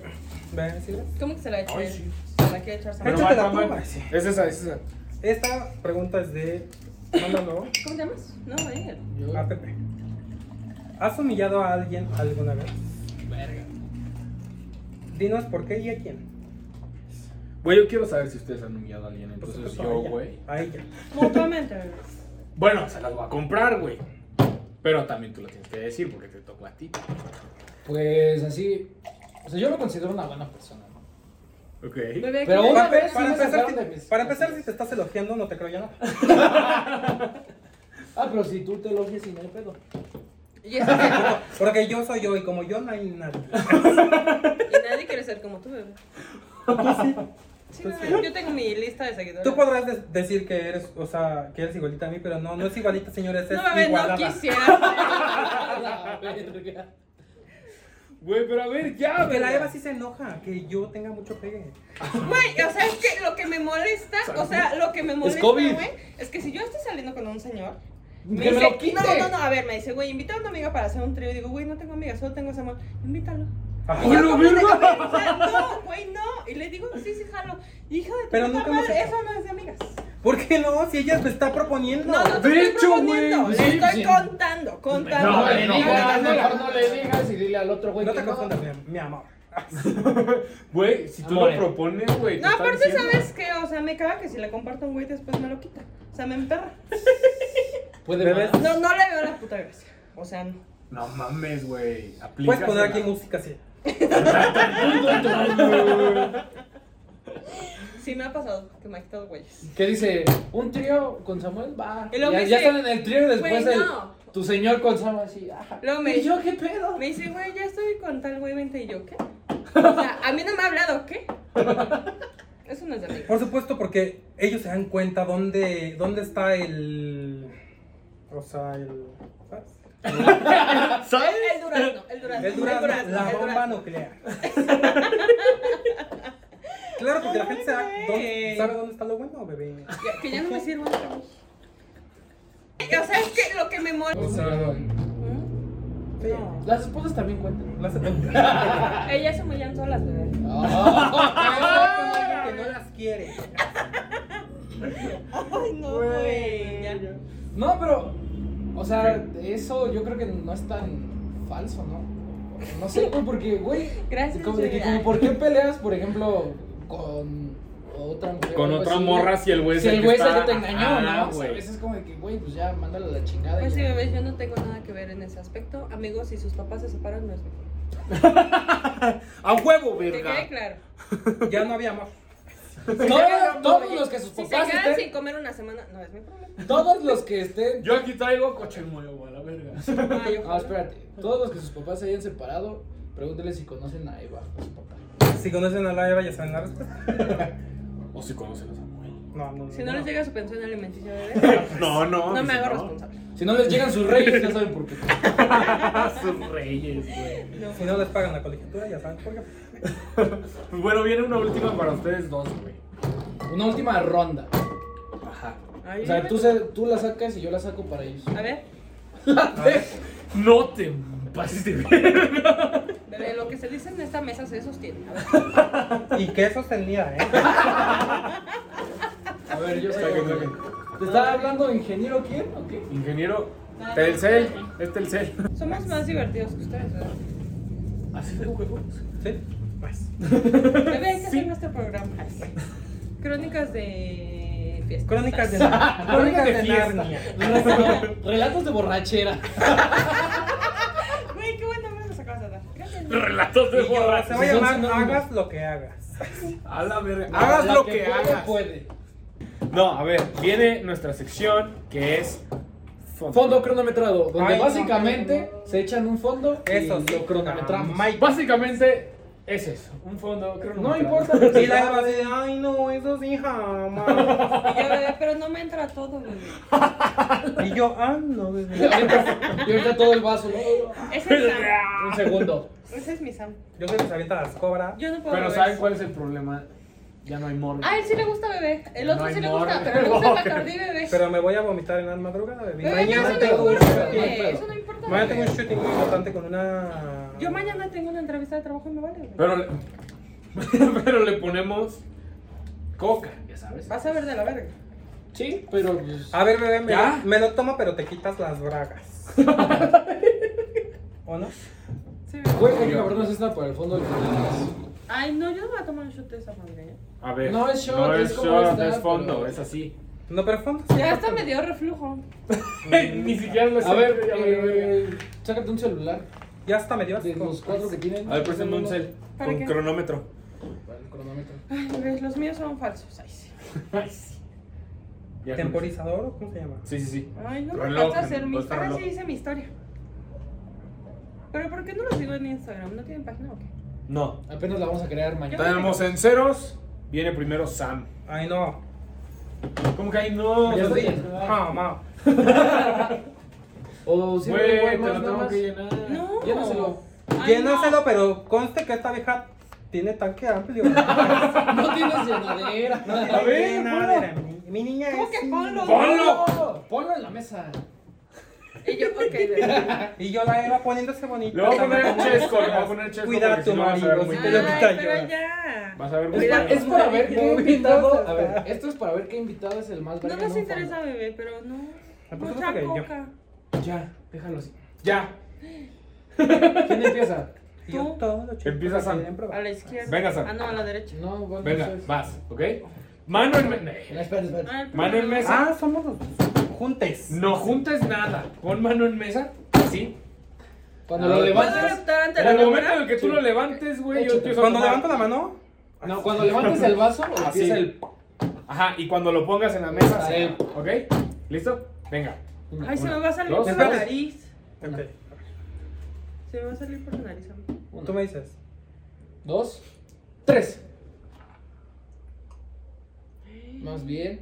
[SPEAKER 1] Ven, ¿sí ves?
[SPEAKER 2] ¿Cómo que se la eché?
[SPEAKER 3] Ay, sí.
[SPEAKER 2] Se la quiere echar Sam.
[SPEAKER 1] Pero- Échatela
[SPEAKER 3] va, va,
[SPEAKER 1] tú,
[SPEAKER 3] va.
[SPEAKER 1] ay, sí.
[SPEAKER 3] Es esa, es esa.
[SPEAKER 1] Esta pregunta es de. Mándalo
[SPEAKER 2] ¿Cómo te llamas? No, Daniel.
[SPEAKER 1] a Pepe. ¿Has humillado a alguien alguna vez?
[SPEAKER 4] Verga.
[SPEAKER 1] Dinos por qué y a quién.
[SPEAKER 3] Güey, yo quiero saber si ustedes han humillado a alguien.
[SPEAKER 1] Pues Por
[SPEAKER 3] Entonces
[SPEAKER 1] supuesto, a
[SPEAKER 3] Pues yo,
[SPEAKER 1] ella.
[SPEAKER 3] güey.
[SPEAKER 1] A ella.
[SPEAKER 2] Mutuamente.
[SPEAKER 3] Bueno, se las voy a comprar, güey. Pero también tú lo tienes que decir porque te tocó a ti.
[SPEAKER 4] Pues así. O sea, yo me considero una buena persona. ¿no?
[SPEAKER 3] Ok.
[SPEAKER 2] Bebé,
[SPEAKER 4] Pero
[SPEAKER 2] ¿qué-
[SPEAKER 4] una
[SPEAKER 1] Para,
[SPEAKER 4] vez sí
[SPEAKER 1] para
[SPEAKER 4] me
[SPEAKER 1] empezar,
[SPEAKER 4] sacaron de
[SPEAKER 1] si,
[SPEAKER 4] mis-
[SPEAKER 1] para empezar, si te estás elogiando, no te creo ya nada.
[SPEAKER 4] Ah, pero si tú te elogias y no hay pedo.
[SPEAKER 2] Y eso que-
[SPEAKER 1] Porque yo soy yo y como yo no hay nadie.
[SPEAKER 2] Y nadie quiere ser como tú, bebé. Sí,
[SPEAKER 1] Entonces-
[SPEAKER 2] no, yo tengo mi lista de seguidores.
[SPEAKER 1] Tú podrás de- decir que eres, o sea, que eres igualita a mí, pero no, no es igualita, señores, es
[SPEAKER 2] No mames, no
[SPEAKER 1] igualada.
[SPEAKER 2] quisiera.
[SPEAKER 4] La verga.
[SPEAKER 3] Güey, pero a ver, ya,
[SPEAKER 1] que la
[SPEAKER 3] ¿verdad?
[SPEAKER 1] Eva sí se enoja, que yo tenga mucho pegue.
[SPEAKER 2] Güey, o sea, es que lo que me molesta, o sea, lo que me molesta,
[SPEAKER 3] COVID.
[SPEAKER 2] güey, es que si yo estoy saliendo con un señor,
[SPEAKER 4] Que me lo quite.
[SPEAKER 2] no, no, no, a ver, me dice, güey, invita a una amiga para hacer un trío. Y digo, güey, no tengo amiga, solo tengo a Samuel, invítalo.
[SPEAKER 1] Ah,
[SPEAKER 2] Y yo
[SPEAKER 3] ¡Hola,
[SPEAKER 2] como de,
[SPEAKER 3] verga!
[SPEAKER 2] güey, o sea, no, güey, no. Y le digo, sí, sí, jalo. Hijo de tu
[SPEAKER 1] Pero
[SPEAKER 2] puta
[SPEAKER 1] nunca
[SPEAKER 2] madre,
[SPEAKER 1] hemos-
[SPEAKER 2] eso no es de amigas.
[SPEAKER 1] ¿Por qué no? Si ella me está proponiendo.
[SPEAKER 2] No, no te
[SPEAKER 3] de
[SPEAKER 2] estoy
[SPEAKER 3] hecho,
[SPEAKER 2] proponiendo,
[SPEAKER 3] güey,
[SPEAKER 2] le
[SPEAKER 4] sí,
[SPEAKER 2] estoy
[SPEAKER 4] sí.
[SPEAKER 2] contando, contando.
[SPEAKER 4] No le
[SPEAKER 3] No,
[SPEAKER 4] digas,
[SPEAKER 3] no,
[SPEAKER 4] mejor no le digas y dile al otro güey
[SPEAKER 1] No
[SPEAKER 4] que
[SPEAKER 1] te confundas, mi, mi amor.
[SPEAKER 3] Güey, si tú
[SPEAKER 4] Amore.
[SPEAKER 3] lo propones, güey. te
[SPEAKER 2] No,
[SPEAKER 3] está
[SPEAKER 2] aparte,
[SPEAKER 3] diciendo.
[SPEAKER 2] ¿sabes qué? O sea, me caga que si le comparto a un güey después me lo quita. O sea, me emperra.
[SPEAKER 4] Puede
[SPEAKER 1] Bebés.
[SPEAKER 4] más.
[SPEAKER 2] No, no le veo la puta gracia. O sea, no.
[SPEAKER 3] No mames, güey.
[SPEAKER 1] Puedes
[SPEAKER 3] Aplícasela.
[SPEAKER 1] poner aquí música así.
[SPEAKER 2] Sí me ha pasado que me ha quitado güeyes.
[SPEAKER 4] ¿Qué dice? ¿Un trío con Samuel? Va.
[SPEAKER 2] Y luego
[SPEAKER 4] Ya,
[SPEAKER 2] me
[SPEAKER 4] ya
[SPEAKER 2] dice,
[SPEAKER 4] están en el trío y después
[SPEAKER 2] "Güey,
[SPEAKER 4] el-
[SPEAKER 2] no".
[SPEAKER 4] tu señor con Samuel así. ajá.
[SPEAKER 2] Luego me-
[SPEAKER 4] ¿Y yo qué pedo?
[SPEAKER 2] Me dice, güey, ya estoy con tal güey, vente y yo, ¿qué? O sea, a mí no me ha hablado, ¿qué? Eso no es de amigo.
[SPEAKER 1] Por supuesto, porque ellos se dan cuenta dónde, dónde está el. O sea, el. ¿sabes?
[SPEAKER 2] El durazno, el durazno,
[SPEAKER 1] El durazno, la
[SPEAKER 2] el
[SPEAKER 1] bomba
[SPEAKER 2] durazno.
[SPEAKER 1] nuclear. claro, porque la gente se da-
[SPEAKER 2] Ay,
[SPEAKER 1] dónde-
[SPEAKER 2] güey.
[SPEAKER 1] sabe dónde está lo bueno, bebé.
[SPEAKER 2] Ya- Que ya no me sirve otra vez. O sea, es que lo que me molesta... ¿Mm?
[SPEAKER 1] Sí.
[SPEAKER 2] No.
[SPEAKER 4] Las esposas también cuentan.
[SPEAKER 1] Las- que
[SPEAKER 2] Ellas se humillan solas, bebé.
[SPEAKER 1] Ah, no las quiere.
[SPEAKER 2] Ay, no, güey. ya.
[SPEAKER 4] No, pero, o sea, eso yo creo que no es tan falso, ¿no? No sé, güey, porque, güey,
[SPEAKER 2] Gracias,
[SPEAKER 4] como, de que
[SPEAKER 2] Julia.
[SPEAKER 4] como por qué peleas, por ejemplo, con otra mujer.
[SPEAKER 3] Con
[SPEAKER 4] o algo
[SPEAKER 3] otra
[SPEAKER 4] así?
[SPEAKER 3] morra si el güey es
[SPEAKER 4] Si
[SPEAKER 3] el
[SPEAKER 4] el
[SPEAKER 3] que
[SPEAKER 4] güey es el que
[SPEAKER 3] está-
[SPEAKER 4] te engañó,
[SPEAKER 3] Ah,
[SPEAKER 4] ¿no? O sea,
[SPEAKER 3] güey.
[SPEAKER 4] a veces es como de que, güey, pues ya, mándalo a la chingada. y
[SPEAKER 2] Pues sí,
[SPEAKER 4] ya.
[SPEAKER 2] bebés, yo no tengo nada que ver en ese aspecto. Amigos, si sus papás se separan, no es mi culpa.
[SPEAKER 3] A huevo,
[SPEAKER 2] Que quede
[SPEAKER 3] verga.
[SPEAKER 2] claro.
[SPEAKER 1] Ya no había amor.
[SPEAKER 4] todos, todos los que sus
[SPEAKER 2] Si se
[SPEAKER 4] papás
[SPEAKER 2] quedan sin
[SPEAKER 4] estén,
[SPEAKER 2] comer una semana, no es mi problema.
[SPEAKER 4] todos los que estén
[SPEAKER 3] Yo aquí traigo coche nuevo, a la verga.
[SPEAKER 2] Ah, yo-
[SPEAKER 4] Ah, espérate. Todos los que sus papás se hayan separado, pregúntele si conocen a Eva, a su papá.
[SPEAKER 1] Si conocen a la Eva, ya saben la respuesta.
[SPEAKER 3] O si conocen a Samuel.
[SPEAKER 1] No, no,
[SPEAKER 2] Si no les llega su pensión alimenticia, bebé,
[SPEAKER 3] No, no.
[SPEAKER 2] no me
[SPEAKER 3] pues
[SPEAKER 2] hago responsable.
[SPEAKER 4] Si no les llegan sus reyes, ya saben por qué.
[SPEAKER 3] Ah, Sus reyes, güey.
[SPEAKER 2] No.
[SPEAKER 1] Si no les pagan la colegiatura, ya saben por qué.
[SPEAKER 3] Pues bueno, viene una última para ustedes dos, güey.
[SPEAKER 4] Una última ronda.
[SPEAKER 3] Ajá.
[SPEAKER 2] Ay,
[SPEAKER 4] O sea, tú, se- tú la sacas y yo la saco para ellos.
[SPEAKER 2] A ver,
[SPEAKER 3] No te pases de verga.
[SPEAKER 2] bebé, lo que se dice en esta mesa se sostiene. A ver.
[SPEAKER 1] Y que sostenida, ¿eh?
[SPEAKER 4] A ver, yo
[SPEAKER 3] Saquen,
[SPEAKER 4] saco.
[SPEAKER 3] saquen.
[SPEAKER 4] ¿Te estaba hablando ingeniero quién o qué?
[SPEAKER 3] Ingeniero, Telcel, es Telcel.
[SPEAKER 2] Somos más divertidos que ustedes, ¿verdad?
[SPEAKER 3] Así de huevos.
[SPEAKER 1] Sí. Pues.
[SPEAKER 2] Bebé, hay que hacer nuestro este programa. Crónicas de fiesta.
[SPEAKER 1] Crónicas de Narnia. Crónicas de,
[SPEAKER 3] de fiesta.
[SPEAKER 1] Narnia.
[SPEAKER 4] Relatos de borrachera.
[SPEAKER 2] Güey, qué buen nombre nos acabas de dar. Gracias.
[SPEAKER 3] Relatos de
[SPEAKER 1] Y yo, se va a
[SPEAKER 3] borrachos.
[SPEAKER 4] son
[SPEAKER 1] llamar
[SPEAKER 4] sinónimos.
[SPEAKER 1] Hagas lo que hagas.
[SPEAKER 3] A la verga.
[SPEAKER 4] Hagas
[SPEAKER 3] Hagas lo que
[SPEAKER 4] puede,
[SPEAKER 3] hagas.
[SPEAKER 4] puede.
[SPEAKER 3] No, a ver, viene nuestra sección que es.
[SPEAKER 4] Fondo cronometrado, donde
[SPEAKER 1] Ay, no,
[SPEAKER 4] básicamente se echan un fondo
[SPEAKER 1] Eso
[SPEAKER 4] y
[SPEAKER 1] sí. Ah,
[SPEAKER 4] lo cronometramos.
[SPEAKER 1] Mike.
[SPEAKER 3] Básicamente es eso, un fondo cronometrado.
[SPEAKER 4] No importa.
[SPEAKER 1] Y la Eva así de, ay no, eso sí jamás.
[SPEAKER 2] Y yo, bebé, pero no me entra todo, bebé.
[SPEAKER 1] Y yo, ah, no, bebé.
[SPEAKER 4] Y ahorita- y ahorita todo el vaso. ¿no?
[SPEAKER 2] Ese es Sam.
[SPEAKER 4] Un segundo.
[SPEAKER 2] Ese es mi Sam.
[SPEAKER 1] Yo soy el que se avienta las cobras.
[SPEAKER 2] Yo no puedo
[SPEAKER 3] Pero
[SPEAKER 2] beber.
[SPEAKER 3] ¿saben cuál es el problema? Ya no hay morbo.
[SPEAKER 2] A él sí le gusta bebé. El
[SPEAKER 3] No
[SPEAKER 2] otro
[SPEAKER 3] hay
[SPEAKER 2] sí le
[SPEAKER 3] morro.
[SPEAKER 2] gusta, pero le gusta el Bacardí bebé.
[SPEAKER 1] Pero me voy a vomitar en la madrugada, bebé.
[SPEAKER 2] Bebé, ya
[SPEAKER 1] Mañana
[SPEAKER 2] eso no
[SPEAKER 1] tengo un
[SPEAKER 2] importa,
[SPEAKER 1] shooting.
[SPEAKER 4] no hay
[SPEAKER 2] bebé.
[SPEAKER 4] pedo.
[SPEAKER 2] Eso no importa.
[SPEAKER 1] Mañana
[SPEAKER 2] bebé.
[SPEAKER 1] tengo un shooting muy importante con una.
[SPEAKER 2] Yo mañana tengo una entrevista de trabajo y me vale. bebé.
[SPEAKER 3] Pero le, pero le ponemos coca, ya sabes.
[SPEAKER 2] Vas a ver de la verga.
[SPEAKER 4] Sí, pero pues,
[SPEAKER 1] A ver, bebé, me,
[SPEAKER 3] ¿Ya?
[SPEAKER 1] me lo tomo, pero te quitas las bragas. ¿O no?
[SPEAKER 2] Sí, bebé.
[SPEAKER 4] güey, hay que abrirnos esta por el fondo del canal.
[SPEAKER 2] Ay, no, yo no voy a tomar un shot de esa madre. ¿eh?
[SPEAKER 3] A ver.
[SPEAKER 4] No es shot,
[SPEAKER 3] no
[SPEAKER 4] es
[SPEAKER 3] es,
[SPEAKER 4] como
[SPEAKER 3] shot,
[SPEAKER 4] está,
[SPEAKER 3] es fondo,
[SPEAKER 4] pero-
[SPEAKER 3] es así.
[SPEAKER 1] No, pero fondo.
[SPEAKER 2] Ya hasta me dio reflujo.
[SPEAKER 3] Ni siquiera lo sé.
[SPEAKER 4] A ver,
[SPEAKER 3] ya me-
[SPEAKER 4] eh, sácate un celular
[SPEAKER 1] Ya hasta me dio
[SPEAKER 4] de
[SPEAKER 1] asco.
[SPEAKER 4] los cuatro que tienen.
[SPEAKER 3] A ver, préstame un cel.
[SPEAKER 2] ¿Para
[SPEAKER 3] Con
[SPEAKER 2] qué?
[SPEAKER 3] cronómetro.
[SPEAKER 4] Para el cronómetro.
[SPEAKER 2] Ay, bebé, los míos son falsos. Ay, sí.
[SPEAKER 3] Ya con-
[SPEAKER 1] ¿Temporizador o cómo se llama?
[SPEAKER 3] Sí, sí, sí.
[SPEAKER 2] Ay, no me
[SPEAKER 3] Reloj,
[SPEAKER 2] falta hacer mi
[SPEAKER 3] los
[SPEAKER 2] historia.
[SPEAKER 3] reloj.
[SPEAKER 2] sí hice mi historia. Pero ¿por qué no los digo en Instagram? ¿No tienen página o qué?
[SPEAKER 3] No.
[SPEAKER 4] Apenas la vamos a crear mañana.
[SPEAKER 3] Tenemos enceros Viene primero Sam.
[SPEAKER 1] Ay, no.
[SPEAKER 3] ¿Cómo que ahí no?
[SPEAKER 4] Ya
[SPEAKER 3] No
[SPEAKER 4] estoy.
[SPEAKER 3] digas nada.
[SPEAKER 1] Ah, ma.
[SPEAKER 4] O
[SPEAKER 3] Güey,
[SPEAKER 4] siempre igual
[SPEAKER 3] te
[SPEAKER 4] más,
[SPEAKER 3] lo
[SPEAKER 4] nada
[SPEAKER 3] tengo
[SPEAKER 4] más.
[SPEAKER 3] que llenar.
[SPEAKER 2] No.
[SPEAKER 4] Llénaselo.
[SPEAKER 2] Ay,
[SPEAKER 1] Llénaselo,
[SPEAKER 2] no.
[SPEAKER 1] pero conste que esta vieja tiene tanque amplio.
[SPEAKER 4] No tienes llenadera.
[SPEAKER 1] A
[SPEAKER 3] ver,
[SPEAKER 1] nada. Mi, mi niña
[SPEAKER 2] ¿Cómo
[SPEAKER 1] es.
[SPEAKER 2] que ponlo?
[SPEAKER 3] ¡Ponlo!
[SPEAKER 4] Ponlo en la mesa.
[SPEAKER 2] Y yo, ok, de-
[SPEAKER 1] Y yo la iba poniéndose bonita.
[SPEAKER 3] Le voy a poner
[SPEAKER 1] también.
[SPEAKER 3] chesco, le voy a poner chesco.
[SPEAKER 1] Cuida
[SPEAKER 3] porque
[SPEAKER 1] a
[SPEAKER 3] si
[SPEAKER 1] tu
[SPEAKER 3] no vas a ver
[SPEAKER 1] marido,
[SPEAKER 3] muy
[SPEAKER 1] si
[SPEAKER 3] feo.
[SPEAKER 1] te lo
[SPEAKER 2] Ay,
[SPEAKER 1] quita
[SPEAKER 2] pero
[SPEAKER 1] llora.
[SPEAKER 2] ya.
[SPEAKER 3] Vas a ver muy
[SPEAKER 4] Es para,
[SPEAKER 3] feo.
[SPEAKER 4] es para ver qué
[SPEAKER 1] Qué
[SPEAKER 4] invitado.
[SPEAKER 1] bonito.
[SPEAKER 4] A ver, esto es para ver qué invitado es el más
[SPEAKER 2] No
[SPEAKER 4] verga
[SPEAKER 2] nos
[SPEAKER 4] un
[SPEAKER 2] interesa, bebé, pero no.
[SPEAKER 1] ¿Por qué
[SPEAKER 2] Mucha
[SPEAKER 1] no te cayó?
[SPEAKER 2] coca.
[SPEAKER 4] Ya, déjalo así.
[SPEAKER 3] Ya.
[SPEAKER 4] ¿Quién empieza?
[SPEAKER 1] Y yo
[SPEAKER 2] Tú.
[SPEAKER 1] todo lo chico
[SPEAKER 3] Empieza
[SPEAKER 1] que
[SPEAKER 3] Sam.
[SPEAKER 1] querían probar.
[SPEAKER 2] A la izquierda.
[SPEAKER 3] Venga, Sam.
[SPEAKER 2] Ah, no, a la derecha.
[SPEAKER 4] No, bueno,
[SPEAKER 3] Venga,
[SPEAKER 4] entonces-
[SPEAKER 3] vas, ¿ok? Mano en
[SPEAKER 4] No,
[SPEAKER 3] mesa.
[SPEAKER 4] espera, espera.
[SPEAKER 2] Ah, el
[SPEAKER 3] Mano en
[SPEAKER 2] primero.
[SPEAKER 3] mesa.
[SPEAKER 1] Ah, somos los juntes.
[SPEAKER 3] No juntes nada. Pon mano en mesa. Sí.
[SPEAKER 4] Cuando
[SPEAKER 3] A
[SPEAKER 4] lo
[SPEAKER 3] ver.
[SPEAKER 2] ¿Puedo
[SPEAKER 4] levantes.
[SPEAKER 2] adoptar ante
[SPEAKER 3] En
[SPEAKER 2] la
[SPEAKER 3] el momento en
[SPEAKER 2] cámara?
[SPEAKER 3] el que tú lo levantes, güey, yo
[SPEAKER 4] Échate.
[SPEAKER 3] empiezo a
[SPEAKER 1] Cuando
[SPEAKER 3] tomar.
[SPEAKER 1] levanto la mano.
[SPEAKER 4] No, cuando levantes el vaso,
[SPEAKER 3] Así.
[SPEAKER 4] empieza el.
[SPEAKER 3] Ajá, y cuando lo pongas en la mesa,
[SPEAKER 4] Ah,
[SPEAKER 3] sí.
[SPEAKER 4] eh.
[SPEAKER 3] ¿Ok? ¿Listo? Venga.
[SPEAKER 2] Ay, se me va a salir
[SPEAKER 3] Dos,
[SPEAKER 2] por la
[SPEAKER 1] tres.
[SPEAKER 2] nariz.
[SPEAKER 1] Ok.
[SPEAKER 2] Se me va a salir por la nariz. a mí.
[SPEAKER 1] Tú me dices.
[SPEAKER 4] Dos.
[SPEAKER 3] Tres.
[SPEAKER 4] Más bien.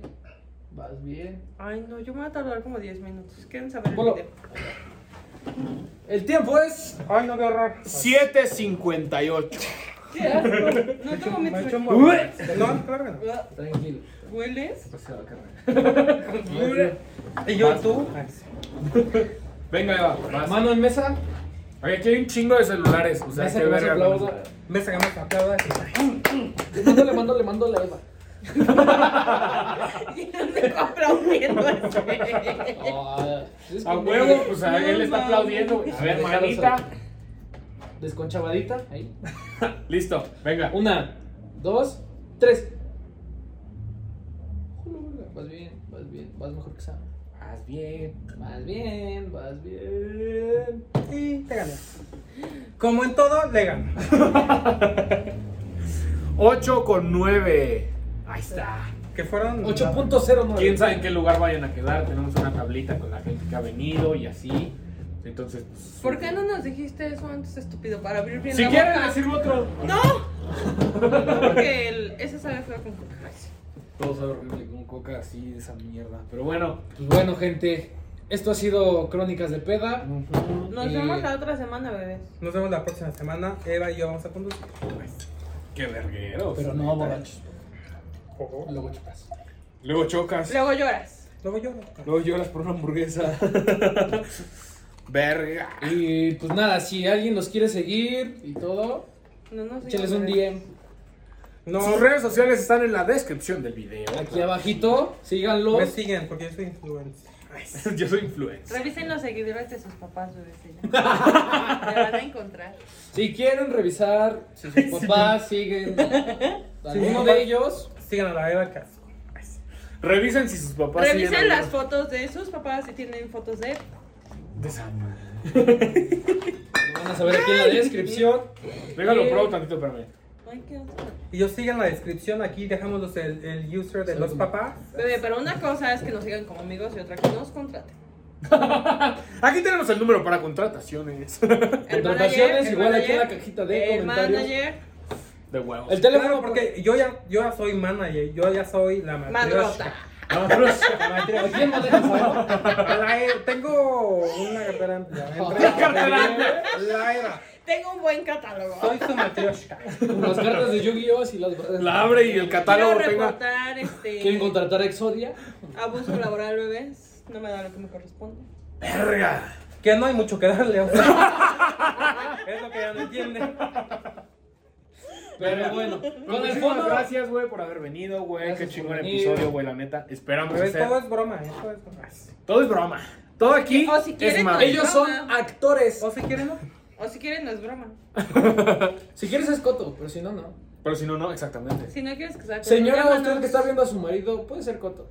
[SPEAKER 4] Vas bien.
[SPEAKER 2] Ay, no, yo me voy a tardar como 10 minutos. Quieren saber el
[SPEAKER 4] Polo.
[SPEAKER 2] video.
[SPEAKER 4] El tiempo es.
[SPEAKER 1] Ay, no, qué horror.
[SPEAKER 3] 7.58.
[SPEAKER 2] ¿Qué asco? No te
[SPEAKER 1] Me echo
[SPEAKER 2] momentos.
[SPEAKER 1] un guapo. No, claro que no.
[SPEAKER 4] Tranquilo.
[SPEAKER 2] ¿Hueles?
[SPEAKER 1] Y yo, tú. Ay, sí.
[SPEAKER 3] Venga, Eva, vas.
[SPEAKER 4] Mano en mesa.
[SPEAKER 3] Oye, aquí hay un chingo de celulares. O sea,
[SPEAKER 4] Mesa
[SPEAKER 3] qué
[SPEAKER 4] que más
[SPEAKER 3] verga,
[SPEAKER 4] aplauda.
[SPEAKER 3] hermano.
[SPEAKER 1] Me sacamos la aplauda. y-
[SPEAKER 4] Le mando, le mando, le mando la Eva.
[SPEAKER 2] ¿Y dónde compra un hielo ese?
[SPEAKER 4] Ah, es
[SPEAKER 3] A
[SPEAKER 4] como-
[SPEAKER 3] huevo, pues a
[SPEAKER 2] No
[SPEAKER 3] él le está
[SPEAKER 2] mames.
[SPEAKER 3] aplaudiendo. güey. A ver,
[SPEAKER 4] Déjalo
[SPEAKER 3] manita.
[SPEAKER 4] solo. Desconchavadita. Ahí.
[SPEAKER 3] Listo, venga.
[SPEAKER 4] Una, dos, tres. Jolo, verga. Vas bien, vas bien, vas mejor que Sam.
[SPEAKER 3] Vas bien.
[SPEAKER 4] Vas bien, vas bien.
[SPEAKER 1] Y te gané. Como en todo, le gano.
[SPEAKER 3] 8 con 9. Ahí está.
[SPEAKER 1] Que fueron. no.
[SPEAKER 4] 8.09.
[SPEAKER 3] Quién sabe en qué lugar vayan a quedar. Tenemos una tablita con la gente que ha venido y así. Entonces, pues,
[SPEAKER 2] ¿Por qué no nos dijiste eso antes, estúpido? Para abrir bien
[SPEAKER 3] si
[SPEAKER 2] la
[SPEAKER 3] quieren
[SPEAKER 2] boca.
[SPEAKER 3] decirme otro.
[SPEAKER 2] ¡No! No, porque el, ese sabe feo con coca. Ay, sí.
[SPEAKER 3] Todo sabe horrible con coca así, esa mierda. Pero bueno,
[SPEAKER 4] Pues bueno, gente, esto ha sido Crónicas de Peda.
[SPEAKER 2] Nos
[SPEAKER 4] Eh,
[SPEAKER 2] vemos la otra semana, bebés.
[SPEAKER 1] Nos vemos la próxima semana. Eva y yo vamos a conducir.
[SPEAKER 3] qué vergueros.
[SPEAKER 4] Pero no borrachos.
[SPEAKER 1] Ojo.
[SPEAKER 4] Luego chocas.
[SPEAKER 3] Luego chocas.
[SPEAKER 2] Luego lloras.
[SPEAKER 1] Luego yo.
[SPEAKER 3] Luego lloras por una hamburguesa. Verga.
[SPEAKER 4] Y pues nada, si alguien los quiere seguir y todo,
[SPEAKER 2] No, no, sí,
[SPEAKER 4] échales un
[SPEAKER 2] bebés.
[SPEAKER 4] DM.
[SPEAKER 1] No,
[SPEAKER 3] Sus redes sociales están en la descripción del video.
[SPEAKER 4] Aquí abajito, síganlos.
[SPEAKER 1] me siguen porque yo soy influencer.
[SPEAKER 3] Yo soy influencer.
[SPEAKER 2] Revisen los seguidores de sus papás, bebés. y ya. Te van a encontrar.
[SPEAKER 4] Si quieren revisar si sus papás siguen a alguno
[SPEAKER 1] papá.
[SPEAKER 4] de ellos,
[SPEAKER 1] Sigan a la Eva Casco.
[SPEAKER 3] Revisen si sus papás.
[SPEAKER 2] Revisen
[SPEAKER 3] siguen
[SPEAKER 2] las fotos de sus papás si tienen fotos de.
[SPEAKER 3] De esa madre.
[SPEAKER 4] lo van a saber aquí en la descripción.
[SPEAKER 3] Déjalo
[SPEAKER 2] Eh.
[SPEAKER 3] pro tantito, espérame.
[SPEAKER 2] Ay, qué asco.
[SPEAKER 1] Y yo sigan la descripción. Aquí dejamos los- el, el user de los papás.
[SPEAKER 2] Bebé, pero una cosa es que nos sigan como amigos y otra que nos contraten.
[SPEAKER 3] Aquí tenemos el número para contrataciones.
[SPEAKER 2] El
[SPEAKER 4] Contrataciones,
[SPEAKER 2] manager, el
[SPEAKER 4] igual aquí en la
[SPEAKER 2] manager,
[SPEAKER 4] cajita de
[SPEAKER 2] El
[SPEAKER 4] comentarios.
[SPEAKER 2] manager.
[SPEAKER 3] De huevos.
[SPEAKER 4] El teléfono
[SPEAKER 1] Claro, porque yo ya, yo ya soy manager, yo ya soy la
[SPEAKER 2] Madrota.
[SPEAKER 1] matrioshka.
[SPEAKER 3] Vámonos.
[SPEAKER 1] La matrioshka.
[SPEAKER 4] ¿Quién maneja Sam?
[SPEAKER 1] La e- tengo una cartera amplia. Entre
[SPEAKER 4] Una
[SPEAKER 3] cartera
[SPEAKER 1] La Eva.
[SPEAKER 2] Tengo un buen catálogo.
[SPEAKER 1] Soy su matrioshka.
[SPEAKER 4] Las cartas de Yu-Gi-Oh! y las
[SPEAKER 3] La abre y el
[SPEAKER 2] Quiero
[SPEAKER 3] catálogo tenga.
[SPEAKER 2] reportar este,
[SPEAKER 4] ¿Quieren contratar a Exodia?
[SPEAKER 2] abuso laboral, bebés. No me da lo que me corresponde.
[SPEAKER 3] Verga.
[SPEAKER 1] Que no hay mucho que darle. o sea. es lo que ya no entiende.
[SPEAKER 4] Pero bueno, con el
[SPEAKER 3] Muchísimas
[SPEAKER 4] fondo.
[SPEAKER 3] gracias, güey, por haber venido, güey. Qué
[SPEAKER 4] Gracias
[SPEAKER 3] chingón
[SPEAKER 4] por venir.
[SPEAKER 3] episodio, güey, la neta. Esperamos
[SPEAKER 1] Pero es-
[SPEAKER 3] hacer.
[SPEAKER 1] todo
[SPEAKER 3] Todo,
[SPEAKER 1] es broma, eh, todo es broma.
[SPEAKER 3] es broma. Todo aquí
[SPEAKER 2] O si quieren,
[SPEAKER 3] es mame.
[SPEAKER 2] no.
[SPEAKER 4] Ellos son actores.
[SPEAKER 1] O si quieren, no.
[SPEAKER 2] O si quieren, no es broma.
[SPEAKER 4] Si quieres es coto, pero si no, no.
[SPEAKER 3] Pero si no, no, exactamente.
[SPEAKER 2] Si no quieres que sea
[SPEAKER 4] Señora,
[SPEAKER 2] llámanos.
[SPEAKER 4] usted que está viendo a su marido, puede ser coto.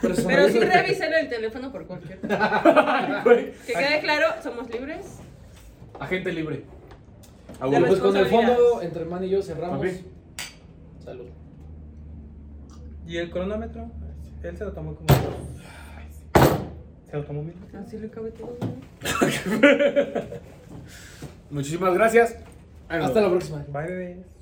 [SPEAKER 4] Pero, su
[SPEAKER 2] Pero
[SPEAKER 4] marido-
[SPEAKER 2] sí revisen el teléfono por cualquier cosa.
[SPEAKER 3] Güey,
[SPEAKER 2] Que quede claro, somos libres.
[SPEAKER 3] Agente libre. A huevo.
[SPEAKER 4] Bueno, pues con el fondo,
[SPEAKER 2] responsabilidades.
[SPEAKER 4] entre hermano y yo cerramos.
[SPEAKER 3] Papi.
[SPEAKER 4] Salud.
[SPEAKER 1] ¿Y el cronómetro? Él se lo tomó como. Se lo tomó bien.
[SPEAKER 2] Así lo cabe todo.
[SPEAKER 3] Muchísimas gracias. Ay, no.
[SPEAKER 4] Hasta la próxima.
[SPEAKER 1] Bye, bebés.